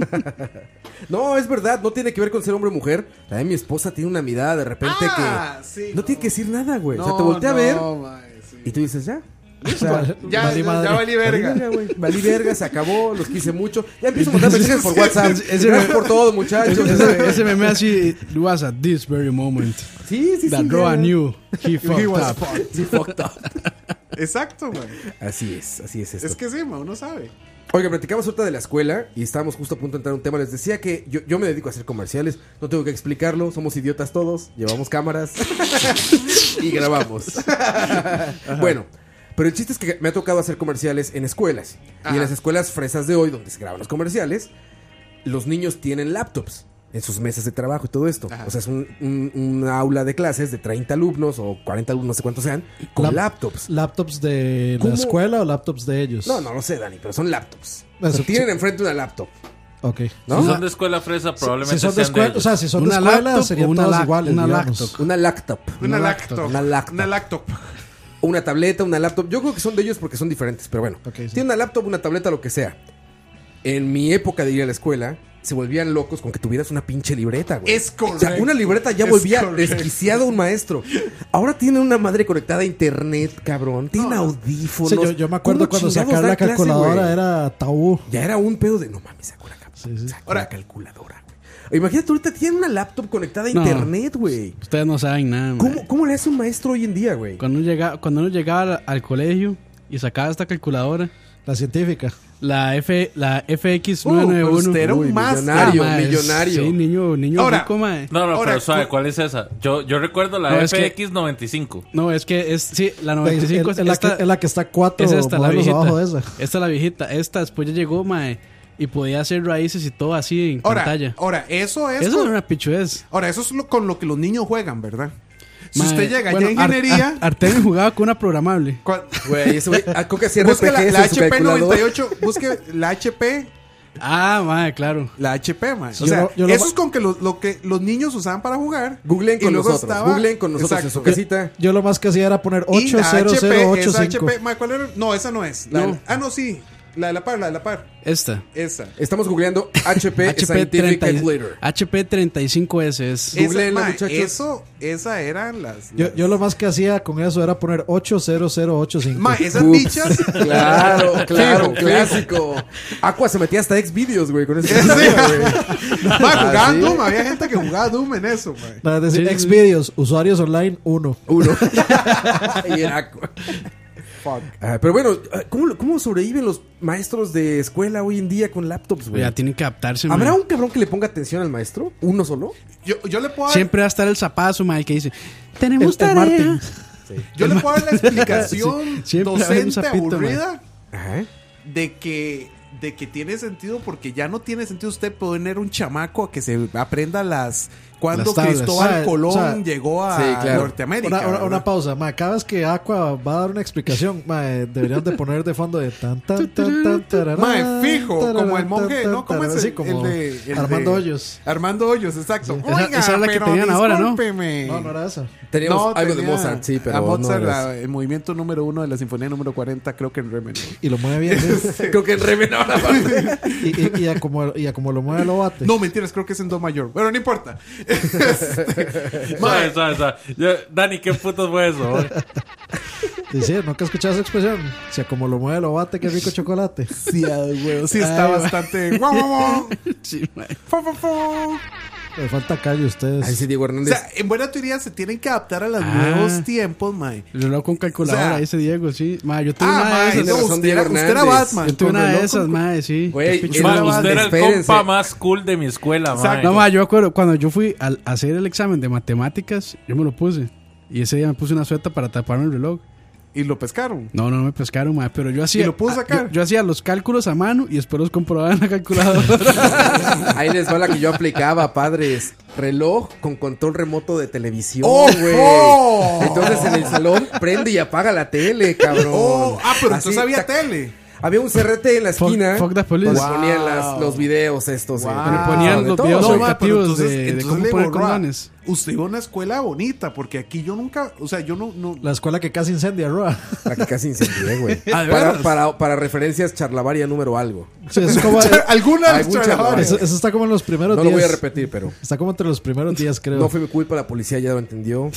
S1: no, es verdad, no tiene que ver con ser hombre o mujer. También mi esposa tiene una mirada de repente
S4: Ah,
S1: que.
S4: sí,
S1: no,
S4: no.
S1: tiene que decir nada, güey. o sea, te voltea a ver
S4: no, ma, sí.
S1: y tú dices, ya.
S8: O sea,
S4: Ya,
S8: valí
S4: ya,
S8: madre.
S4: ya valí verga.
S1: Valí verga, güey. Valí verga, se acabó, los quise mucho. Ya empiezo a mandar mensajes por WhatsApp.
S3: ese-
S1: Gracias por todo, muchachos.
S3: Ese, ese meme así, was at this very moment.
S1: Sí, sí, sí.
S3: That
S1: ya.
S3: Roa knew he fucked
S4: was
S3: up.
S1: Sí, fucked up.
S4: Exacto, ma.
S1: Así es, así es esto.
S4: Es que sí, ma, uno sabe.
S1: Oiga, platicamos ahorita de la escuela y estábamos justo a punto de entrar a un tema. Les decía que yo, yo me dedico a hacer comerciales, no tengo que explicarlo, somos idiotas todos, llevamos cámaras y grabamos. bueno, pero el chiste es que me ha tocado hacer comerciales en escuelas. Y
S4: Ajá.
S1: en las escuelas fresas de hoy, donde se graban los comerciales, los niños tienen laptops. en sus mesas de trabajo y todo esto. O sea, es un, un- un aula de clases de 30 alumnos o 40 alumnos, no sé cuántos sean, con
S8: Lap-
S1: laptops.
S8: ¿Laptops de
S1: ¿Cómo?
S8: la escuela o laptops de ellos?
S1: No, no lo sé, Dani, pero son laptops. O sea,
S8: Eso,
S1: tienen
S8: sí.
S1: enfrente una laptop,
S8: Ok.
S1: ¿no?
S6: Si son de escuela fresa, probablemente
S8: Si son
S6: sean
S8: de
S6: de
S8: escuela, o
S6: ellos.
S8: sea, si son
S3: Una
S8: de escuela,
S3: laptop o
S8: serían
S3: una
S8: todas
S3: lac-
S8: iguales.
S3: una
S8: digamos.
S3: laptop.
S1: Una laptop.
S3: Una
S4: Una
S3: laptop.
S4: laptop.
S1: Una laptop.
S4: Una laptop.
S1: una tableta, una laptop. Yo creo que son de ellos porque son diferentes, pero bueno.
S8: Ok, sí.
S1: Tiene una laptop, una tableta, lo que sea. En mi época de ir a la escuela, se volvían locos con que tuvieras una pinche libreta, güey.
S4: Es
S1: O sea,
S4: correcto.
S1: una libreta ya
S4: Es
S1: volvía
S4: correcto.
S1: desquiciado un maestro. Ahora tiene una madre conectada a internet, cabrón. Tiene audífonos.
S8: Sí, yo, yo me acuerdo
S1: ¿Cómo
S8: cuando
S1: chingados
S8: sacar
S1: da
S8: la
S1: clase,
S8: calculadora
S1: güey?
S8: era tabú.
S1: Ya era un pedo de... No mames, sacó la, cap-
S8: Sí, sí.
S1: sacó la calculadora, güey. Imagínate, ahorita tiene una laptop conectada a
S3: No.
S1: internet, güey.
S3: Ustedes no saben nada, mae.
S1: ¿Cómo, ¿Cómo le hace un maestro hoy en día, güey?
S3: Cuando uno llegaba, cuando uno llegaba al, al colegio y sacaba esta calculadora,
S8: La científica.
S3: la F, la FX
S4: Uh, pero usted
S3: 991.
S4: era un
S1: Uy,
S4: máster.
S1: millonario,
S3: mae,
S1: millonario.
S3: Sí, niño, niño
S4: Ahora.
S3: rico, mae.
S6: No, no,
S4: Ahora,
S6: pero suave,
S4: cu-
S6: ¿cuál es esa? Yo, yo recuerdo la
S3: No, es que-
S6: FX95.
S3: No, es que es sí, la 95
S8: es, es la
S3: esta-
S8: que, es la que está cuatro
S3: es esta la
S8: modelos
S3: viejita.
S8: abajo de esa.
S3: Esta la viejita, esta después ya llegó, mae, y podía hacer raíces y todo así en
S4: Ahora,
S3: pantalla.
S4: ahora, eso es.
S3: Eso
S4: con-
S3: es una pichudez.
S4: Ahora, eso es lo- con lo que los niños juegan, ¿verdad? Si
S3: Mae,
S4: usted llega
S3: bueno,
S4: ya a
S3: Ar-
S4: ingeniería.
S3: Ar- Artemio jugaba con una programable.
S4: cua-
S1: Güey, ese güey... ah, Creo que hacía
S4: busque la,
S1: RPGs
S4: la
S1: en su
S4: HP
S1: calculadora.
S4: 98. Busque la HP.
S3: Ah, mae, claro.
S4: La HP, man.
S8: Sí,
S4: o
S8: yo
S4: sea,
S8: lo- yo lo-
S4: eso es con que lo, lo que los niños usaban para jugar.
S1: Googleen
S4: Y
S1: con
S4: luego
S1: nosotros.
S4: estaba-
S1: Googleen con nosotros en
S4: Exacto.
S1: su casita.
S8: Yo lo más que hacía era poner
S4: Y la HP, esa
S8: 8085.
S4: HP, ma, ¿cuál era? No, esa no es. La-
S1: No.
S4: Ah, no, sí. La de la par, la de la par.
S3: Esta.
S4: Esa.
S1: Estamos googleando HP,
S3: HP,
S1: Scientific
S3: 30,
S1: Calculator.
S3: HP 35S es.
S1: Eh, Googleenla,
S4: Esa, ma,
S1: muchachos.
S4: eso, esa eran las.
S8: Yo,
S4: las-
S8: yo lo más que hacía con eso era poner 80085.
S4: Ma, esas
S1: Ups.
S4: bichas.
S1: Claro, claro,
S4: Fijo, fijo.
S1: clásico. Aqua se metía hasta ex videos, güey, con ese.
S4: Sí. Ma,
S1: Ah, sí.
S4: jugando, ma, había gente que jugaba Doom en eso, ma.
S8: No, es decir,
S3: Sí, sí, sí.
S8: Xvideos, usuarios online 1.
S1: Uno. y era Aqua. Ah, pero bueno, ah, ¿cómo, lo- ¿cómo sobreviven los maestros de escuela hoy en día con laptops, güey?
S3: Ya tienen que adaptarse.
S1: ¿Habrá
S3: mae.
S1: un cabrón que le ponga atención al maestro? ¿Uno solo?
S4: Yo, yo le puedo dar,
S3: Siempre va a estar el zapazo, mae, que dice: Tenemos
S8: El-
S3: tarea.
S8: el Martin.
S4: yo le puedo dar la
S3: Sí,
S4: explicación
S3: siempre hay un
S4: docente
S3: sapito, ma.
S4: aburrida.
S1: Ajá.
S4: de que de que tiene sentido porque ya no tiene sentido usted poner un chamaco a que se aprenda las cuando
S8: Las tablas.
S4: Cristóbal
S8: Ah,
S4: Colón
S8: o sea,
S4: llegó a
S1: Sí, claro.
S4: Norteamérica.
S8: Una, una,
S4: ¿verdad?
S8: una pausa, ma, cada vez que Aqua va a dar una explicación, ma, eh, deberían de poner de fondo de tan tan tan tan tararán,
S4: Mae, fijo,
S8: tararán,
S4: como el monje,
S8: tan,
S4: ¿no? ¿Cómo
S8: tararán,
S4: es
S8: sí,
S4: el,
S8: como
S4: el de el
S8: Armando
S4: de-
S8: Hoyos.
S4: Armando Hoyos, exacto.
S3: Esa-
S4: Oiga,
S3: esa es la que
S4: pero
S3: tenían ahora, ¿no?
S4: discúlpeme.
S8: No, no era esa.
S1: Teníamos
S4: No,
S1: algo de
S4: tenía
S1: Mozart, sí, pero.
S4: a
S1: no
S4: Mozart,
S1: era
S4: la- el movimiento número uno de la sinfonía número 40, creo que en Remen.
S8: Y lo mueve bien. ¿sí?
S1: eso. Creo que en Reven ahora va.
S8: y, y, y a como, y a como lo mueve lo bate.
S4: No, mentiras, creo que es en Do mayor. Pero no importa.
S6: Suave, suave, suave. Yo- Dani, ¿qué puto fue eso? güey?
S8: Dice, nunca escuchaba esa expresión. Si a como lo mueve lo bate, qué rico chocolate.
S4: Sí, ah, güey, sí está
S3: Ay,
S4: bastante. guau, guau, guau.
S3: Sí, mae.
S4: Fa, fa, fa.
S8: Me falta callo a ustedes.
S1: Ahí sí, Diego
S4: O
S1: Hernández.
S4: sea, en buena teoría se tienen que adaptar a los
S3: Ah.
S4: nuevos tiempos, mae.
S3: El reloj con calculadora,
S4: O sea-
S3: dice Diego, sí. Mae, yo tuve
S4: Ah,
S3: una de
S4: mae,
S3: esas.
S1: tiene
S4: no,
S1: razón,
S4: usted,
S1: Diego
S4: era, usted era
S1: Hernández.
S4: Batman.
S3: Yo tuve
S4: con
S3: una de
S4: reloj,
S3: esas,
S4: con-
S3: mae, sí.
S1: Güey,
S3: Qué pichu-
S1: Es
S6: Ma,
S1: la banda,
S6: usted era el
S1: espérense.
S6: compa más cool de mi escuela, man.
S3: No, mae, yo me acuerdo, cuando yo fui a a hacer el examen de matemáticas, yo me lo puse. Y ese día me puse una sueta para taparme el reloj.
S4: Y lo pescaron.
S3: No, no me pescaron, mae, pero yo hacía.
S4: ¿Y lo pudo
S3: ah,
S4: sacar?
S3: Yo, yo hacía los cálculos a mano y después los comprobaba en la calculadora.
S1: Ahí les va la que yo aplicaba, padres. Reloj con control remoto de televisión,
S4: ¡Oh,
S1: güey.
S4: oh!
S1: Entonces en el salón prende y apaga la tele, cabrón.
S4: Oh, ah, pero entonces
S1: Así,
S4: había
S1: tac.
S4: tele.
S1: Había un CRT en la
S3: Fuck-
S1: esquina.
S3: fuck the police.
S1: Donde
S3: Wow.
S1: ponían las- los videos estos. eh,
S4: Wow.
S1: de
S3: ponían
S1: de
S3: los
S1: todo.
S3: videos
S1: No,
S4: No,
S3: sobre-
S1: ma-
S4: mae, pero
S3: educativos
S4: entonces,
S3: de- de
S4: entonces
S3: cómo
S4: le
S3: poner
S4: borró a-
S3: condones.
S4: Usted iba a una escuela bonita, porque aquí yo nunca, o sea, yo no, no
S8: La escuela que casi incendia, Roa.
S1: La que casi incendié, güey.
S3: Ah, ¿de
S1: Para,
S3: veras?
S1: para, para referencias, charlavaria número algo.
S8: Sí, eso, es como-
S4: alguna de
S1: Algún
S4: las
S1: chaval.
S8: eso-
S4: trabajadoras.
S8: eso está como en los primeros
S1: No lo
S8: días.
S1: voy a repetir, pero.
S8: Está como entre los primeros días, creo.
S1: No fue mi culpa, la policía ya lo entendió.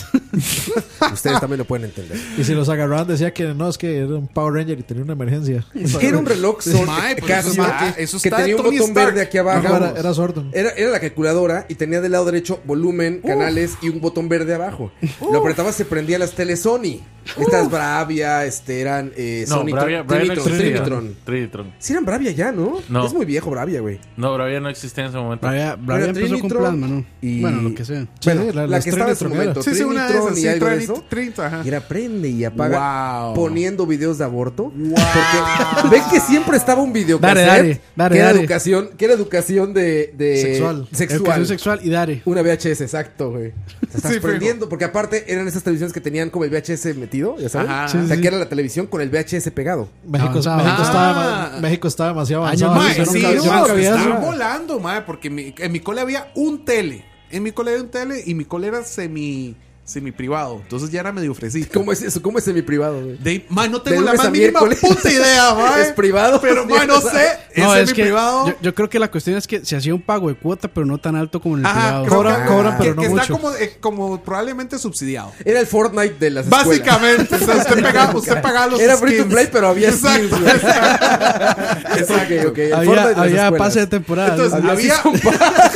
S1: Ustedes también lo pueden entender.
S8: Y si los agarraban, decía que no, es que era un Power Ranger y tenía una emergencia.
S1: Era un reloj Sony
S4: Mae, pero
S1: Casio
S4: eso está-
S1: que,
S4: Ah, eso
S1: que
S4: está de
S1: tenía un
S4: Tony
S1: botón
S4: Stark.
S1: verde aquí
S8: No,
S1: abajo.
S8: era, era sordo.
S1: Era, era la calculadora y tenía del lado derecho volumen, canales y un botón verde abajo. Lo apretabas, se prendía las teles Sony. Estas Bravia, este, eran. Eh,
S6: No,
S1: Sonitron-
S6: Bravia, Bravia no
S1: Trinitron,
S6: existía.
S1: Trinitron.
S6: Trinitron.
S1: Sí eran Bravia ya, ¿no?
S6: No.
S1: Es muy viejo Bravia, güey.
S6: No, Bravia no existía en ese momento.
S3: Bravia, Bravia
S1: Era
S3: empezó con
S1: Trinitron
S3: plasma, ¿no?
S1: y-
S3: Bueno, lo que sea.
S1: Bueno,
S8: sí,
S1: la,
S8: la-
S1: que
S8: las
S1: estaba en su
S8: Trinitron
S1: momento.
S8: era.
S4: Sí, sí, una de
S1: Trinitron
S4: esas.
S1: y
S4: Sí,
S1: algo de
S4: 30,
S1: eso.
S4: 30, ajá.
S1: Y era prende y apaga
S4: Wow.
S1: poniendo videos de aborto. Porque ven que siempre estaba un video
S3: Dale, dale, dale,
S1: que era
S3: dale.
S1: educación, que era educación de, de-
S8: Sexual.
S1: sexual.
S3: Educación sexual y dare.
S1: Una VHS, exacto, güey. Te estás
S4: Sí, fijo.
S1: prendiendo, porque aparte eran esas televisiones que tenían como el VHS metido, ya sabes.
S4: Ajá.
S1: o
S3: Sí,
S1: sea,
S3: sí,
S1: que
S3: sí.
S1: era la televisión con el VHS pegado.
S8: México,
S3: Avanzado.
S8: México,
S3: Ah.
S8: estaba, México estaba demasiado
S3: Años
S8: avanzado.
S3: más,
S8: Yo
S4: Mae,
S8: nunca-
S4: sí,
S8: yo
S4: no,
S8: nunca
S4: se
S8: vi eso.
S4: estaban volando, mae, porque en mi, en mi cole había un tele. En mi cole había un tele y mi cole era semi, semi privado. Entonces ya era medio fresito.
S1: ¿Cómo es eso? ¿Cómo es semi-privado, güey?
S4: De, mae, no
S1: De
S4: tengo la
S1: lunes a
S4: más mínima
S1: miércoles.
S4: puta idea, mae.
S1: Es privado.
S4: Pero, mae, no sé. Es
S3: No,
S4: semi
S3: es que
S4: privado.
S3: yo, yo creo que la cuestión es que se hacía un pago de cuota, pero no tan alto como en el
S4: Ajá,
S3: privado.
S4: creo
S8: Cobran-
S4: que-
S8: cobran, pero
S4: que-
S8: no
S4: que
S8: mucho.
S4: Está como, eh, como probablemente subsidiado.
S1: Era el Fortnite de las escuelas.
S4: Básicamente, o sea, usted pagaba, usted pagaba los
S1: Era free to
S4: skins.
S1: play, pero había skins,
S4: Exacto.
S1: güey.
S4: Exacto.
S1: Ok, ok, el Fortnite
S3: Había,
S1: de las
S3: había
S1: escuelas.
S3: pase de temporada.
S4: Entonces,
S3: ¿no?
S4: había,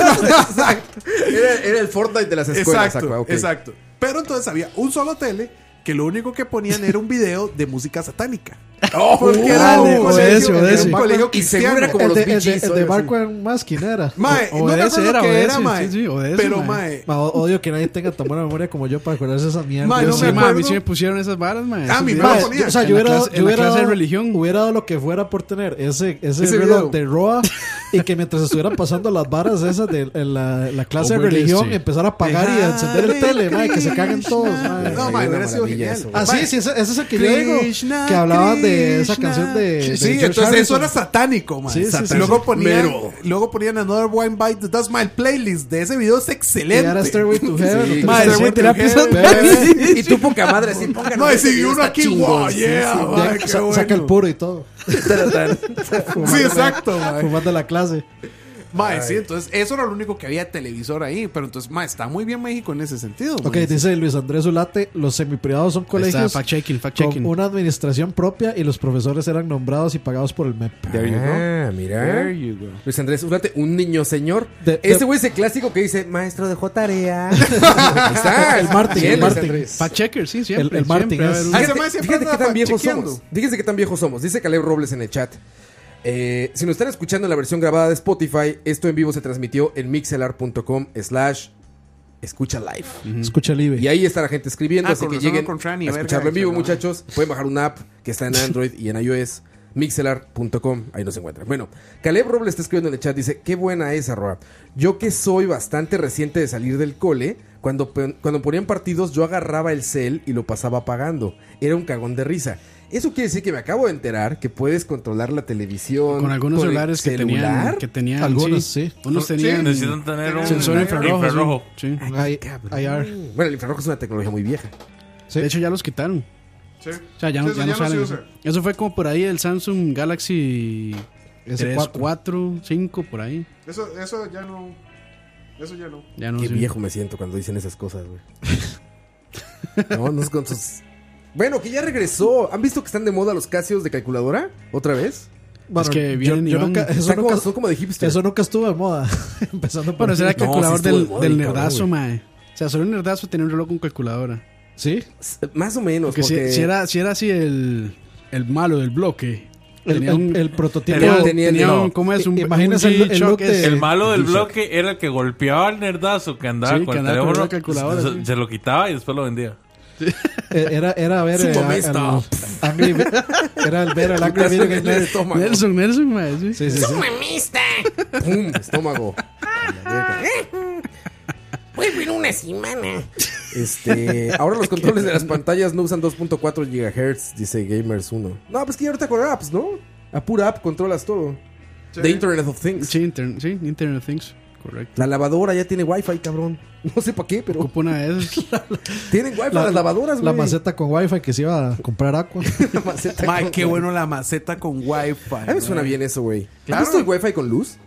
S1: Exacto. Era, era el Fortnite de las escuelas.
S4: exacto,
S8: ah,
S1: Aqua, ok.
S4: exacto. Pero entonces había un solo tele que lo único que ponían era un video de música satánica. Porque era
S3: Dale,
S4: un
S1: pues,
S3: obedece,
S4: colegio, era
S3: obedece.
S4: un colegio
S1: Y seguro
S4: cristiano.
S1: era como
S8: pues,
S1: los
S8: El de,
S1: Bee
S8: el de-
S1: Gees,
S8: el
S1: o
S8: de
S1: algo así.
S8: Marco en más, ¿quién era?
S4: Mae, no me
S3: Obedece,
S4: acuerdo
S3: era,
S4: qué era,
S3: obedece,
S4: mae.
S3: sí, sí, obedece,
S4: pero,
S3: mae.
S4: mae,
S8: Ma, odio que nadie tenga tan buena memoria como yo para acordarse de esa mierda.
S4: Ma,
S3: Yo
S4: no
S3: sí,
S4: me
S3: ma, a mí
S4: acuerdo.
S3: sí me pusieron esas varas, man.
S4: Ah, mi
S8: Ma,
S4: madre.
S8: yo-
S4: ponía.
S8: o sea,
S3: En
S8: yo
S3: la
S8: hubiera,
S3: clase-
S8: yo
S3: en la
S8: hubiera
S3: clase de
S8: dado-
S3: religión.
S8: Hubiera dado lo que fuera por tener ese, ese,
S1: Ese video.
S8: reloj de Roa y que mientras estuvieran pasando las varas esas de en la, la clase de
S3: Overlist,
S8: religión,
S3: sí.
S8: empezar a pagar y a encender el tele, ma, que se caguen todos. ma.
S4: No,
S1: Era
S4: mae,
S1: una
S4: hubiera sido
S1: maravilla
S4: genial.
S1: eso, güey.
S8: Ah, sí, sí, ese, ese es el que yo digo.
S4: Krishna,
S8: Que hablaban de esa
S4: Krishna.
S8: canción de. de
S4: Sí,
S8: George
S4: entonces eso
S8: Harrison.
S4: era satánico, man.
S8: Sí, sí,
S4: Satánico.
S8: sí, sí.
S4: luego, ponían,
S1: Mero.
S4: luego ponían Another Wine Bite the Dust. My playlist de ese video es
S8: Que
S4: excelente.
S8: era Stairway to Heaven.
S1: Sí,
S8: entonces-
S4: Ma,
S3: Madre,
S4: Stairway
S3: sí,
S4: to
S3: terapia
S4: Heaven,
S3: satánica.
S1: Y tú poca madre, sí, pongan.
S4: No, decidí uno aquí. Wow, yeah,
S8: Ya
S4: man, qué
S8: sa-
S4: bueno.
S8: saca el puro y todo.
S4: Sí, exacto, man.
S8: Fumando la clase.
S4: Mae, sí, entonces eso era lo único que había de televisor ahí. Pero entonces, mae, está muy bien México en ese sentido.
S8: Ok,
S4: man.
S8: dice Luis Andrés Ulate, los semiprivados son colegios
S3: fact checking, fact
S8: con
S3: checking.
S8: una administración propia y los profesores eran nombrados y pagados por el MEP.
S1: There you go. Ah, mira. Luis Andrés, Ulate, un niño señor.
S8: De-
S1: este
S8: de-
S1: güey es el clásico que dice, maestro dejó tarea. Ahí está.
S8: El Martin,
S1: Bien,
S8: el
S1: Luis
S8: Martin.
S1: Andrés.
S3: Fact checker, sí, siempre.
S8: El- el Martin
S3: siempre va a
S8: es-
S3: haber un-
S4: Ay,
S1: Fíjate,
S4: Ese man siempre
S1: fíjate qué
S4: anda
S1: tan viejos
S4: chequeando.
S1: somos. Fíjense qué tan viejos somos. Dice Caleb Robles en el chat. Eh, si nos están escuchando en la versión grabada de Spotify, esto en vivo se transmitió en mixelar.com slash escucha live.
S8: Escucha el IBE.
S1: Y ahí está la gente escribiendo,
S4: Ah,
S1: así
S4: con
S1: que
S4: razón
S1: lleguen
S4: no encontraba ni
S1: a
S4: verga
S1: escucharlo en
S4: de
S1: vivo,
S4: eso, ¿no?
S1: muchachos. Pueden bajar una app que está en Android y en iOS, mixelar.com, ahí nos encuentran. Bueno, Caleb Robles está escribiendo en el chat, dice, qué buena es, Arroa. Yo que soy bastante reciente de salir del cole, cuando, pon- cuando ponían partidos yo agarraba el cel y lo pasaba pagando. Era un cagón de risa. Eso quiere decir que me acabo de enterar que puedes controlar la televisión.
S3: Con algunos
S1: el
S3: celulares que tenían,
S1: celular.
S3: que tenían.
S8: Algunos, sí.
S3: Unos
S4: Sí,
S3: tenían
S6: Necesitan tener un
S3: sensor infrarrojo. sí,
S6: infrarrojo.
S3: sí.
S8: Un I- IR.
S1: Bueno, el infrarrojo es una tecnología muy vieja.
S8: Sí.
S3: De hecho, ya los quitaron. O sea, ya, no-
S4: Sí,
S3: ya no
S4: eso ya no se
S3: salen.
S4: usa.
S3: Eso fue como por ahí el Samsung Galaxy
S8: Ese
S3: 3,
S8: cuatro.
S3: 4, 5, por ahí.
S4: Eso, eso ya no. Eso ya no.
S3: Ya no
S1: Qué
S3: sé.
S1: viejo me siento cuando dicen esas cosas, güey. no, no es con sus... Bueno, que ya regresó. ¿Han visto que están de moda los Casios de calculadora? ¿Otra vez?
S8: Bueno,
S3: que vienen y van.
S8: nunca, eso,
S1: Están como-
S8: nunca,
S1: son como de hipster.
S8: eso nunca estuvo de moda. Empezando por
S3: Bueno,
S8: ahí.
S3: ese era el
S1: No, sí
S3: calculador
S1: estuvo de
S3: del,
S1: moda,
S3: del
S1: cabrón,
S3: nerdazo,
S1: güey.
S3: mae. O sea, solo un nerdazo tenía un reloj con calculadora.
S8: Sí,
S1: S- Más o menos.
S3: Porque, si,
S1: porque-
S3: si era, si era así el, el malo del bloque.
S8: el,
S3: Tenía
S8: el-
S3: un-
S8: el prototipo.
S3: tenía,
S1: tenía-
S3: tenía
S1: no.
S3: un, ¿cómo es? Un,
S8: Imagínense
S3: un
S8: el- el
S3: G-Shock
S8: look de-
S3: ese.
S6: El malo del
S1: G-Shock.
S6: bloque era el que golpeaba al nerdazo que andaba
S3: Sí,
S6: con
S3: que
S6: el
S3: andaba con
S6: teléfono.
S3: una calculadora,
S6: se,
S3: sí.
S6: se lo quitaba y después lo vendía.
S1: Pues
S8: eh, Era, era ver. eh,
S1: Sumamente
S8: al-
S1: stop.
S8: Angry Bi- era el ver al Angry Video Game Nerd.
S4: Oh
S1: estómago.
S3: Nelson, Nelson, mae. Sí.
S8: Sí, sí, sí.
S1: ¡Pum! Estómago. A la verga. Este, ahora los controles de las pantallas no usan 2.4 GHz, dice Gamers 1. No, pues que ya ahorita con apps, ¿no? A pura app controlas todo. The Internet of Things.
S3: Sí, Internet, sí, Internet of Things. Correcto.
S1: La lavadora ya tiene wifi, cabrón. No sé para qué,
S4: Oh.
S1: pero
S3: Ocupo una de esas.
S1: tienen wifi
S8: la-
S1: las lavadoras, güey.
S8: La maceta con wifi que se iba a comprar agua.
S1: La maceta
S4: Mae,
S1: con-
S4: qué bueno la maceta con wifi.
S1: A mí me suena bien eso, güey.
S4: Claro.
S1: ¿Has visto el wifi con luz?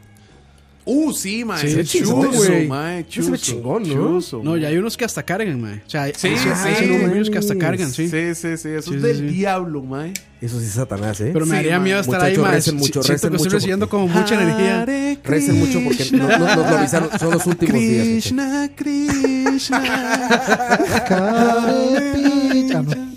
S4: Uh, sí, mae.
S3: Sí,
S4: es
S1: chido,
S4: chuzo,
S1: güey.
S4: mae,
S1: Ese se ve
S4: chuzo.
S1: chingón, ¿no?
S4: Chuzo,
S3: No,
S4: mae.
S3: ya hay unos que hasta cargan, mae. O sea, hay,
S4: Sí,
S3: hay-
S4: sí,
S3: hay
S4: sí.
S3: unos medios que hasta cargan, sí.
S4: Sí, sí, sí.
S3: Sí,
S4: Eso es
S3: sí,
S4: del
S3: sí.
S4: diablo, mae.
S1: Eso sí es Satanás, ¿eh?
S3: Pero me
S4: Sí,
S3: haría
S4: man.
S3: miedo estar ahí,
S1: Muchachos,
S3: mae.
S1: recen
S3: Si-
S1: mucho,
S3: Siento
S1: recen
S3: que estoy
S1: mucho
S3: recibiendo como mucha energía.
S4: Hare
S1: Recen mucho porque no, no- nos lo avisaron. Son los últimos días. muchachos.
S4: Krishna, Krishna.
S8: Carepilla. Ah, no.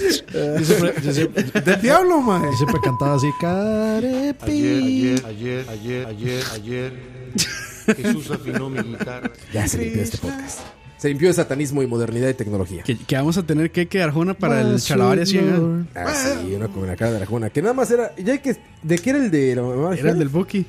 S8: Yo siempre, yo siempre-
S4: Del diablo, mae.
S8: yo siempre cantaba así, carepi.
S11: Ayer, ayer, ayer, ayer, ayer. Jesús afinó mi guitarra.
S1: Ya se limpió este podcast. Se limpió de satanismo y modernidad y tecnología.
S3: Que, que vamos a tener que quedar Jona para el Chalabaria 100. ¿eh?
S1: Ah, sí, una con la cara de la Jona. Que nada más era. Ya que, ¿De qué era el de la mamá? de
S3: Era
S1: Jona?
S3: el del Buki.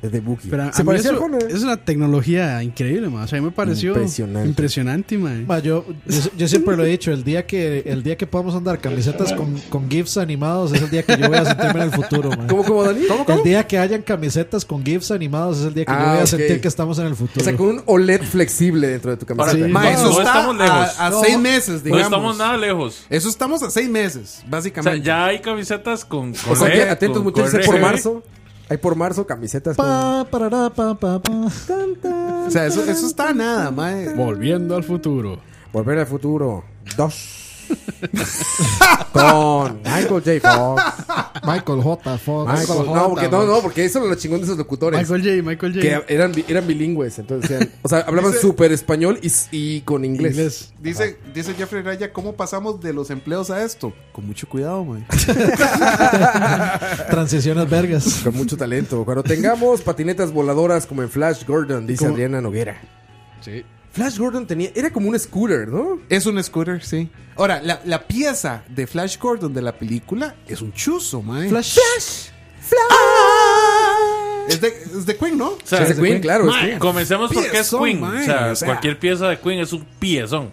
S1: El de Buki.
S3: Pero a
S1: Se
S3: mí
S1: parecía ¿eh?
S3: eso-
S1: al Jona.
S3: Es una tecnología increíble, man. O sea, a mí me pareció
S1: Impresionante.
S3: impresionante, man.
S8: Ma, yo, yo, yo siempre lo he dicho, el día que el día que podamos andar camisetas con, con GIFs animados es el día que yo voy a sentirme en el futuro, ma.
S1: ¿Cómo, cómo, Dani? ¿Cómo,
S8: El día que hayan camisetas con GIFs animados es el día que yo
S1: Ah,
S8: voy a
S1: ok.
S8: sentir que estamos en el
S1: O
S8: futuro.
S1: sea, con un OLED flexible dentro de tu camiseta.
S6: Ahora,
S1: Sí.
S4: Mae,
S6: No,
S4: eso
S6: no
S4: está
S6: estamos lejos.
S4: a, a
S8: No.
S4: seis meses,
S6: No
S4: digamos.
S6: estamos nada lejos.
S4: Eso estamos a seis meses,
S6: O sea,
S4: básicamente.
S6: ya hay camisetas con. E,
S1: O sea, que atentos
S6: con-
S1: muchachos,
S6: con
S1: hay por
S6: red.
S1: marzo. Hay por marzo camisetas con...
S8: Pa, parará, pa, pa, pa.
S4: O sea, eso, eso está a nada, mae.
S3: Volviendo al futuro.
S1: Volver al futuro 2. con Michael J. Fox.
S8: Michael J. Fox.
S1: Michael- no, porque, no, no, porque eso era lo chingón de esos locutores.
S3: Michael J. Michael J.
S1: pues, que eran, bi- eran bilingües, entonces eran- o sea, hablaban
S4: Dice-
S1: súper español y, y con inglés.
S3: Inglés.
S4: Dice, dice Jeffrey Raya, ¿cómo pasamos de los empleos a esto? Con mucho cuidado, mae.
S8: Transiciones vergas.
S1: Con mucho talento. Cuando tengamos patinetas voladoras como en Flash Gordon, dice
S3: Como-
S1: Adriana Noguera.
S3: Sí.
S1: Flash Gordon tenía, era como un scooter, ¿no?
S4: Es un scooter, sí. Ahora, la, la pieza de Flash Gordon de la película es un chuzo, mae.
S8: Flash.
S4: Es de, es de Queen, ¿no?
S6: O sea,
S1: Es de Queen, claro, es
S6: Mae,
S1: Queen.
S6: Comencemos porque es
S4: Piezón,
S6: Queen.
S4: mae,
S6: o, sea,
S4: o sea.
S6: cualquier pieza de Queen es un piezón.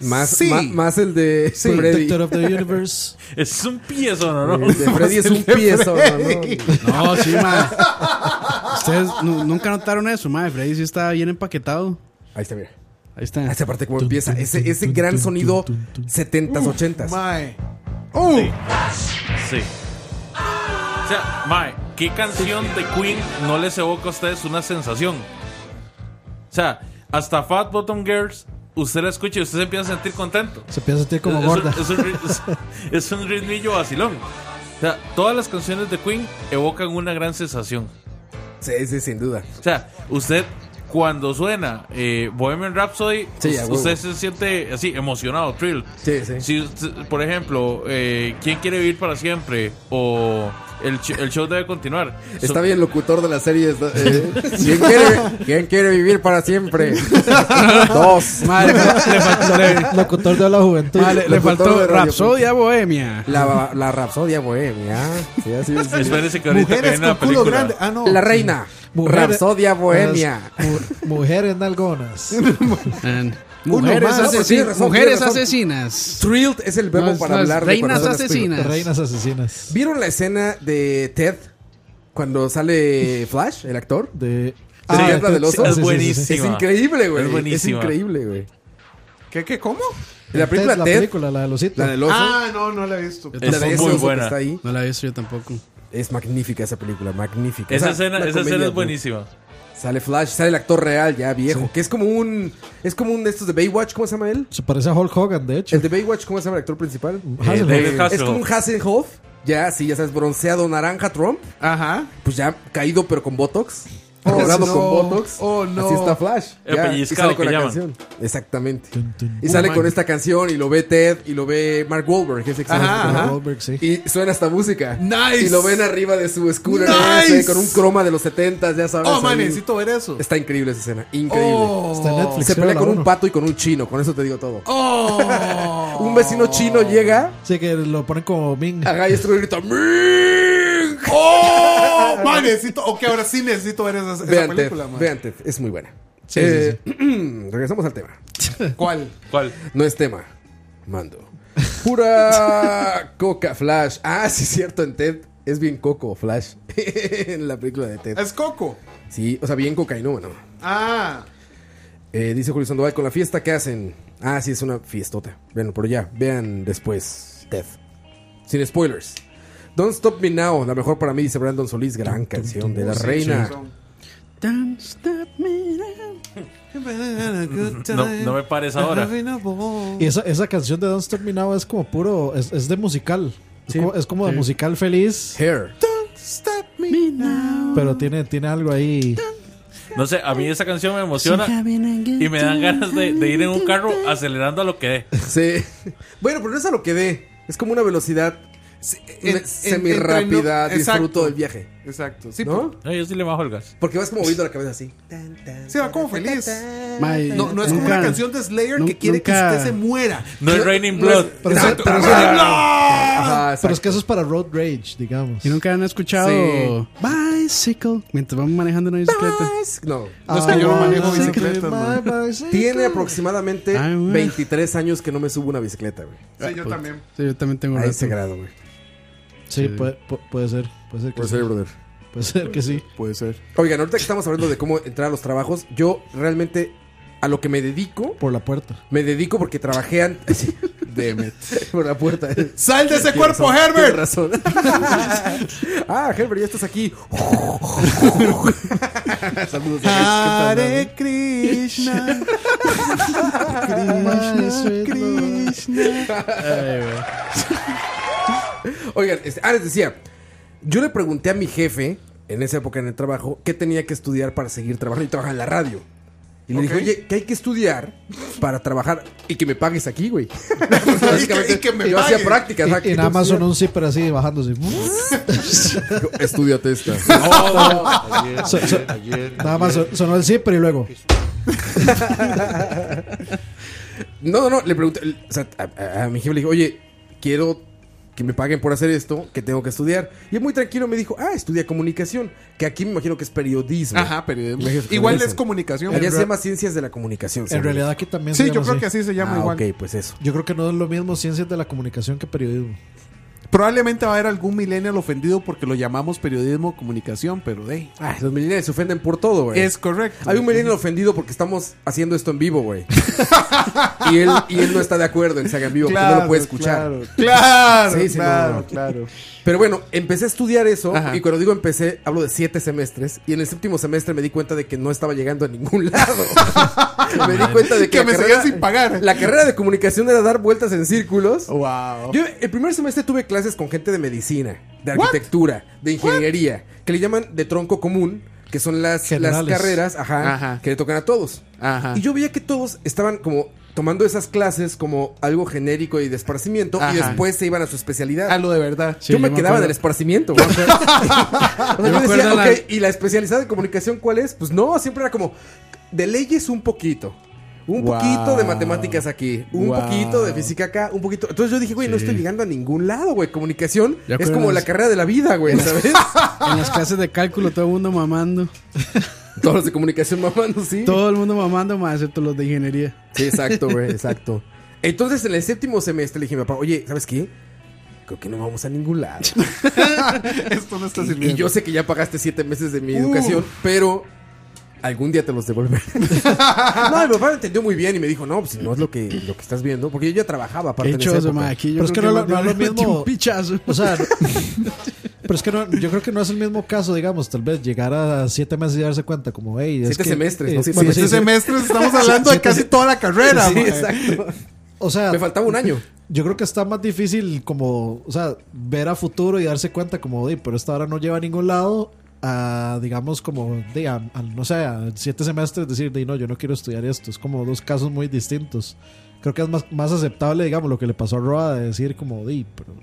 S1: Más,
S4: Sí.
S1: ma- más el de Freddy.
S8: Protector of the Universe.
S6: Es un piezón, ¿o ¿no?
S1: El de Freddy es un piezo. ¿no?
S3: No, sí, man. Ustedes nu- nunca notaron eso, man. Freddy sí está bien empaquetado.
S1: Ahí está, mira.
S3: Ahí está.
S1: Ah, Esa parte como empieza. Ese, ese gran sonido 70s, 80s.
S4: Mae. ¡Oh!
S6: Sí. O sea, Mae, ¿qué canción de Queen no les evoca a ustedes una sensación? O sea, hasta Fat Bottom Girls, usted la escucha y usted se empieza a sentir contento.
S8: Se empieza a sentir como
S6: es,
S8: gorda.
S6: Es un, ri- es- es un ritmillo vacilón. O sea, todas las canciones de Queen evocan una gran sensación.
S1: Sí, sí, sin duda.
S6: O sea, usted cuando suena eh, Bohemian Rhapsody,
S1: Sí,
S6: us-
S1: a huevo.
S6: usted se siente así, emocionado, thrill.
S1: Sí, sí.
S6: Si usted- por ejemplo, eh, ¿Quién quiere vivir para siempre? O el, ch- el show debe continuar.
S1: Está bien locutor de la serie. está- eh, ¿quién, quiere, quién quiere vivir para siempre? Dos.
S3: Madre, le, fal- le-
S8: Locutor de la juventud.
S3: madre, le
S1: Locutor de radio.
S3: faltó Rapsodia Bohemia.
S1: La, la Rapsodia Bohemia. Sí, así es.
S6: Espérense que ahorita
S4: Mujeres
S6: viene
S4: con
S6: la
S4: culo
S6: película.
S4: grande. Ah, no.
S1: La reina.
S8: Mujeres-
S1: Rapsodia Bohemia.
S8: Mu- mujeres nalgonas.
S3: And- Mujeres,
S1: más. No, pero
S3: asesi-
S1: tiene razón, tiene
S3: mujeres
S1: razón.
S3: asesinas.
S1: Thrilled es el verbo
S3: Las-
S1: para
S3: las
S1: hablar de
S3: reinas
S1: cuando suena
S3: asesinas.
S1: Thrilled.
S8: Reinas asesinas.
S1: ¿Vieron la escena de Ted cuando sale Flash, el actor?
S8: De.
S1: ¿Se acuerda del oso?
S6: Es
S8: sí, sí, sí.
S1: Es
S6: buenísima.
S1: increíble, güey.
S6: Es
S1: Es
S6: buenísima.
S1: increíble, güey.
S4: ¿Qué, qué, cómo?
S1: En La película
S8: Ted, la
S1: Ted,
S8: película, la de los
S1: la del oso,
S4: Ah, no, no la he visto.
S3: Yo
S1: la
S6: Es
S1: de ese
S6: muy
S1: oso que
S6: buena.
S1: está ahí.
S3: No la he visto yo tampoco.
S1: Es magnífica esa película, magnífica.
S6: Esa
S1: O sea,
S6: escena,
S1: una comedia,
S6: esa
S1: pues.
S6: escena es
S1: güey.
S6: buenísima.
S1: Sale Flash, sale el actor real ya viejo, que es como un es como un de estos de Baywatch, ¿cómo se llama él?
S8: Se parece a Hulk Hogan, de hecho. Ah,
S1: El de Baywatch, ¿cómo se llama el actor principal?
S8: Hasselhoff.
S6: David
S1: Es
S6: Hasselhoff.
S1: como un Hasselhoff, ya, sí, ya sabes, bronceado, naranja, Trump,
S4: Ajá.
S1: pues ya caído pero con Botox.
S4: Oh,
S1: Dorado
S4: no.
S1: con Botox.
S4: Oh, no.
S1: Así está Flash.
S6: El pellizcado que llaman.
S1: Exactamente.
S8: Tun, tun.
S1: Y sale
S4: man.
S1: con esta canción y lo ve Ted y lo ve Mark Wahlberg, que es excelente.
S4: Ajá,
S8: Mark
S4: ajá.
S8: Wahlberg, sí.
S1: Y suena esta música.
S4: Nice.
S1: Y lo ven arriba de su scooter
S4: Nice.
S1: ese, con un croma de los 70 ya sabes.
S4: Oh, man,
S1: ahí.
S4: necesito ver eso.
S1: Está increíble esa escena, increíble.
S4: Oh.
S8: Está en Netflix.
S1: Se
S8: creo,
S1: pelea
S8: la
S1: con un
S8: uno.
S1: pato y con un chino, con eso te digo todo.
S4: Oh.
S1: Un vecino chino llega,
S8: Sí, que lo ponen como Ming.
S1: agarra y destruye y grita "Ming".
S4: ¡Oh! Man, necesito. Ok, ahora sí necesito ver esa, esa
S1: Vean Ted,
S4: película, man.
S1: vean Ted, es muy buena.
S8: Sí,
S1: Eh, regresamos al tema.
S4: ¿Cuál?
S6: ¿Cuál?
S1: No es tema, mando. Pura coca flash. Ah, sí, cierto, en Ted es bien coco flash. en la película de Ted.
S4: Es Coco.
S1: Sí, o sea, bien cocainómano.
S4: Ah.
S1: Eh, dice Julio Sandoval, con la fiesta que hacen. Ah, sí, es una fiestota. Bueno, pero ya, vean después. Death. Sin spoilers. Don't Stop Me Now, la mejor para mí, dice Brandon Solís. Gran canción de la reina.
S3: Don't stop me now.
S6: No, no me pares ahora.
S8: Y esa, esa canción de Don't Stop Me Now es como puro. Es, es de musical. Es
S1: Sí.
S8: como, es como de musical feliz.
S1: Hair.
S8: Pero tiene, tiene algo ahí.
S6: No sé, a mí esa canción me emociona y me dan ganas de, de ir en un carro acelerando a lo que dé.
S1: Sí. Bueno, pero no es a lo que dé. Es como una velocidad
S4: en-
S1: una
S4: en-
S1: semi-rápida,
S4: entre- no,
S1: disfruto
S4: exacto.
S1: del viaje.
S4: Exacto. Sí,
S1: ¿No?
S4: pero-
S6: No, yo sí le bajo el gas.
S1: Porque vas como moviendo la cabeza así.
S4: Se va como feliz.
S3: Mae,
S4: No, no es como
S3: nunca-
S4: una canción de Slayer que
S3: nun-
S4: quiere que
S3: nunca-
S4: usted se muera.
S6: No es Raining Blood.
S8: Pero, eso- pero eso-
S1: Ah. Ajá,
S8: pero
S1: exacto.
S8: es que eso es para Road Rage, digamos.
S3: Y nunca han escuchado
S1: Sí.
S3: Bicycle mientras van manejando una bicicleta.
S1: No.
S4: No
S8: Ah,
S4: es que yo no manejo
S8: sí,
S4: bicicletas,
S8: my bicycle.
S1: Tiene aproximadamente
S3: Ay, güey.
S1: 23 años que no me subo a una bicicleta, güey.
S4: Sí, yo también.
S3: Sí, yo también tengo
S1: A
S3: rato.
S1: ese grado, güey.
S8: Sí, puede, pu- puede ser. Puede ser que
S1: Por
S8: sí.
S1: ser, brother.
S8: Puede ser que sí.
S4: Puede ser.
S1: Oigan, ahorita que estamos hablando de cómo entrar a los trabajos, yo realmente a lo que me dedico,
S8: Por la puerta.
S1: me dedico porque trabajé antes. Sí,
S4: Damn it.
S1: por la puerta.
S4: ¡Sal de ese cuerpo,
S1: Tienes
S4: Herbert!
S1: razón. ah, Herbert, ya estás aquí. Saludos. Ah,
S4: Hare Krishna,
S8: Krishna,
S4: Krishna.
S1: Oigan, este, ah, les decía, yo le pregunté a mi jefe, en esa época en el trabajo, qué tenía que estudiar para seguir trabajando y trabajar en la radio. Y le dije, oye, ¿qué hay que estudiar para trabajar y que me pagues aquí, güey? Básicamente,
S4: y que me
S1: yo hacía
S4: pagues.
S1: prácticas. ajá,
S8: Y,
S1: ¿qué
S8: en
S1: tengo que
S8: Amazon
S1: estudiar?
S8: un zipper así bajándose.
S1: Estudiate esta.
S8: So- so- nada más son- sonó el zipper y luego.
S1: No, no, no, le pregunté, o sea, a, a- a mi jefe le dije, oye, quiero que me paguen por hacer esto, que tengo que estudiar. Y él muy tranquilo me dijo, ah, estudia comunicación, que aquí me imagino que es periodismo.
S4: Ajá, pero
S1: Me dijo,
S4: igual
S1: "Regresa".
S4: es comunicación.
S1: Allá se llama ciencias de la comunicación.
S8: En
S1: seguro.
S8: realidad aquí también.
S4: Sí,
S8: se
S4: yo
S8: llama
S4: creo que así se llama
S1: ah,
S4: igual.
S1: ok, pues eso.
S8: Yo creo que no es lo mismo ciencias de la comunicación que periodismo.
S4: Probablemente va a haber algún millennial ofendido porque lo llamamos periodismo o comunicación, pero de
S1: Ay, los millennials se ofenden por todo, güey.
S4: Es correcto.
S1: Hay un millennial ofendido porque estamos haciendo esto en vivo, güey. y, él, y él no está de acuerdo en que se haga en vivo, porque no lo puede escuchar.
S4: Claro, claro,
S1: Sí, sí, no,
S4: claro,
S1: no.
S4: claro.
S1: Pero bueno, empecé a estudiar eso.
S4: Ajá.
S1: Y cuando digo empecé, hablo de siete semestres. Y en el séptimo semestre me di cuenta de que no estaba llegando a ningún lado. me di cuenta de que,
S4: Que
S1: la
S4: me seguían sin pagar. Oh,
S1: La carrera de comunicación era dar vueltas en círculos.
S4: Wow.
S1: Yo el primer semestre tuve clases con gente de medicina, de arquitectura, de ingeniería, que le llaman de tronco común, que son las, las
S8: Generales.
S1: carreras ajá,
S4: Ajá.
S1: que le tocan a todos.
S4: Ajá.
S1: Y yo veía que todos estaban como tomando esas clases como algo genérico y de esparcimiento y
S4: Ajá. Ah,
S1: después se iban a su especialidad.
S4: A lo de verdad.
S3: Sí,
S1: yo,
S3: yo
S1: me
S3: me
S1: quedaba en
S3: acuerdo.
S1: el esparcimiento. güey. O sea, yo,
S3: Yo me
S1: decía,
S3: acuerdo la-
S1: "Ok, ¿y la especialidad de comunicación cuál es? Pues no, siempre era como de leyes un poquito. Un
S4: Wow.
S1: poquito de matemáticas aquí, un
S4: Wow.
S1: poquito de física acá, un poquito. Entonces yo dije, güey, no
S3: Sí.
S1: estoy llegando a ningún lado, güey. Comunicación
S3: Ya
S1: es como
S3: acuerdas.
S1: la carrera de la vida, güey, ¿sabes?
S3: En las clases de cálculo todo el mundo mamando.
S1: Todos los de comunicación mamando, sí.
S3: Todo el mundo mamando, más excepto los de ingeniería.
S1: Sí, exacto, güey, exacto. Entonces en el séptimo semestre le dije a mi papá, oye, ¿sabes qué? Creo que no vamos a ningún lado.
S4: Esto no está
S1: y
S4: sirviendo.
S1: yo sé que ya pagaste siete meses de mi educación, pero algún día te los devolveré. no, mi papá lo entendió muy bien y me dijo, no, pues si no es lo que, lo que estás viendo, porque yo ya trabajaba aparte en esa
S3: Hechoso,
S1: época.
S3: ma, aquí yo
S8: Pero es
S3: creo
S8: que no- no
S3: más
S8: es lo
S3: bien metí
S8: mismo.
S3: un pichazo.
S8: O sea, no- pero es que no, yo creo que no es el mismo caso, digamos, tal vez llegar a siete meses y darse cuenta como, hey, es
S1: Siete
S8: que,
S1: semestres, ¿no?
S8: eh,
S1: Siete-
S8: bueno,
S4: este
S8: sí, sí.
S4: semestre estamos hablando de
S8: siete-
S4: casi toda la carrera.
S1: Sí,
S4: ma.
S1: exacto.
S8: O sea,
S1: Me faltaba un año.
S8: yo creo que está más difícil como, o sea, ver a futuro y darse cuenta como, de, pero esta hora no lleva a ningún lado, a, digamos, como, de, a- a- no sé, a siete semestres decir, de, no, yo no quiero estudiar esto. Es como dos casos muy distintos. Creo que es más, más aceptable, digamos, lo que le pasó a Roa de decir como, de, pero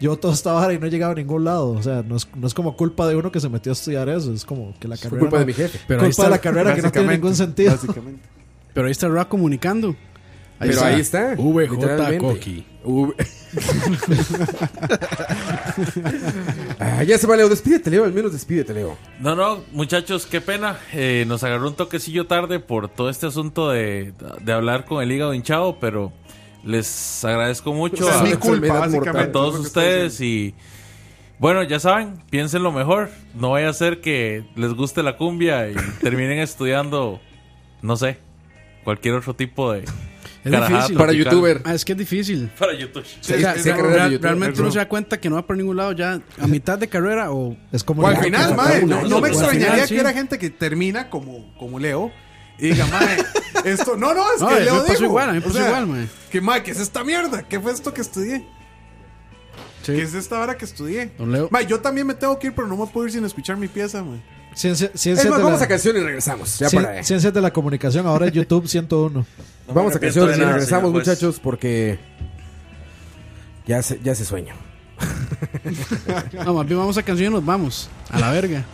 S8: yo toda esta hora y no he llegado a ningún lado. O sea, no es, no es como culpa de uno que se metió a estudiar eso, es como que la
S1: Fue
S8: carrera...
S1: culpa
S8: no-
S1: de mi jefe.
S3: Pero ahí
S8: culpa de
S3: está,
S8: la carrera que no tiene
S4: Básicamente,
S8: ningún sentido.
S4: Básicamente.
S3: pero ahí está Ra comunicando.
S1: pero ahí está.
S3: VJ
S1: literalmente.
S3: Coqui.
S1: V- Ah, ya se va, Leo. Despídete, Leo. Al menos despídete, Leo.
S6: No, no, muchachos, qué pena. Eh, nos agarró un toquecillo tarde por todo este asunto de, de hablar con el hígado hinchado, pero les agradezco mucho
S4: Pues es
S6: a,
S4: mi
S1: Enfermedad
S4: culpa,
S1: mortal.
S4: básicamente.
S6: a todos
S4: es lo que
S6: ustedes y bueno, ya saben, piensen lo mejor. No vaya a ser que les guste la cumbia y terminen estudiando, no sé, cualquier otro tipo de...
S3: Es
S6: carajada
S3: difícil.
S1: Para
S6: tropical.
S1: youtuber.
S3: Ah, es que es difícil.
S6: Para YouTube.
S1: Sí, o sea,
S4: es-
S1: sí,
S4: es-
S1: carrera de
S3: Real-
S1: YouTube.
S3: realmente uno
S1: Es-
S3: se da cuenta que no va por ningún lado ya a mitad de carrera o
S8: Es como...
S4: O al
S8: la-
S4: final,
S8: como-
S4: madre, no,
S3: una,
S4: no me
S3: o al final,
S4: extrañaría que
S3: sí.
S4: hubiera gente que termina como, como Leo y diga, madre, esto. No, no, es
S3: No,
S4: que
S3: a mí
S4: Leo
S3: me pasó
S4: dijo.
S3: igual, a mí me
S4: O
S3: pasó
S4: sea,
S3: igual, madre.
S4: Que madre, ¿qué es esta mierda? ¿Qué fue esto que estudié?
S3: Sí.
S4: ¿Qué es esta hora que estudié?
S3: Don Leo.
S4: Madre, yo también me tengo que ir, pero no me puedo ir sin escuchar mi pieza, madre.
S8: Ciencia-
S1: Es
S8: ciencias,
S1: más,
S8: de
S1: vamos a
S8: la,
S1: canción y regresamos. Ya
S8: cien-
S1: para-
S8: ciencias de la comunicación, ahora es YouTube 101.
S12: No me
S1: vamos a
S12: arrepiento de
S1: canción y
S12: nada,
S1: regresamos,
S12: señor juez.
S1: muchachos, porque ya se, ya se sueño.
S3: No, más bien vamos a canción y nos vamos. A la verga.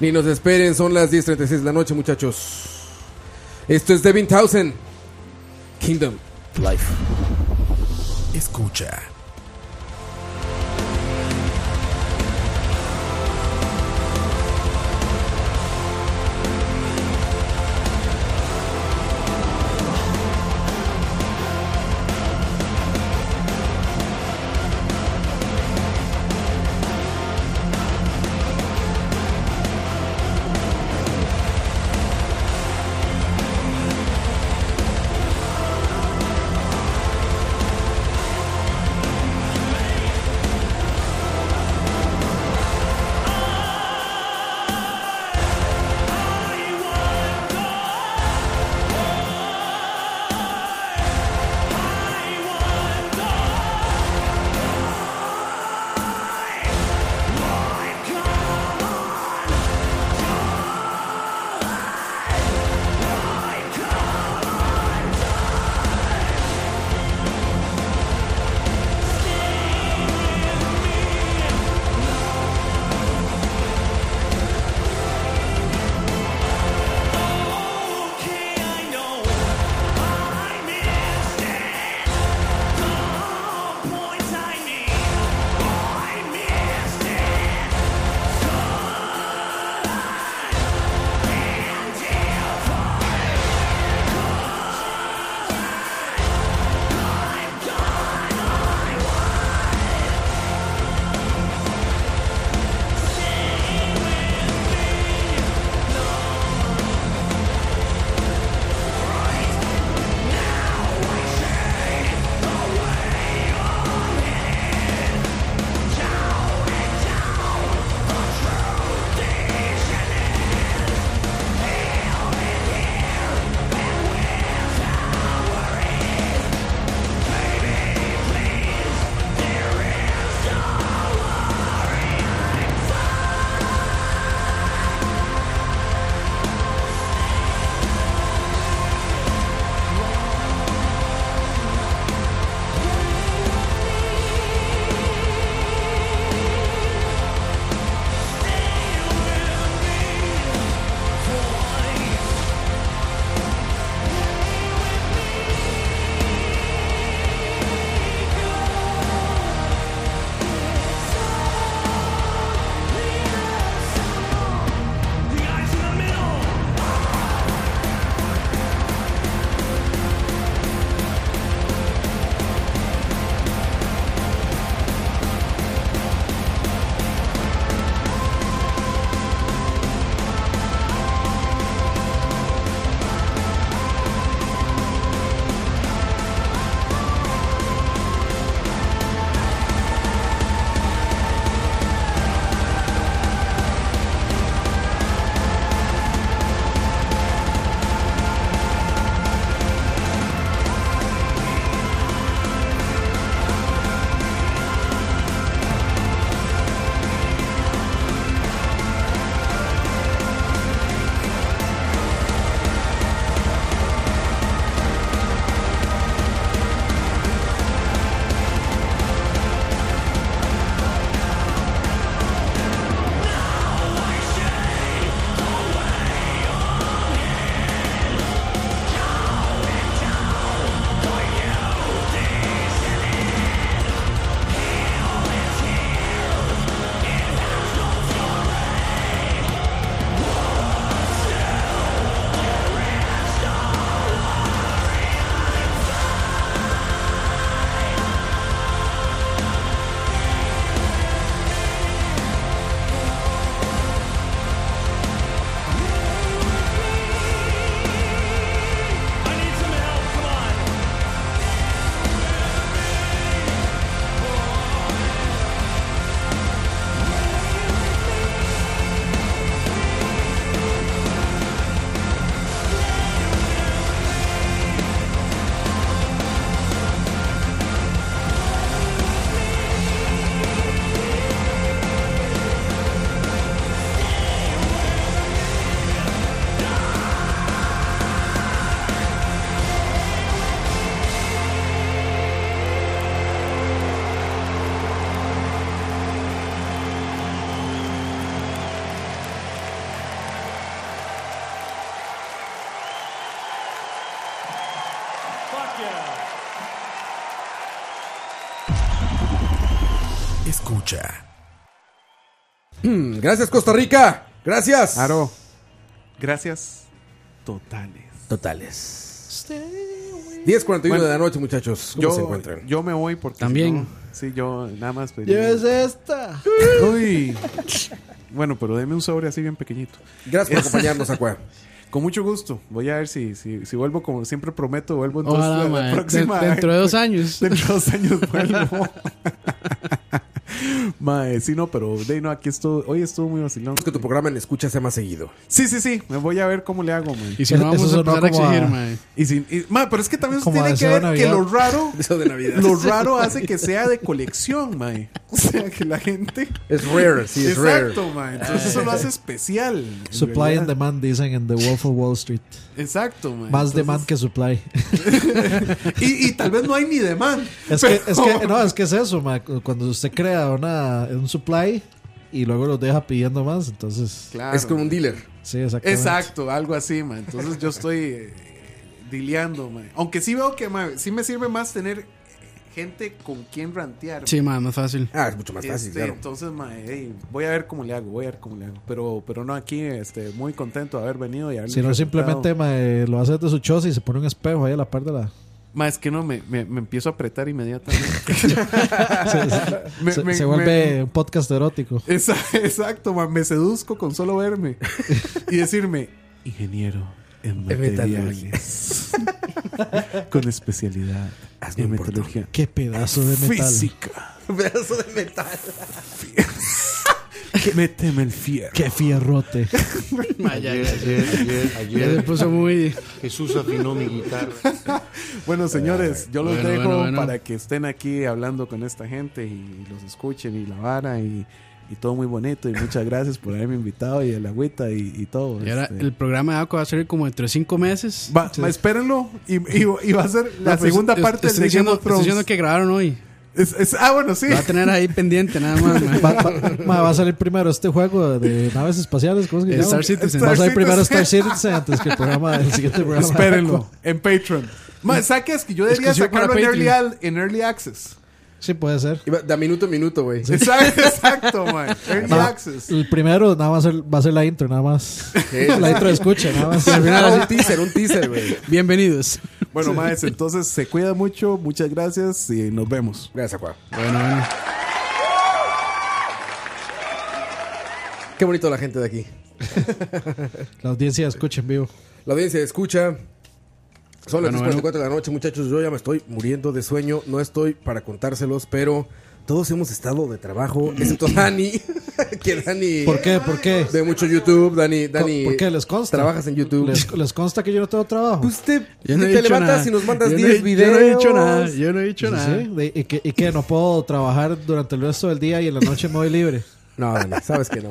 S1: Ni nos esperen, son las 10.36 de la noche, muchachos. Esto es Devin Townsend. Kingdom Life.
S10: Escucha.
S11: Thank
S10: escucha.
S1: Mm, Gracias, Costa Rica. Gracias.
S4: Aro, gracias. Totales.
S1: Totales. 10.41
S4: Bueno,
S1: de la noche, muchachos. ¿Cómo
S4: Yo,
S1: se encuentran?
S4: yo me voy porque. si
S3: También.
S4: no- sí, yo nada más pedí.
S8: Lleves esta.
S4: Uy. Bueno, pero deme un sobre así bien pequeñito.
S1: Gracias por
S4: Es-
S1: acompañarnos, Aqua.
S4: Con mucho gusto. Voy a ver si, si, si vuelvo, como siempre prometo, vuelvo entonces
S3: Ojalá,
S4: la, la
S3: mae.
S4: próxima.
S3: De- dentro de dos años.
S4: Dentro de dos años vuelvo. mae, sí, no, pero de ahí no, aquí estuvo, hoy estuvo muy vacilón.
S1: Que tu programa en escucha sea más seguido.
S4: Sí, sí, sí, me voy a ver cómo le hago, man.
S3: Y si no,
S8: Eso
S3: vamos a
S8: sonó
S3: empezar a
S8: como a-
S3: exigir, mae.
S4: Y sin, y- mae, pero es que también se
S8: Como
S4: tiene que
S8: deseo de
S4: ver que
S8: Navidad.
S4: lo raro,
S1: Eso de Navidad.
S4: lo raro hace que sea de colección, mae. O sea, que la gente...
S1: Es rare, sí, es rare.
S4: Exacto, mae. Entonces eso lo hace especial. en
S8: Supply and
S4: realidad.
S8: demand, dicen en The Wolf of Wall Street.
S4: Exacto, mae. Entonces-
S8: Más demand que supply.
S4: Y, y tal vez no hay ni demand.
S8: Es que,
S4: pero-
S8: es que, no, es que es eso, ma. Cuando usted crea una, un supply y luego los deja pidiendo más, entonces.
S4: Claro.
S1: Es como un dealer.
S8: Sí, exactamente.
S4: Exacto, algo así, man. Entonces yo estoy eh, dileando, man. Aunque sí veo que, man, sí me sirve más tener gente con quien rantear.
S3: Sí, mae, más fácil.
S1: Ah, es mucho más
S4: Este,
S1: fácil, claro.
S4: Entonces, man, hey, voy a ver cómo le hago, voy a ver cómo le hago. Pero, pero no aquí, este, muy contento de haber venido y haber
S8: Si no, simplemente
S4: resultado.
S8: ma, eh, lo hace de su choza y se pone un espejo ahí a la par de la.
S4: Ma, es que no, me, me, me empiezo a apretar inmediatamente.
S8: Se, se-
S4: Me-
S8: se-
S4: me-
S8: se vuelve
S4: me-
S8: un podcast erótico.
S4: Esa- exacto, man, me seduzco con solo verme y decirme, ingeniero en materiales, con especialidad
S1: Hazme
S4: en
S1: un portón.
S4: metalurgia
S8: Qué pedazo de metal.
S4: física.
S1: Pedazo de metal.
S4: Méteme el fierro.
S8: Qué fierrote.
S3: Mae, ya, ya, ya.
S11: ayer,
S3: Ya se puso muy.
S11: Jesús afinó mi guitarra.
S4: Bueno, señores, yo los
S3: Bueno,
S4: dejo
S3: bueno, bueno.
S4: para que estén aquí hablando con esta gente y los escuchen y la vara y, y todo muy bonito. Y muchas gracias por haberme invitado y el agüita y, y todo.
S3: Y ahora
S4: este.
S3: el programa de Aqua va a salir como dentro de cinco meses.
S4: Va- ma, espérenlo y, y- y va a ser la
S3: No, pues,
S4: segunda
S3: es-
S4: parte
S3: estoy
S4: de Game
S3: diciendo,
S4: of Thrones.
S3: estoy diciendo que grabaron hoy.
S4: Es- es- ah, bueno, sí.
S3: Lo va a tener ahí pendiente nada más, mae.
S8: Va, va- ma, va a salir primero este juego de naves espaciales. ¿Cómo es que se
S3: Eh,
S8: llama?
S3: Star Citizen.
S8: Va a
S4: Star
S8: salir primero
S4: Citizen.
S8: Star Citizen antes que el programa el siguiente programa.
S4: Espérenlo en Patreon. Ma, saques que yo debería
S3: Exclusivo para
S4: sacarlo en early,
S3: Patreon.
S4: al- en early Access.
S8: Sí, puede ser.
S1: Iba- Da minuto a minuto, güey.
S4: Exacto, exacto, man. Early
S8: Ma,
S4: Access.
S8: el primero nada más el- va a ser la intro, nada más.
S1: Sí.
S8: la intro de escucha, nada más.
S1: Al final, un teaser, un teaser, güey.
S3: Bienvenidos.
S4: Bueno, maes, entonces se cuida mucho. Muchas gracias y nos vemos.
S1: Gracias, Aqua.
S3: Bueno, bueno.
S1: Qué bonito la gente de aquí.
S8: La audiencia escucha en vivo.
S1: La audiencia escucha. Son las
S3: Bueno,
S1: 10.44 de la noche, muchachos. Yo ya me estoy muriendo de sueño. No estoy para contárselos, pero todos hemos estado de trabajo, excepto Dani. que Dani.
S8: ¿Por qué? ¿Por qué?
S1: Ve mucho YouTube, Dani. Dani
S8: ¿Por qué les consta?
S1: Trabajas en YouTube.
S8: Les, les consta que yo no tengo trabajo.
S1: Pues Usted
S3: Yo no he
S1: te
S3: dicho
S1: levantas
S3: nada.
S1: y nos mandas
S3: Yo
S1: 10
S3: no he-
S1: videos.
S3: Yo no he dicho nada. Yo no he dicho nada.
S8: Sí, de- y, que, y que no puedo trabajar durante el resto del día y en la noche me voy libre.
S1: No, Dani, sabes que no.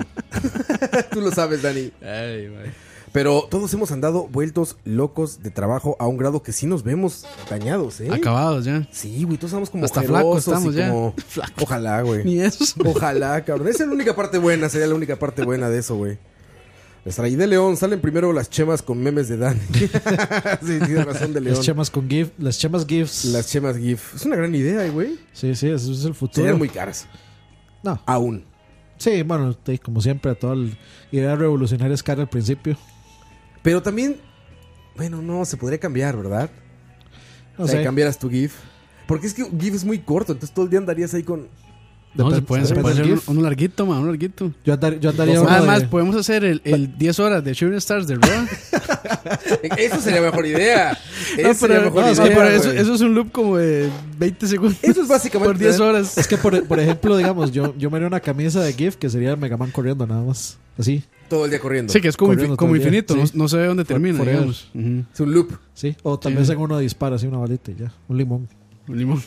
S1: Tú lo sabes, Dani.
S3: Ay, mae.
S1: Pero todos hemos andado vueltos locos de trabajo a un grado que sí nos vemos dañados, ¿eh?
S3: Acabados ya.
S1: Sí, güey, todos estamos como
S3: Ah, Hasta
S1: ojerosos
S3: flacos estamos
S1: y
S3: ya.
S1: como- Ojalá, güey.
S3: Ni eso.
S1: Ojalá, cabrón. Esa es la única parte buena, sería la única parte buena de eso, güey. Extraí de León, salen primero las chemas con memes de Dani. sí, tiene razón de León.
S8: Las chemas con GIF, las chemas GIFs.
S1: Las chemas GIF. Es una gran idea, güey.
S8: Sí, sí, eso es el futuro.
S1: Serían muy caras.
S8: No.
S1: Aún.
S8: Sí, bueno, te- como siempre, a todo el idea revolucionaria es cara al principio.
S1: Pero también, bueno, no, se podría cambiar, ¿verdad?
S8: No
S1: o sea,
S8: sé.
S1: cambiaras tu GIF. Porque es que un GIF es muy corto, entonces todo el día andarías ahí con...
S3: No, se pueden, se
S8: depende
S3: puede
S8: del
S3: hacer un-
S8: GIF.
S3: uno larguito, man, uno larguito.
S8: Yo, andar- yo
S1: Pues
S8: andaría uno
S3: Además,
S8: de-
S3: podemos hacer el, el 10 horas de Shooting Stars de Raw.
S1: Eso sería mejor idea. Eso sería mejor
S3: no, es que
S1: idea,
S3: para eso,
S1: güey.
S3: eso es un loop como de 20 segundos.
S1: Eso es básicamente ¿eh?
S3: Por 10
S1: tener-
S3: horas.
S8: Es que, por, por ejemplo, digamos, yo, yo me haría una camisa de GIF que sería Mega Man corriendo nada más. Así,
S1: Todo el día corriendo.
S3: Sí, que es como,
S8: Corriendo
S3: infin-
S8: todo
S3: como
S8: el día,
S3: infinito.
S8: sí.
S3: No, no se ve dónde
S8: For-
S3: termina,
S8: forever.
S3: digamos. Ujú.
S1: Es un loop.
S8: sí. O tal vez en uno dispara así una balita y ya. Un limón.
S3: Un limón.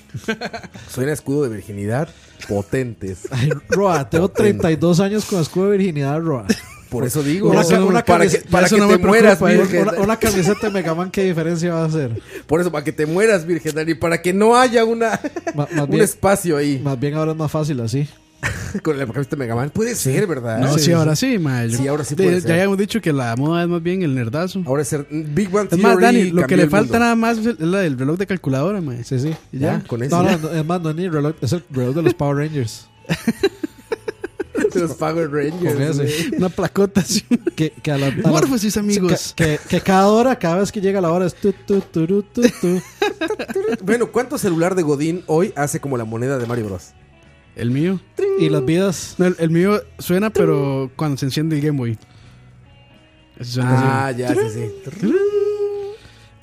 S1: Suena a escudo de virginidad potentes.
S8: Ay, Roa, tengo 32 años con escudo de virginidad, Roa.
S1: Por eso digo,
S8: Una ca- una
S1: para que,
S8: cabeza-
S1: para
S3: eso
S1: que
S3: no
S1: te
S3: me preocupa,
S1: mueras,
S3: ¿eh?
S1: virgen.
S8: Una, una camiseta de Mega Man, ¿qué diferencia va a hacer?
S1: Por eso, para que te mueras, virgen, Dani. Para que no haya una,
S8: Ma- más
S1: un
S8: bien-
S1: espacio ahí
S8: Más bien ahora es más fácil así.
S1: con la camiseta de Megaman. Puede ser, ¿verdad?
S3: No, sí,
S1: ahora.
S3: ahora sí, mae. Yo-
S1: Ah, Sí, ahora sí
S3: de-
S1: puede
S3: Ya
S1: ser.
S3: habíamos dicho que la moda es más bien el nerdazo.
S1: es ser Big Bang
S3: Es
S1: Theory.
S3: más, Dani, lo
S1: cambió
S3: que le
S1: el mundo.
S3: falta nada más es la del reloj de calculadora, mae.
S8: Sí, sí.
S3: Y
S1: Ya,
S3: ya.
S1: con
S8: No,
S1: eso.
S8: no, no, es más, no es ni reloj, es el reloj de los Power Rangers.
S1: De los Power
S8: Con
S1: Rangers.
S8: ese.
S1: güey.
S3: Una placota así.
S8: Que, que a la, a la-
S3: Morfosis, amigos.
S8: Que, que- que cada hora, cada vez que llega la hora es tu, tu, turu, tu, tu.
S1: Bueno, ¿cuánto celular de Godín hoy hace como la moneda de Mario Bros?
S3: El mío.
S8: Y las vidas.
S3: No, el, el mío suena, pero cuando se enciende el Game Boy. Eso suena
S1: Ah, ya, sí, sí.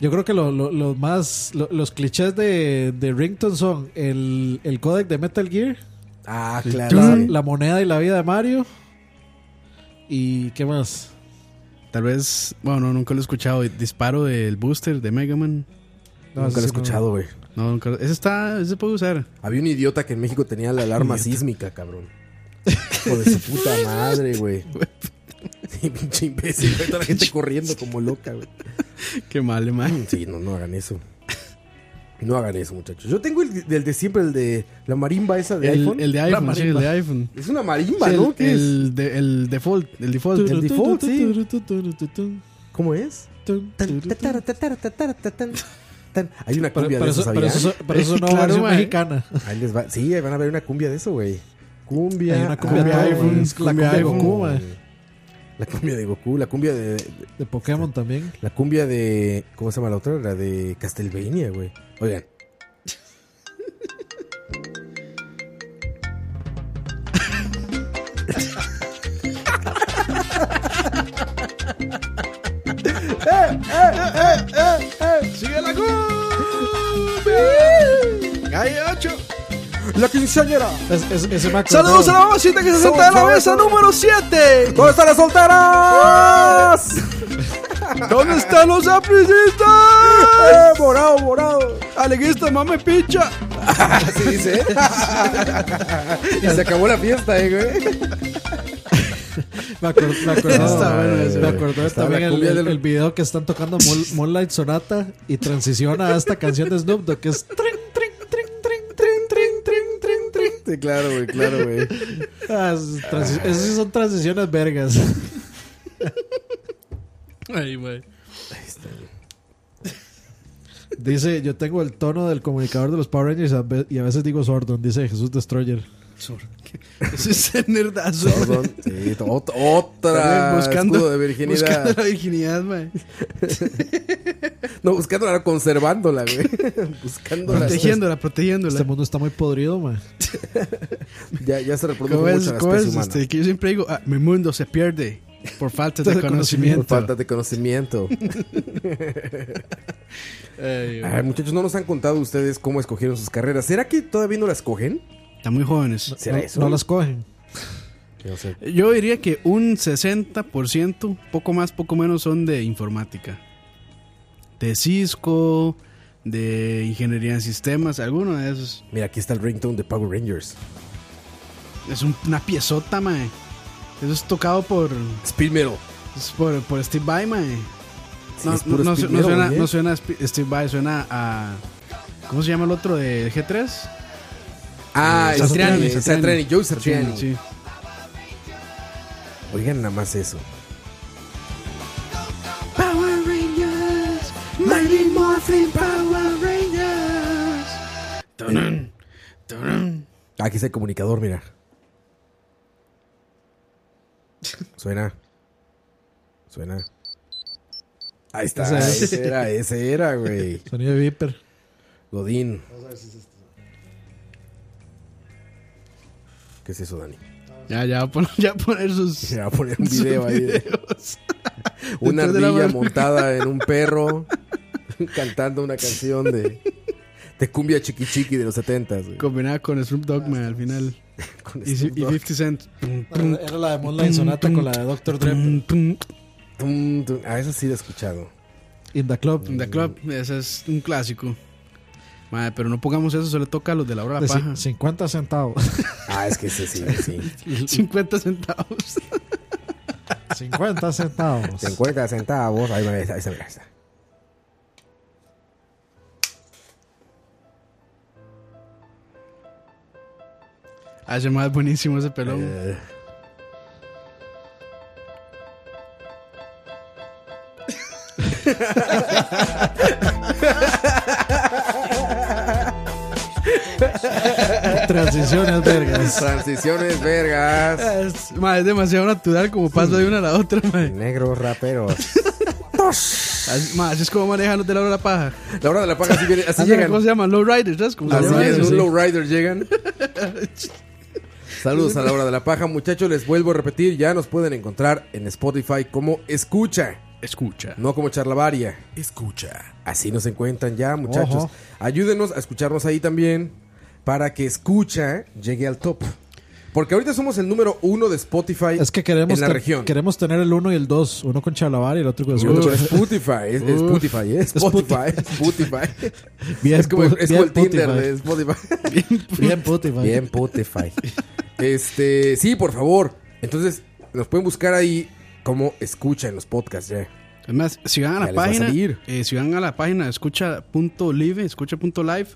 S8: Yo creo que lo, lo- lo más, lo- los clichés de, de Rington son el, el codec de Metal Gear,
S1: Ah,
S8: la,
S1: claro. sí.
S8: la moneda y la vida de Mario. ¿Y qué más?
S3: así. Tal vez, bueno, no, nunca lo he escuchado. Disparo del booster de Mega Man.
S8: No,
S1: Nunca lo
S8: eso
S1: he
S8: sí no-
S1: escuchado, güey.
S3: No, nunca lo- Ese está, ese se puede usar.
S1: Había un idiota que en México tenía la alarma sísmica, cabrón. Hijo de su puta madre, güey. Sí, pinche imbécil. güey, Toda la gente corriendo como loca, güey.
S3: Qué mal, man.
S1: Sí, no, no hagan eso. No hagan eso, muchachos. Yo tengo el del de siempre, el de la marimba esa de
S3: El,
S1: iPhone.
S3: el de
S8: La
S3: iPhone, sí, el
S8: marimba.
S3: de iPhone.
S1: Es una marimba,
S3: Sí, el,
S1: ¿no? ¿Qué es?
S3: el de- el default, el default.
S1: El default, sí.
S8: Tun,
S1: ¿Cómo es?
S8: tun,
S1: Tan,
S8: turu, tun.
S1: tatara, tatara, tatara, tatán, tan. Hay una
S8: Pero,
S1: cumbia
S8: pero
S1: de eso,
S8: eso, pero
S1: ¿sabían?
S8: eso, pero eso no
S3: Claro,
S8: versión
S3: mae.
S8: mexicana.
S1: Ahí les va. Sí, ahí van a ver una cumbia de eso, güey. Cumbia.
S8: Hay una cumbia
S1: ah,
S8: de iPhone,
S1: güey.
S8: la cumbia de Goku,
S1: güey.
S8: mae.
S1: La cumbia de Goku, la cumbia de.
S8: De Pokémon también.
S1: La cumbia de. ¿Cómo se llama la otra? La de Castlevania, güey. Oigan.
S3: ¡Sigue la
S1: ¡La quinceañera!
S8: Es- es- ese me acordó.
S3: ¡Saludos a la mamacita que se senta en la mesa número 7!
S1: ¿Dónde están las solteras?
S3: ¿Dónde están los apricistas?
S1: ¡Eh, morado, morado!
S3: ¡Aleguista, mame picha!
S1: Así dice. y se acabó la fiesta, eh, güey.
S8: Me acordó, me acordó,
S1: Está bueno ese,
S8: me
S1: güey.
S8: acordó
S1: Está
S8: también
S1: la
S8: el,
S1: cumbia
S8: el-
S1: del-
S8: el video que están tocando Moon- Moonlight Sonata y transiciona a esta canción de Snoop Dogg que es trin, trin, trin, trin, trin, trin, trin, trin, trin.
S1: Sí, claro, güey, claro, güey.
S8: Ah, es- transi- Esas sí son transiciones vergas.
S3: Ay, güey.
S8: Dice, yo tengo el tono del comunicador de los Power Rangers a ve- y a veces digo Sordon, dice Jesús Destroyer.
S3: Ese es el nerdazo.
S1: Perdón. Sí, ot- otra.
S3: También buscando-
S1: escudo de virginidad.
S3: Buscando la virginidad, mae.
S1: No, buscándola, conservándola, güey. Buscándola.
S3: Protegiéndola, protegiéndola.
S8: Este mundo está muy podrido, man.
S1: Ya, ya se reprodujo
S3: ¿Cómo
S1: mucho
S3: es?
S1: la
S3: ¿Cómo
S1: especie
S3: es?
S1: humana.
S3: Este, que yo siempre digo, ah, mi mundo se pierde por falta de conocimiento.
S1: Por falta de conocimiento.
S3: Ay, güey.
S1: Ay, muchachos, no nos han contado ustedes cómo escogieron sus carreras. ¿Será que todavía no las cogen?
S3: Están muy jóvenes.
S1: ¿Será eso?
S8: No las cogen.
S1: No sé.
S3: Yo diría que un 60%, poco más, poco menos, son de informática. De Cisco, de ingeniería en sistemas, alguno de esos.
S1: Mira, aquí está el ringtone de Power Rangers.
S3: Es un- una piezota, mae. Eso es tocado por,
S1: Speed Metal.
S3: es por, por Steve Vai, mae.
S1: Sí,
S3: No,
S1: es
S3: no,
S1: puro
S3: no
S1: speed ¿eh?
S3: su- no
S1: metal,
S3: suena,
S1: güey.
S3: no suena a Spe- Steve Vai, suena a... ¿Cómo se llama el otro de G3?
S1: Ah,
S3: Eh,
S1: es Satriani,
S3: Satriani,
S1: Satriani, Joe
S3: Satriani,
S1: Satriani.
S3: sí.
S1: Oigan nada más eso.
S3: Power Rangers, Mighty Morphin Power Rangers. Tunun, tunun.
S1: Aquí está el comunicador, mira. Suena. Suena. Ahí está.
S8: Ese es.
S1: Ese era, ese era, güey.
S8: Sonido de Viper.
S1: Godín. este. ¿Qué es eso, Dani?
S3: Ya, ya va a poner, ya va a poner sus.
S1: Se va a poner un video ahí. de- Una
S3: Detrás de la
S1: ardilla
S3: mano.
S1: montada en un perro cantando una canción de, de cumbia chiqui chiqui de los 70 güey.
S3: Combinada con Snoop Dogg, man, al final.
S1: Con
S3: Y, si-
S1: Snoop
S3: y
S1: Dogg.
S3: 50 Cent. Pum, pum,
S8: Era la de Moonlight Sonata con la de Dr. Dre.
S3: pum, pum.
S1: Tum, tum. Ah, eso sí lo he escuchado.
S8: In the Club.
S3: The Club, ese es un clásico. Madre, pero no pongamos eso, se le toca a los de la hora de
S8: De
S3: la
S8: cin-
S3: paja.
S8: 50 centavos.
S1: Ah, es que ese sí, sí.
S3: 50 centavos.
S8: 50 centavos.
S1: 50 centavos. Ahí va, ahí está, ahí está, mira, ahí está.
S3: Ah, ese mae es buenísimo ese pelón.
S1: Eh,
S8: Transiciones, vergas.
S1: Transiciones vergas.
S3: Es, ma, es demasiado natural como pasa de una a la otra, ma.
S1: Negros raperos.
S3: Así, ma, así es como manejan los de la hora de la paja.
S1: La hora de la paga así, viene- así
S3: Hacen
S1: llegan.
S3: ¿Cómo se llama? Low Riders, ¿sabes? Como se
S1: Así
S3: llama
S1: es,
S3: eso,
S1: los
S3: sí.
S1: lowriders llegan. Saludos a la hora de la paja, muchachos. Les vuelvo a repetir, ya nos pueden encontrar en Spotify como escucha,
S3: Escucha.
S1: no como charlavaria.
S10: Escucha.
S1: Así nos encuentran ya, muchachos.
S8: Ojo.
S1: Ayúdenos a escucharnos ahí también para que escucha llegue al top. Porque ahorita somos el número uno de Spotify
S8: Es que queremos,
S1: en la
S8: te-
S1: región.
S8: queremos tener el uno y el dos Uno con Chalabar y el otro con
S1: Nosotros
S8: Escucha.
S1: con Spotify, es, es Spotify, eh,
S8: Es
S1: Spotify, Spotify.
S8: Bien
S1: es como,
S8: pu-
S1: es
S8: bien
S1: como el Tinder
S8: Spotify.
S1: de Spotify.
S8: Bien, pues. puti, man.
S1: Bien, Spotify. este, sí, por favor. Entonces, nos pueden buscar ahí como escucha en los podcasts ya.
S3: Es más, si van
S1: Ya
S3: a la
S1: les va a
S3: página,
S1: salir.
S3: eh, si van a la página escucha.live, escucha.live,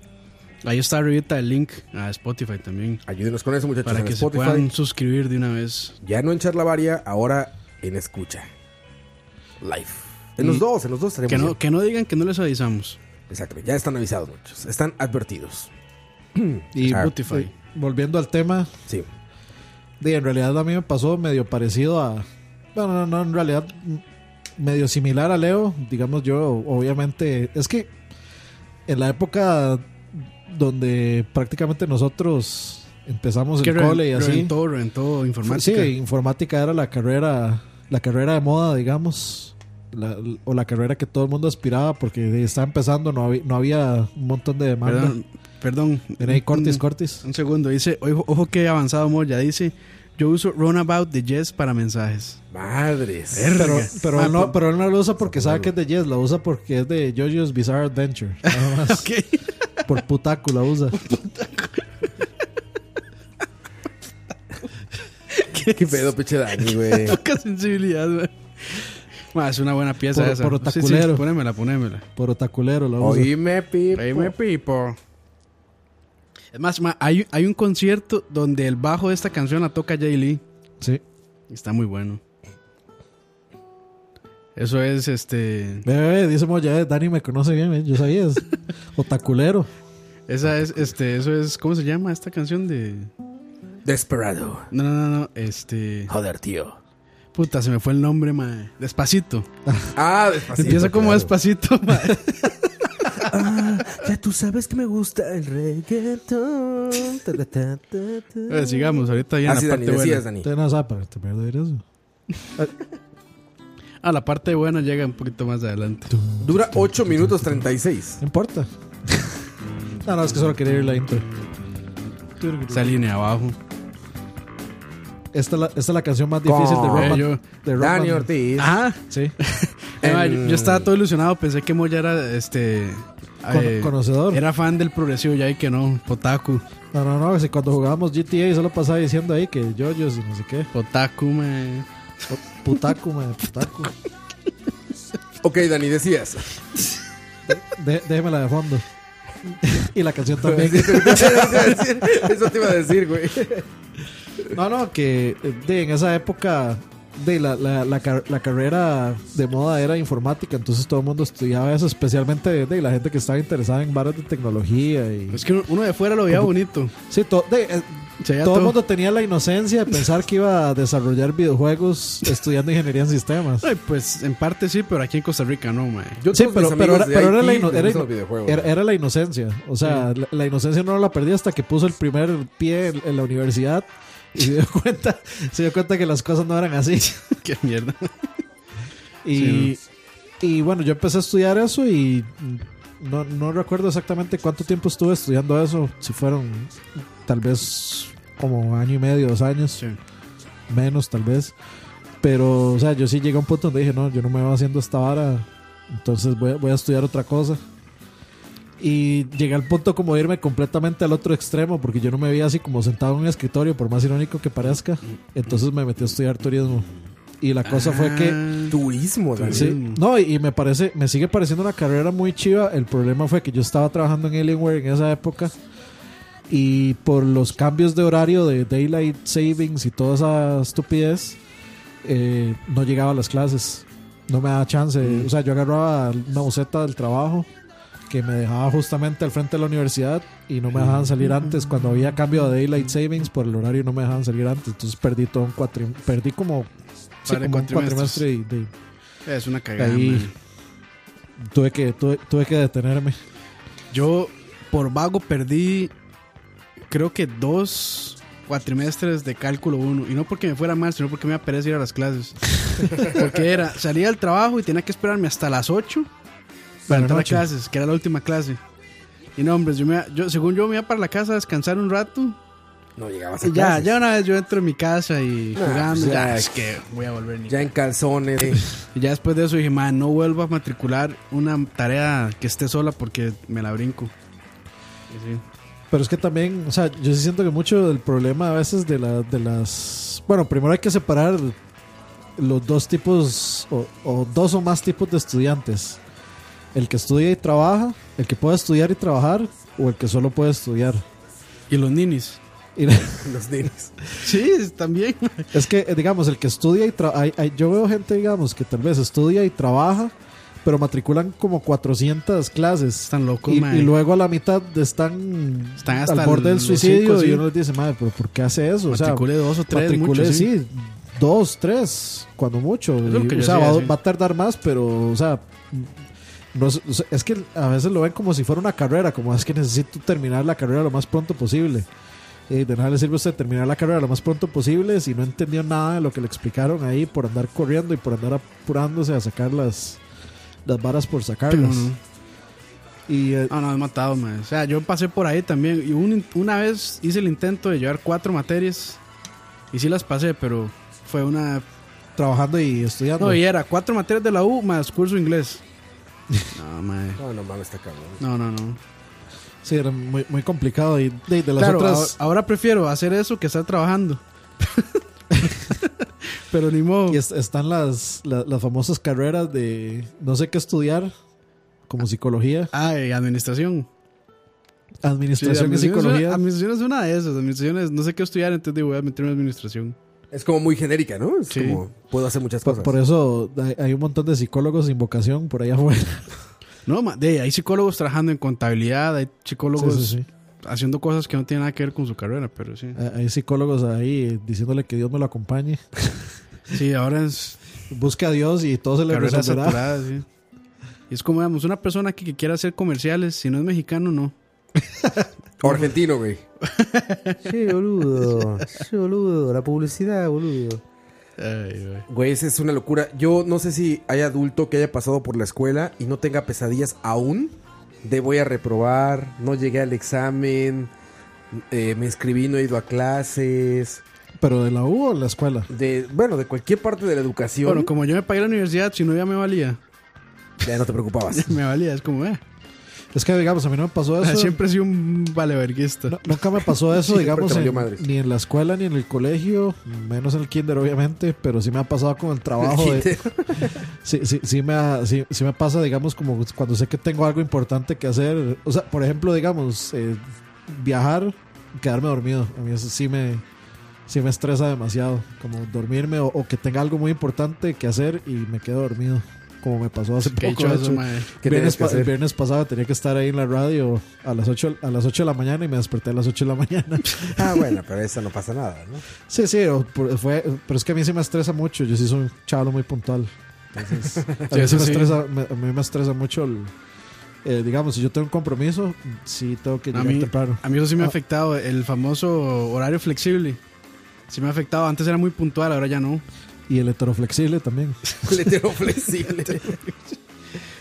S3: ahí está arribita el link a Spotify también.
S1: Ayúdenos con eso, muchachos,
S3: Para
S1: en
S3: que se
S1: Spotify.
S3: puedan suscribir de una vez.
S1: Ya no en charlavaria, ahora en escucha. Live. En
S3: Y-
S1: los dos, en los dos estaremos.
S3: Que no,
S1: bien.
S3: que no digan que no les avisamos.
S1: Exacto, ya están avisados muchos. Están advertidos.
S3: Y
S1: Ah.
S3: Spotify.
S8: Sí, Volviendo al tema,
S1: Sí.
S8: de, en realidad a mí me pasó medio parecido a. Bueno, no, no, en realidad mm, medio similar a Leo. Digamos, yo obviamente. Es que en la época donde prácticamente nosotros
S1: Pues
S8: empezamos
S3: Que
S8: el
S3: re-
S8: cole y así.
S3: Reventó, reventó informática.
S8: Sí, informática era la carrera, la carrera de moda, digamos. La- o la carrera que todo el mundo aspiraba porque estaba empezando, no, había- no había un montón de demanda.
S3: perdón, perdón.
S8: Era ahí Cortis,
S3: Un-
S8: Cortis.
S3: Un segundo, dice, ojo, ojo que avanzado Moya, dice, yo uso Runabout de Jess para mensajes.
S1: Madres.
S8: Pero, pero,
S3: Ah,
S8: él no,
S3: por-
S8: pero él no lo usa porque sabe que es de Yes, la usa porque es de JoJo's Bizarre Adventure. Nada más. Por putaco la usa.
S1: Qué pedo, pinche Dani, güey.
S3: Poca sensibilidad, güey. Ma, es una buena pieza
S8: Por-
S3: esa.
S8: por
S3: Sí, sí,
S8: otaculero.
S3: ponémela, ponémela.
S8: Por otaculero la usa.
S1: Oíme, pipo.
S3: pipo. Es más, ma, hay, hay un concierto donde el bajo de esta canción la toca Jay Lee.
S8: Sí.
S3: Está muy bueno. Eso es este.
S8: Ve, ve, ve, dice Moya, eh, Dani me conoce bien, eh, yo sabía. es otaculero.
S3: Esa es, este, eso es. ¿Cómo se llama esta canción de.?
S1: Desperado.
S3: No, no, no, no. Este.
S1: Joder, tío.
S3: Puta, se me fue el nombre, ma. Despacito.
S1: Ah, despacito.
S3: Empieza como
S1: claro.
S3: despacito, ma.
S4: Ah, Ya tú sabes que me gusta el reggaetón. Ta, ta, ta, ta, ta.
S3: Eh, sigamos, ahorita ya en
S1: Así,
S3: la
S1: Dani,
S3: parte buena.
S1: decías, Dani.
S8: Usted no sabe para terminar de oír eso.
S3: Ah, la parte buena llega un poquito más adelante.
S1: Dura 8 minutos 36.
S8: No importa. no, no, es que solo quería ir la intro.
S3: Esa línea abajo.
S8: Esta, es la- esta es la canción más difícil de
S1: Con
S8: Rockman.
S3: ello.
S8: de Rockman.
S1: Dani Ortiz.
S8: Ah.
S3: Ajá.
S8: Sí,
S3: Eh, ma, yo,
S1: En-
S3: yo estaba todo ilusionado, pensé que Moya era este.
S8: Con-
S3: eh,
S8: conocedor.
S3: Era fan del progresivo, ya y que no. Potaku.
S8: No, no, no. Si cuando jugábamos GTA solo pasaba diciendo ahí que yo, yo, y no sé qué.
S3: Potaku, ma.
S8: O- Putaku, man, putaku.
S1: Ok, Dani, decías.
S8: De- déjemela de fondo. Y la canción también.
S1: Eso te iba a decir, güey.
S8: No, no, que eh, de, en esa época de la, la, la, car- la carrera de moda era informática, entonces todo el mundo estudiaba eso, especialmente de, de la gente que estaba interesada en barras de tecnología. Y,
S1: Pues
S3: Es que uno- uno de fuera lo veía bonito.
S8: sí, to- de, eh,
S3: Se veía
S8: todo el
S3: todo.
S8: mundo tenía la inocencia de pensar que iba a desarrollar videojuegos estudiando ingeniería en sistemas.
S3: Ay, pues en parte sí, pero aquí en Costa Rica no, ma.
S1: Yo
S8: Sí,
S1: todos
S8: pero,
S1: mis
S8: pero,
S1: amigos
S8: era,
S1: de
S8: pero era la
S1: Haití
S8: ino-
S1: les
S8: era-
S1: gustan los videojuegos.
S8: era- era la inocencia. O sea, la, la inocencia no la perdí hasta que puso el primer pie en, en la universidad y se dio cuenta, se dio cuenta que las cosas no eran así.
S3: Qué mierda.
S8: Y, y bueno, yo empecé a estudiar eso y no, no recuerdo exactamente cuánto tiempo estuve estudiando eso. Si fueron tal vez como año y medio, dos años,
S3: Sí.
S8: menos tal vez. Pero, o sea, yo sí llegué a un punto donde dije, no, yo no me voy haciendo esta vara, entonces voy, a- voy a estudiar otra cosa. Y llegué al punto como de irme completamente al otro extremo, porque yo no me veía así como sentado en un escritorio, por más irónico que parezca. Entonces me metí a estudiar turismo. Y la cosa fue que
S3: Ah.
S1: Turismo, Dani.
S8: Sí.
S3: Mm.
S8: No, y, y me parece, me sigue pareciendo una carrera muy chiva. El problema fue que yo estaba trabajando en Alienware en esa época. Y por los cambios de horario de Daylight Savings y toda esa estupidez, eh, no llegaba a las clases. No me daba chance. O sea, yo agarraba una buceta del trabajo que me dejaba justamente al frente de la universidad y no me dejaban salir antes. Cuando había cambio de Daylight Savings por el horario no me dejaban salir antes. Entonces perdí todo un cuatrimestre. Perdí como, sí,
S3: Par de
S8: como un
S3: cuatrimestres.
S8: cuatrimestre y de-
S3: Ah, Es una cagada.
S8: Ahí.
S3: man.
S8: tuve, que, tuve, tuve que detenerme.
S3: Yo por vago perdí creo que dos cuatrimestres de cálculo 1 y no porque me fuera mal, sino porque me iba a ir a las clases. porque era, salía del trabajo y tenía que esperarme hasta las 8 para
S8: la
S3: entrar a
S8: noche.
S3: clases, que era la última clase. Y no, hombre, yo me iba- yo, según yo me iba para la casa a descansar un rato.
S1: No llegabas a
S3: Y ya,
S1: clases.
S3: ya una vez yo entro en mi casa y jugando,
S1: pues ya.
S3: ya, es que voy a volver ni
S1: Ya en calzones. eh.
S3: y ya después de eso dije, man, no vuelvo a matricular una tarea que esté sola porque me la brinco. Y sí.
S8: Pero es que también, o sea, yo sí siento que mucho del problema a veces de, la, de las... Bueno, primero hay que separar los dos tipos o, o dos o más tipos de estudiantes. El que estudia y trabaja, el que puede estudiar y trabajar o el que solo puede estudiar.
S3: Y los ninis.
S8: Y-
S1: Los niños.
S3: Sí, también.
S8: es que, eh, digamos, el que estudia y trabaja... Yo veo gente, digamos, que tal vez estudia y trabaja, pero matriculan como 400 clases.
S3: Están locos,
S8: Y,
S3: mae.
S8: y luego a la mitad están,
S3: Están hasta
S8: al borde del
S3: los
S8: suicidio
S3: hocicos, sí.
S8: y uno les dice, madre, pero ¿por qué hace eso? O sea,
S3: Matricule dos o tres,
S8: matricule,
S3: mucho, sí.
S8: sí. dos, tres, cuando mucho.
S3: Es lo
S8: Y,
S3: que
S8: o
S3: yo
S8: sea,
S3: hacía,
S8: va,
S3: sí.
S8: va a tardar más, pero, o sea, no es, o sea, es que a veces lo ven como si fuera una carrera, como es que necesito terminar la carrera lo más pronto posible. Eh, de nada le sirve a usted terminar la carrera lo más pronto posible si no entendió nada de lo que le explicaron ahí por andar corriendo y por andar apurándose a sacar las, las varas por sacarlas.
S3: no.
S8: Y eh,
S3: Ah, No, no, es matado, man. O sea, yo pasé por ahí también. Y un- una vez hice el intento de llevar cuatro materias. Y sí las pasé, pero fue una.
S8: trabajando y estudiando.
S3: No, y era cuatro materias de la U más curso de inglés. No, man.
S1: No, no mames, está cabrón.
S3: No, no, no.
S8: Sí, era muy, muy complicado. Y de, de las
S3: Claro, ahora,
S8: otras.
S3: ahora prefiero hacer eso que estar trabajando. pero ni modo.
S8: y es- están las, la- las famosas carreras de no sé qué estudiar, como psicología,
S3: Ah, eh, administración. Sí,
S8: administración y
S3: es una-
S8: psicología.
S3: administración es una de esas. Administración es, no sé qué estudiar, entonces digo, voy a meterme en administración.
S1: Es como muy genérica, ¿no? Es
S3: Sí.
S1: como, puedo hacer muchas
S8: Por,
S1: cosas.
S8: por eso hay- hay un montón de psicólogos sin vocación por allá afuera.
S3: No, ma- de, hay psicólogos trabajando en contabilidad, hay
S8: Sí,
S3: psicólogos
S8: sí, Ah. sí.
S3: haciendo cosas que no tienen nada que ver con su carrera, pero sí.
S8: Hay- Hay psicólogos ahí diciéndole que Dios me lo acompañe.
S3: Sí, ahora es
S8: Busque a Dios y todo se le
S3: carrera
S8: resolverá.
S3: saturada, sí. Y es como, digamos, una persona que, que quiera hacer comerciales, si no es mexicano, no.
S1: O argentino, güey.
S4: Sí, boludo. Sí, boludo. La publicidad, boludo.
S1: Güey, esa es una locura. Yo no sé si hay adulto que haya pasado por la escuela y no tenga pesadillas aún de voy a reprobar, no llegué al examen, eh, me inscribí, no he ido a clases,
S8: Pero de la U o en la escuela.
S1: de, bueno, de cualquier parte de la educación.
S3: Bueno, como yo me pagué la universidad, si no ya me valía.
S1: Ya no te preocupabas.
S3: Me valía, es como, eh.
S8: Es que, digamos, a mí no me pasó eso.
S3: Ah, Siempre he sido un valeverguista.
S8: No- nunca me pasó eso,
S1: Siempre
S8: digamos,
S1: te valió
S8: en-
S1: madres.
S8: ni en la escuela ni en el colegio, menos en el kinder obviamente, pero sí me ha pasado con el trabajo. de- sí, sí, sí me ha- sí- sí me pasa, digamos, como cuando sé que tengo algo importante que hacer. O sea, por ejemplo, digamos, eh, viajar, quedarme dormido. A mí eso sí me, sí me estresa demasiado, como dormirme o, o que tenga algo muy importante que hacer y me quedo dormido. Como me pasó hace
S3: Qué
S8: poco.
S3: dicho
S8: de
S3: eso,
S8: hecho.
S3: madre.
S1: ¿Qué tienes
S8: Viernes
S1: que
S8: pa-
S1: hacer?
S8: el viernes pasado tenía que estar ahí en la radio a las 8, a las 8 de la mañana y me desperté a las 8 de la mañana.
S1: Ah, bueno, pero eso no pasa nada, ¿no?
S8: sí, sí, o por- fue, pero es que a mí sí me estresa mucho. Yo sí soy un chavo muy puntual. Entonces, a, mí sí
S3: eso
S8: me
S3: sí.
S8: estresa, me- a mí me estresa mucho el. eh, digamos, si yo tengo un compromiso, sí tengo que
S3: A
S8: llegar
S3: mí-
S8: temprano.
S3: A mí eso sí me ha
S8: Ah.
S3: afectado, el famoso horario flexible. Sí me ha afectado, antes era muy puntual, ahora ya no.
S8: Y el heteroflexible también.
S1: Le tengo flexible.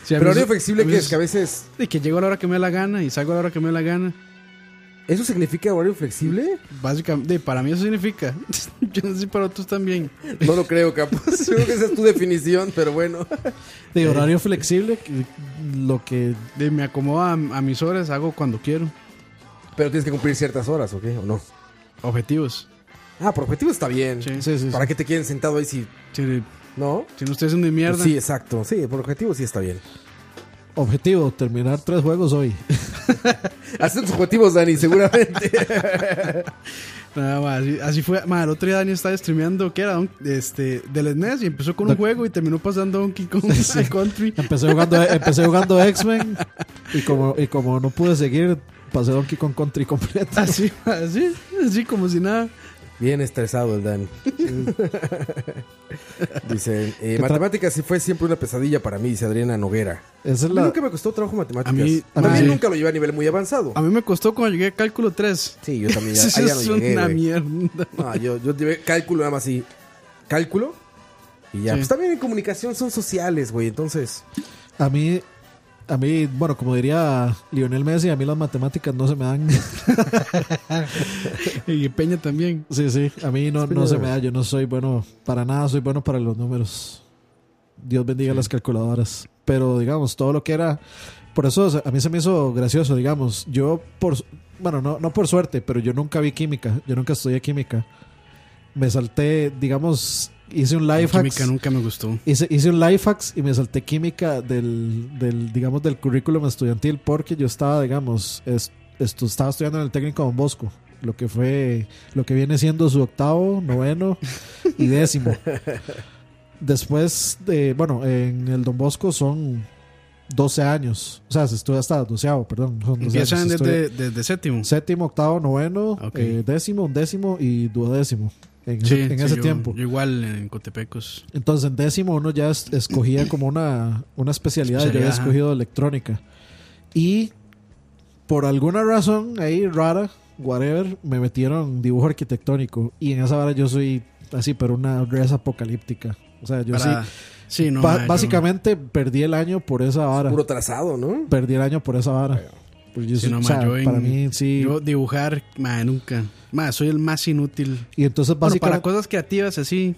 S3: Sí,
S1: pero
S3: a mí
S1: horario
S3: eso- a
S1: flexible
S3: mí
S1: que
S3: eso-
S1: es que a veces...
S3: Y que llego a la hora que me dé la gana y salgo a la hora que me dé la gana.
S1: ¿Eso significa horario flexible?
S3: Básicamente, de- para mí eso significa. Yo no sé si para otros también.
S1: No lo creo, capaz. Yo creo que esa es tu definición, pero bueno.
S8: De horario flexible, que- lo que.
S3: De, me acomodo a, a mis horas, hago cuando quiero.
S1: Pero tienes que cumplir ciertas horas, ¿o qué? ¿O no?
S3: Objetivos.
S1: Ah, por objetivo está bien.
S3: Sí.
S8: Sí, sí, sí.
S1: ¿Para qué te quieren sentado ahí si
S3: Si,
S1: no?
S3: si no estoy haciendo ni mierda.
S1: Sí, exacto. Sí, por objetivo sí está bien.
S8: Objetivo: terminar tres juegos hoy.
S1: Hacen tus objetivos, Dani, seguramente.
S3: Nada más, así, así fue. Ma, el otro día Dani estaba streameando, que era? Don- este, del SNES y empezó con un juego y terminó pasando Donkey Kong
S8: Sí.
S3: Country.
S8: Empecé jugando, eh, empecé jugando X-Men y como, y como no pude seguir, pasé Donkey Kong Country
S1: Ah,
S8: completo.
S3: Así, así, así como si nada.
S1: Bien estresado el Dan. Dice, eh,
S8: tra-
S1: matemáticas sí fue siempre una pesadilla para mí, dice Adriana Noguera.
S8: Esa es
S1: A mí
S8: la,
S1: nunca me costó trabajo matemáticas.
S3: A mí-
S1: Más
S3: a mí-
S1: bien nunca lo llevé a nivel muy avanzado.
S3: A mí me costó cuando llegué a cálculo 3.
S1: Sí, yo también ya,
S3: Eso
S1: ahí ya no
S3: es
S1: llegué,
S3: una
S1: güey.
S3: mierda.
S1: No, yo, yo llevé cálculo nada más así. Cálculo. Y ya.
S3: Sí.
S1: Pues también en comunicación son sociales, güey. Entonces,
S8: a mí, a mí, bueno, como diría Lionel Messi, a mí las matemáticas no se me dan.
S3: Y Peña también.
S8: Sí, sí, a mí no, no se me da, yo no soy bueno para nada, soy bueno para los números. Dios bendiga las calculadoras. Pero digamos, todo lo que era... Por eso o sea, a mí se me hizo gracioso, digamos. Yo, por... su- Bueno, no, no por suerte, pero yo nunca vi química, yo nunca estudié química. Me salté, digamos, hice un life
S3: Química
S8: hack.
S3: nunca me gustó.
S8: Hice, hice un life hacks y me salté química del, del, digamos, del currículum estudiantil porque yo estaba, digamos, es- estu- estaba estudiando en el técnico Don Bosco, lo que fue, lo que viene siendo su octavo, noveno y décimo. Después de, bueno, en el Don Bosco son 12 años, o sea, se estudia hasta doceavo, perdón. son 12
S3: Empiezan
S8: años, se estudia
S3: desde, desde séptimo.
S8: séptimo, octavo, noveno,
S3: Ok.
S8: eh, décimo, undécimo y duodécimo en,
S3: Sí,
S8: ese- en
S3: sí,
S8: ese
S3: yo-
S8: tiempo.
S3: Yo igual en Cotepecos.
S8: Entonces en décimo uno ya es- escogía como una, una especialidad, yo había
S3: Especialidad, ajá.
S8: escogido electrónica. Y por alguna razón ahí rara, whatever, me metieron dibujo arquitectónico. Y en esa vara yo soy así, pero una res apocalíptica. O sea, yo
S3: Para-
S8: sí.
S3: sí, no,
S8: ba-
S3: ma, yo-
S8: básicamente perdí el año por esa vara.
S1: puro trazado, ¿no?
S8: Perdí el año por esa vara. Pues yo
S3: sí,
S8: soy-
S3: no,
S8: o
S3: ma,
S8: sea,
S3: yo en-
S8: para mí sí.
S3: Yo dibujar, ma, nunca. Ma, soy el más inútil.
S8: y entonces
S3: Bueno, para
S8: básicamente...
S3: cosas creativas así,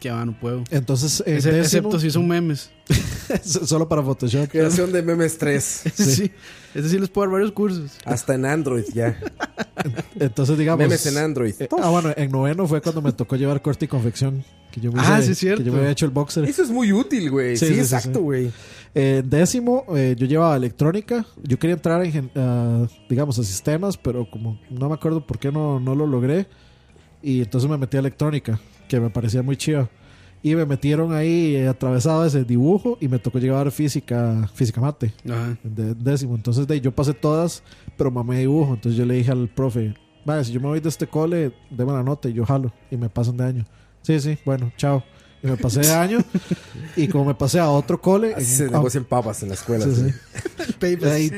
S3: que va, no puedo.
S8: entonces en
S3: Ese-
S8: décimo,
S3: excepto si son memes.
S8: solo para Photoshop.
S1: Creación de memes 3.
S3: Sí. Ese sí les puedo dar varios cursos.
S1: Hasta en Android ya.
S8: Entonces digamos...
S1: memes en Android.
S8: pues, Eh, ah, bueno, en noveno fue cuando me tocó llevar corte y confección. Que yo me
S3: Ah,
S8: hice-
S3: sí, es cierto.
S8: Que yo me había hecho el boxer.
S1: Eso es muy útil, güey. Sí,
S8: Sí, sí, sí,
S1: exacto,
S8: sí.
S1: güey.
S8: En décimo, eh, yo llevaba electrónica. Yo quería entrar en, gen- ah, digamos, a sistemas, pero como no me acuerdo por qué no, no lo logré. Y entonces me metí a electrónica, que me parecía muy chido. Y me metieron ahí eh, atravesado ese dibujo y me tocó llevar física, física mate.
S3: Ajá.
S8: de décimo. Entonces de, ahí yo pasé todas, pero mamé dibujo. Entonces yo le dije al profe, vale, si yo me voy de este cole, déme la nota y yo jalo. Y me pasan de año. Sí, sí, bueno, chao. Y me pasé de año. y como me pasé a otro cole,
S1: Así
S8: en-
S1: se
S8: ah,
S1: negocian papas en la escuela.
S8: sí,
S1: sí.
S8: sí. Ahí,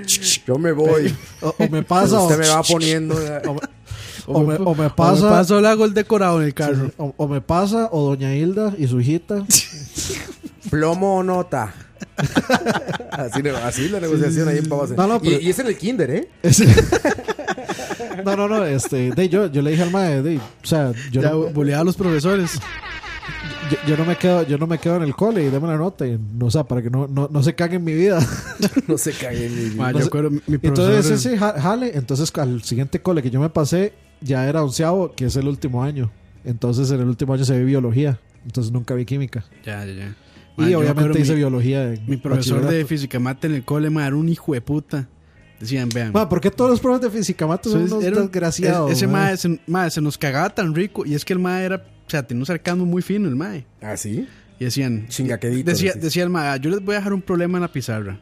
S1: Yo me voy.
S8: o, o me pasa o,
S1: Usted me va poniendo. eh,
S8: o me- o me, o me pasa
S3: O me paso el hago el decorado en el carro.
S8: o, o me pasa o doña Hilda y su hijita
S1: Plomo o nota. así, ne- así la negociación ahí en papas.
S8: No, no,
S1: Y-
S8: pero-
S1: y, es en el kinder, ¿eh?
S8: no no no este de, yo yo le dije al mae de, o sea yo
S3: ya
S8: no-
S3: boleaba a los profesores.
S8: yo, yo no me quedo yo no me quedo en el cole y dame la nota y, no, o sea para que no, no, no se cague en mi vida
S1: No se cague en mi vida.
S3: Ma, yo
S8: No sé.
S3: acuerdo, mi- mi profesor.
S8: entonces sí, sí, ja- jale entonces al siguiente cole que yo me pasé ya era onceavo que es el último año entonces en el último año se ve biología entonces nunca vi química
S3: Ya, ya, ya.
S8: y
S3: yo acuerdo
S8: obviamente hice
S3: mi,
S8: biología en
S3: mi profesor de
S8: bachillerato.
S3: física mate en el cole, ma, era un hijo de puta. Decían, vean.
S8: Ma, ¿por qué todos los profes de física mate son
S3: Entonces,
S8: unos
S3: era un-
S8: desgraciados?
S3: Ese
S8: ma?
S3: mae se, mae, se nos cagaba tan rico. Y es que el mae era, o sea, tenía un sarcasmo muy fino el mae.
S1: ¿Ah, sí?
S3: Y decían,
S1: Chingaquedito.
S3: decía,
S1: decís.
S3: decía el mae, "Ah, yo les voy a dejar un problema en la pizarra.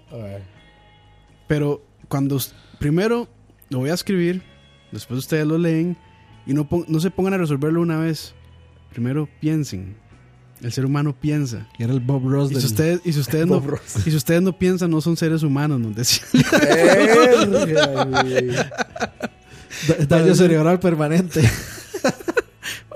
S3: Pero cuando us- primero lo voy a escribir, después ustedes lo leen y no, pon- no se pongan a resolverlo una vez. Primero piensen. El ser humano piensa.
S8: Que era el Bob Ross
S3: Y
S8: del-
S3: si ustedes, y si ustedes, no,
S1: Bob Ross.
S3: y si ustedes no piensan, no son seres humanos, nos decía.
S1: Verga, güey.
S8: da- daño cerebral permanente.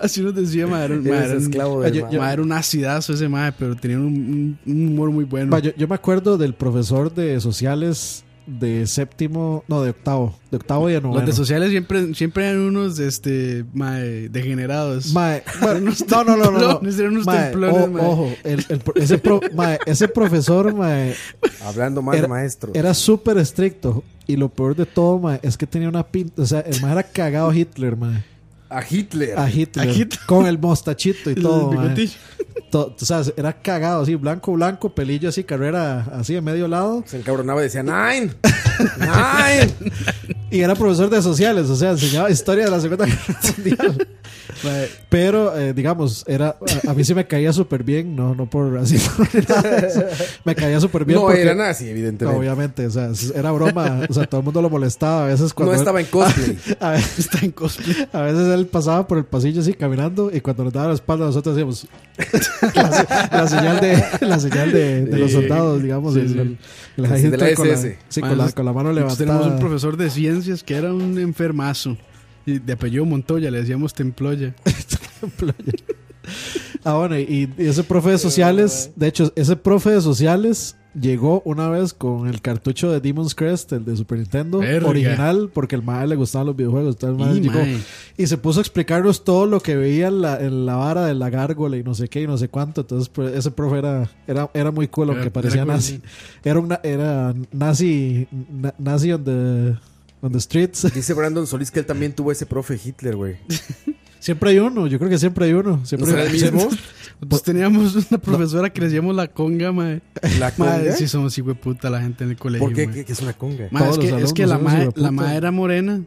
S3: Así nos decía, madre. Era, un-
S1: Eres
S3: madre, era un-
S1: esclavo del
S3: yo-
S1: madre.
S3: madre, era un acidazo ese madre, pero tenía un, un- un humor muy bueno.
S8: Ma, yo, yo me acuerdo del profesor de sociales de séptimo, no, de octavo, de octavo y de
S3: Los
S8: noveno.
S3: de sociales siempre, siempre eran unos este, madre, degenerados.
S8: Mae, bueno, no, no, no, no, no.
S3: templones, eran unos
S8: Mae,
S3: templones,
S8: o-
S3: mae.
S8: Ojo, el- el pro- ese, pro- mae, ese profesor mae,
S1: Hablando mal de
S8: Era-
S1: maestro.
S8: era súper estricto. Y lo peor de todo, mae, es que tenía una pinta. O sea, el mae era cagado a Hitler, mae.
S1: A Hitler.
S8: A Hitler.
S3: A Hitler.
S8: Con el mostachito y
S3: El
S8: todo, mae.
S3: bigotillo.
S8: To- o sea, era cagado así, blanco, blanco, pelillo así, carrera así de medio lado.
S1: Se encabronaba y decía, ¡Nine! ¡Nine!
S8: Y era profesor de sociales, o sea, enseñaba historia de la Segunda Guerra Mundial. Mae, Pero, eh, digamos, era a, a mí sí me caía súper bien, no, no por racismo ni nada de eso. Me caía súper bien.
S1: No
S8: porque-
S1: era nazi, evidentemente.
S8: Obviamente, o sea, era broma. O sea, todo el mundo lo molestaba a veces cuando.
S1: no estaba en cosplay.
S8: A veces está en cosplay. A veces él pasaba por el pasillo así caminando y cuando nos daba la espalda nosotros hacíamos la, se- la señal de la señal de, de los
S1: Sí.
S8: soldados, digamos,
S1: Sí,
S8: el-
S1: sí.
S8: el- el
S1: Sí, de la
S8: ejército con la-
S1: SS.
S8: sí,
S3: Ma,
S8: con la,
S3: nos-
S8: con la mano
S3: Nosotros Tenemos un
S8: levantada.
S3: profesor de ciencias que era un enfermazo. Y de apellido Montoya, le decíamos Temploya.
S1: Pues,
S8: Ah, bueno, y, y ese profe de sociales, de hecho, ese profe de sociales llegó una vez con el cartucho de Demon's Crest, el de Super Nintendo,
S3: Verga.
S8: original, porque el mae le gustaban los videojuegos, entonces el mae
S3: Y,
S8: llegó
S3: mae.
S8: Y se puso a explicarnos todo lo que veía en la, en la vara de la gárgola y no sé qué y no sé cuánto. Entonces, pues, ese profe era, era, era muy cool, aunque
S3: Era-
S8: parecía
S3: era cool,
S8: nazi.
S3: sí.
S8: Era, una, era nazi, na- nazi on the, on the streets.
S1: Dice Brandon Solís que él también tuvo ese profe Hitler, güey.
S8: Siempre hay uno, yo creo que siempre hay uno.
S1: ¿No
S3: pues,
S8: Siempre
S1: será el mismo?
S3: Nosotros teníamos una profesora que le decíamos la conga, mae.
S1: ¿La
S3: Mae,
S1: conga?
S3: sí somos hijo de puta la gente en el colegio.
S1: ¿Por qué?
S3: mae.
S1: ¿Qué- qué es una conga?
S3: Mae, es,
S8: Todos
S3: que,
S8: los
S3: es que la
S8: alumnos
S3: mae
S8: somos hijueputas.
S3: la mae era morena.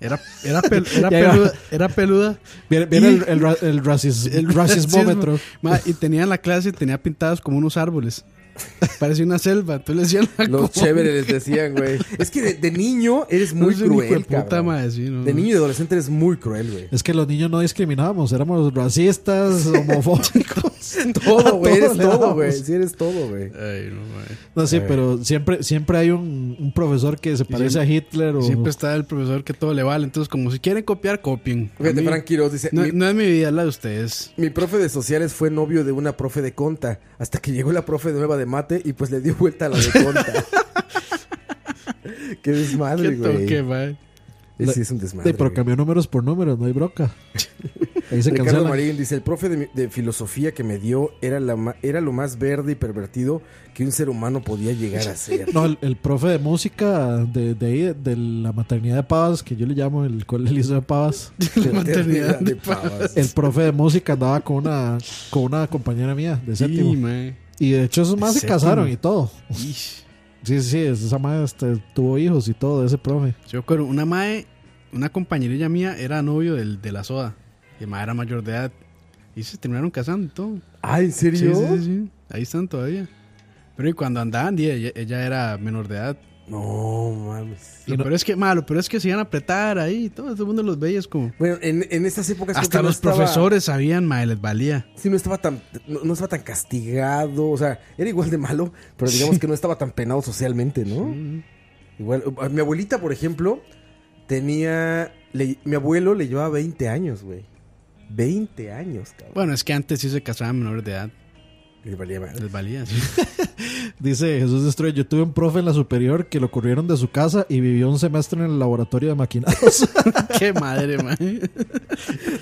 S3: Era, era, pel- era
S8: Ya iba.
S3: peluda. Era peluda.
S8: Viene, viene el, el, ra- el, racis- el racismómetro.
S3: Ma, y tenía en la clase, tenía pintados como unos árboles. Parecía una selva. Entonces le decían la
S1: Los
S3: conga.
S1: chéveres les decían, güey. Es que de, de niño eres
S3: No
S1: muy
S3: es un hijo
S1: cruel,
S3: de puta,
S1: cabrón.
S3: mae, sí, no,
S1: De
S3: no.
S1: niño y de adolescente eres muy cruel, güey.
S8: Es que los niños no discriminábamos, éramos racistas, homofóbicos.
S1: Todo, güey. Eres
S8: le
S1: todo,
S8: dábamos.
S1: güey. Sí, eres todo, güey.
S3: Ay, no, mae.
S8: No, sí, pero siempre, siempre hay un, un profesor que se parece a Hitler o...
S3: Siempre está el profesor que todo le vale. Entonces, como si quieren copiar, copien. A
S1: Fíjate,
S3: mí-
S1: Frank Quiroz dice:
S3: no,
S1: mi,
S3: no es mi vida, es la de ustedes.
S1: mi profe de sociales fue novio de una profe de conta. Hasta que llegó la profe nueva de mate y pues le dio vuelta a la de conta. Qué desmadre,
S3: Qué
S1: güey.
S3: toque, mae.
S1: Sí, es un desmadre.
S8: Sí, pero
S1: güey.
S8: cambió números por números, no hay broca. Ahí se
S1: Ricardo
S8: cancela.
S1: Marín dice, el profe de, mi- de filosofía que me dio era, la, ma- era lo más verde y pervertido que un ser humano podía llegar a ser.
S8: No, el, el profe de música de, de ahí, de la maternidad de Pavas, que yo le llamo el, col- el liceo de Pavas.
S1: La
S3: maternidad
S1: de
S3: de
S1: pavas.
S8: El profe de música andaba con una, con una compañera mía de séptimo.
S3: Sí, mae.
S8: Y de hecho esos más se
S3: Séptimo.
S8: casaron y todo.
S3: Ish.
S8: Sí, sí, sí, esa madre este, tuvo hijos y todo, ese profe.
S3: Yo recuerdo, una mae, una compañerilla mía era novio del, de la soda. Y mae era mayor de edad. Y se terminaron casando y todo.
S1: Ah, ¿en
S3: Sí,
S1: serio?
S3: sí, sí. Ahí están todavía. Pero y cuando andaban, di, ella, ella era menor de edad.
S1: No, mames.
S3: Lo peor es que, malo, pero es que se iban a apretar ahí. Todo el mundo los veía es como.
S1: Bueno, en, en estas épocas creo
S3: Hasta
S1: que no
S3: los
S1: estaba-
S3: profesores sabían, mae, les valía.
S1: Sí, no estaba tan no, no estaba tan castigado, o sea, era igual de malo, pero digamos que no estaba tan penado socialmente, ¿no? Igual, uh, mi abuelita, por ejemplo, tenía le- mi abuelo le llevaba 20 años, güey. 20 años, cabrón.
S3: Bueno, es que antes sí se casaban menores de edad.
S1: Le valía madre.
S3: Les valía. sí.
S8: Dice Jesús Destroy, yo tuve un profe en la superior que lo corrieron de su casa y vivió un semestre en el laboratorio de maquinados.
S3: Qué madre, mae.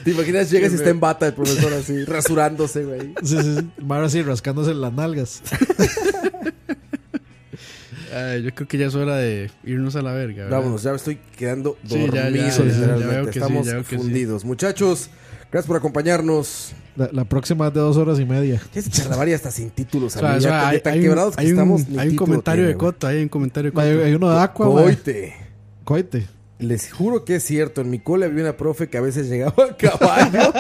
S1: ¿Te imaginas? Llegas y está en bata el profesor así, rasurándose, güey.
S8: Sí, sí, sí. Mara así rascándose las nalgas.
S3: Ay, yo creo que ya es hora de irnos a la verga. ¿verdad?
S1: Vámonos, ya me estoy quedando
S3: Sí,
S1: dormido.
S3: ya, ya, ya, ya,
S1: literalmente.
S3: ya veo que sí,
S1: Estamos
S3: ya veo que sí.
S1: fundidos. Muchachos, gracias por acompañarnos.
S8: La, la próxima es de dos horas y media.
S1: Ya se charlavaria hasta sin títulos,
S3: O sea,
S1: amigo.
S3: o sea,
S1: Ya
S3: hay,
S1: tan
S3: hay un-
S1: quebrados que
S3: hay un-
S1: estamos. ni
S3: hay un
S1: título
S3: comentario
S1: tiene,
S3: de
S1: güey.
S3: Coto, hay un comentario de Coto.
S8: Hay, hay uno de Aqua, ma.
S1: Coite.
S8: Coite.
S1: Les juro que es cierto. En mi cole había una profe que a veces llegaba a caballo.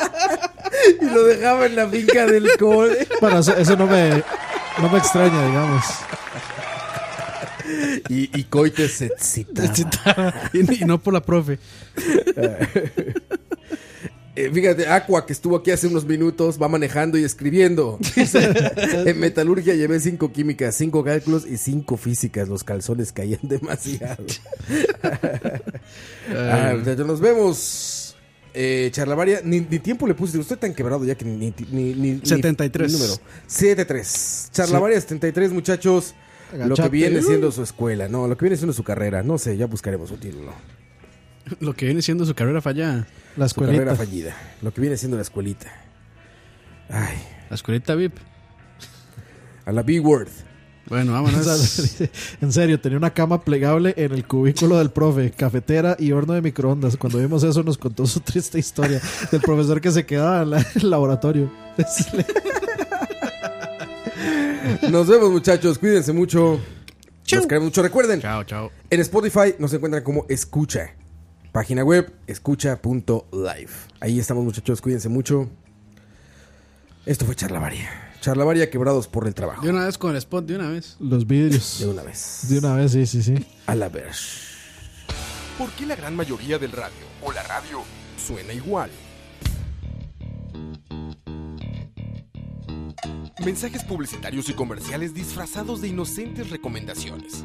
S1: y lo dejaba en la finca del cole.
S8: Bueno, eso, eso no, me, no me extraña, digamos.
S1: Y, y Coite se excitaba.
S3: Este y, y no por la profe.
S1: Eh, fíjate, Aqua, que estuvo aquí hace unos minutos, va manejando y escribiendo. Dice, en metalurgia llevé cinco químicas, cinco cálculos y cinco físicas. Los calzones caían demasiado. Ah, muchachos, nos vemos. Eh, charlavaria, ni, ni tiempo le puse. Estoy tan quebrado ya que ni... ni, ni- ni-
S3: 73.
S1: ni número. 73. Charlavaria 73, muchachos. Lo que
S8: Agachate.
S1: viene siendo su escuela, no, lo que viene siendo su carrera. No sé, ya buscaremos un título.
S3: Lo que viene siendo su carrera fallada.
S8: La
S1: Su carrera
S8: escuelita.
S1: fallida. Lo que viene siendo la escuelita. Ay...
S3: La escuelita VIP.
S1: A la B-Word.
S3: Bueno,
S8: O sea,
S3: vámonos.
S8: dice, en serio, tenía una cama plegable en el cubículo del profe, cafetera y horno de microondas. Cuando vimos eso nos contó su triste historia del profesor que se quedaba en la- en el laboratorio.
S1: Nos vemos, muchachos. Cuídense mucho. Nos queremos mucho. Recuerden,
S3: Chao, chao.
S1: en Spotify nos encuentran como Escucha. Página web, escucha.live. Ahí estamos, muchachos. Cuídense mucho. Esto fue Charlavaria. Charlavaria quebrados por el trabajo.
S3: De una vez con el spot, de una vez.
S8: Los vidrios.
S1: De una vez.
S8: De una vez, sí, sí, sí.
S1: A la verge.
S4: ¿Por qué la gran mayoría del radio o la radio suena igual? Mensajes publicitarios y comerciales disfrazados de inocentes recomendaciones.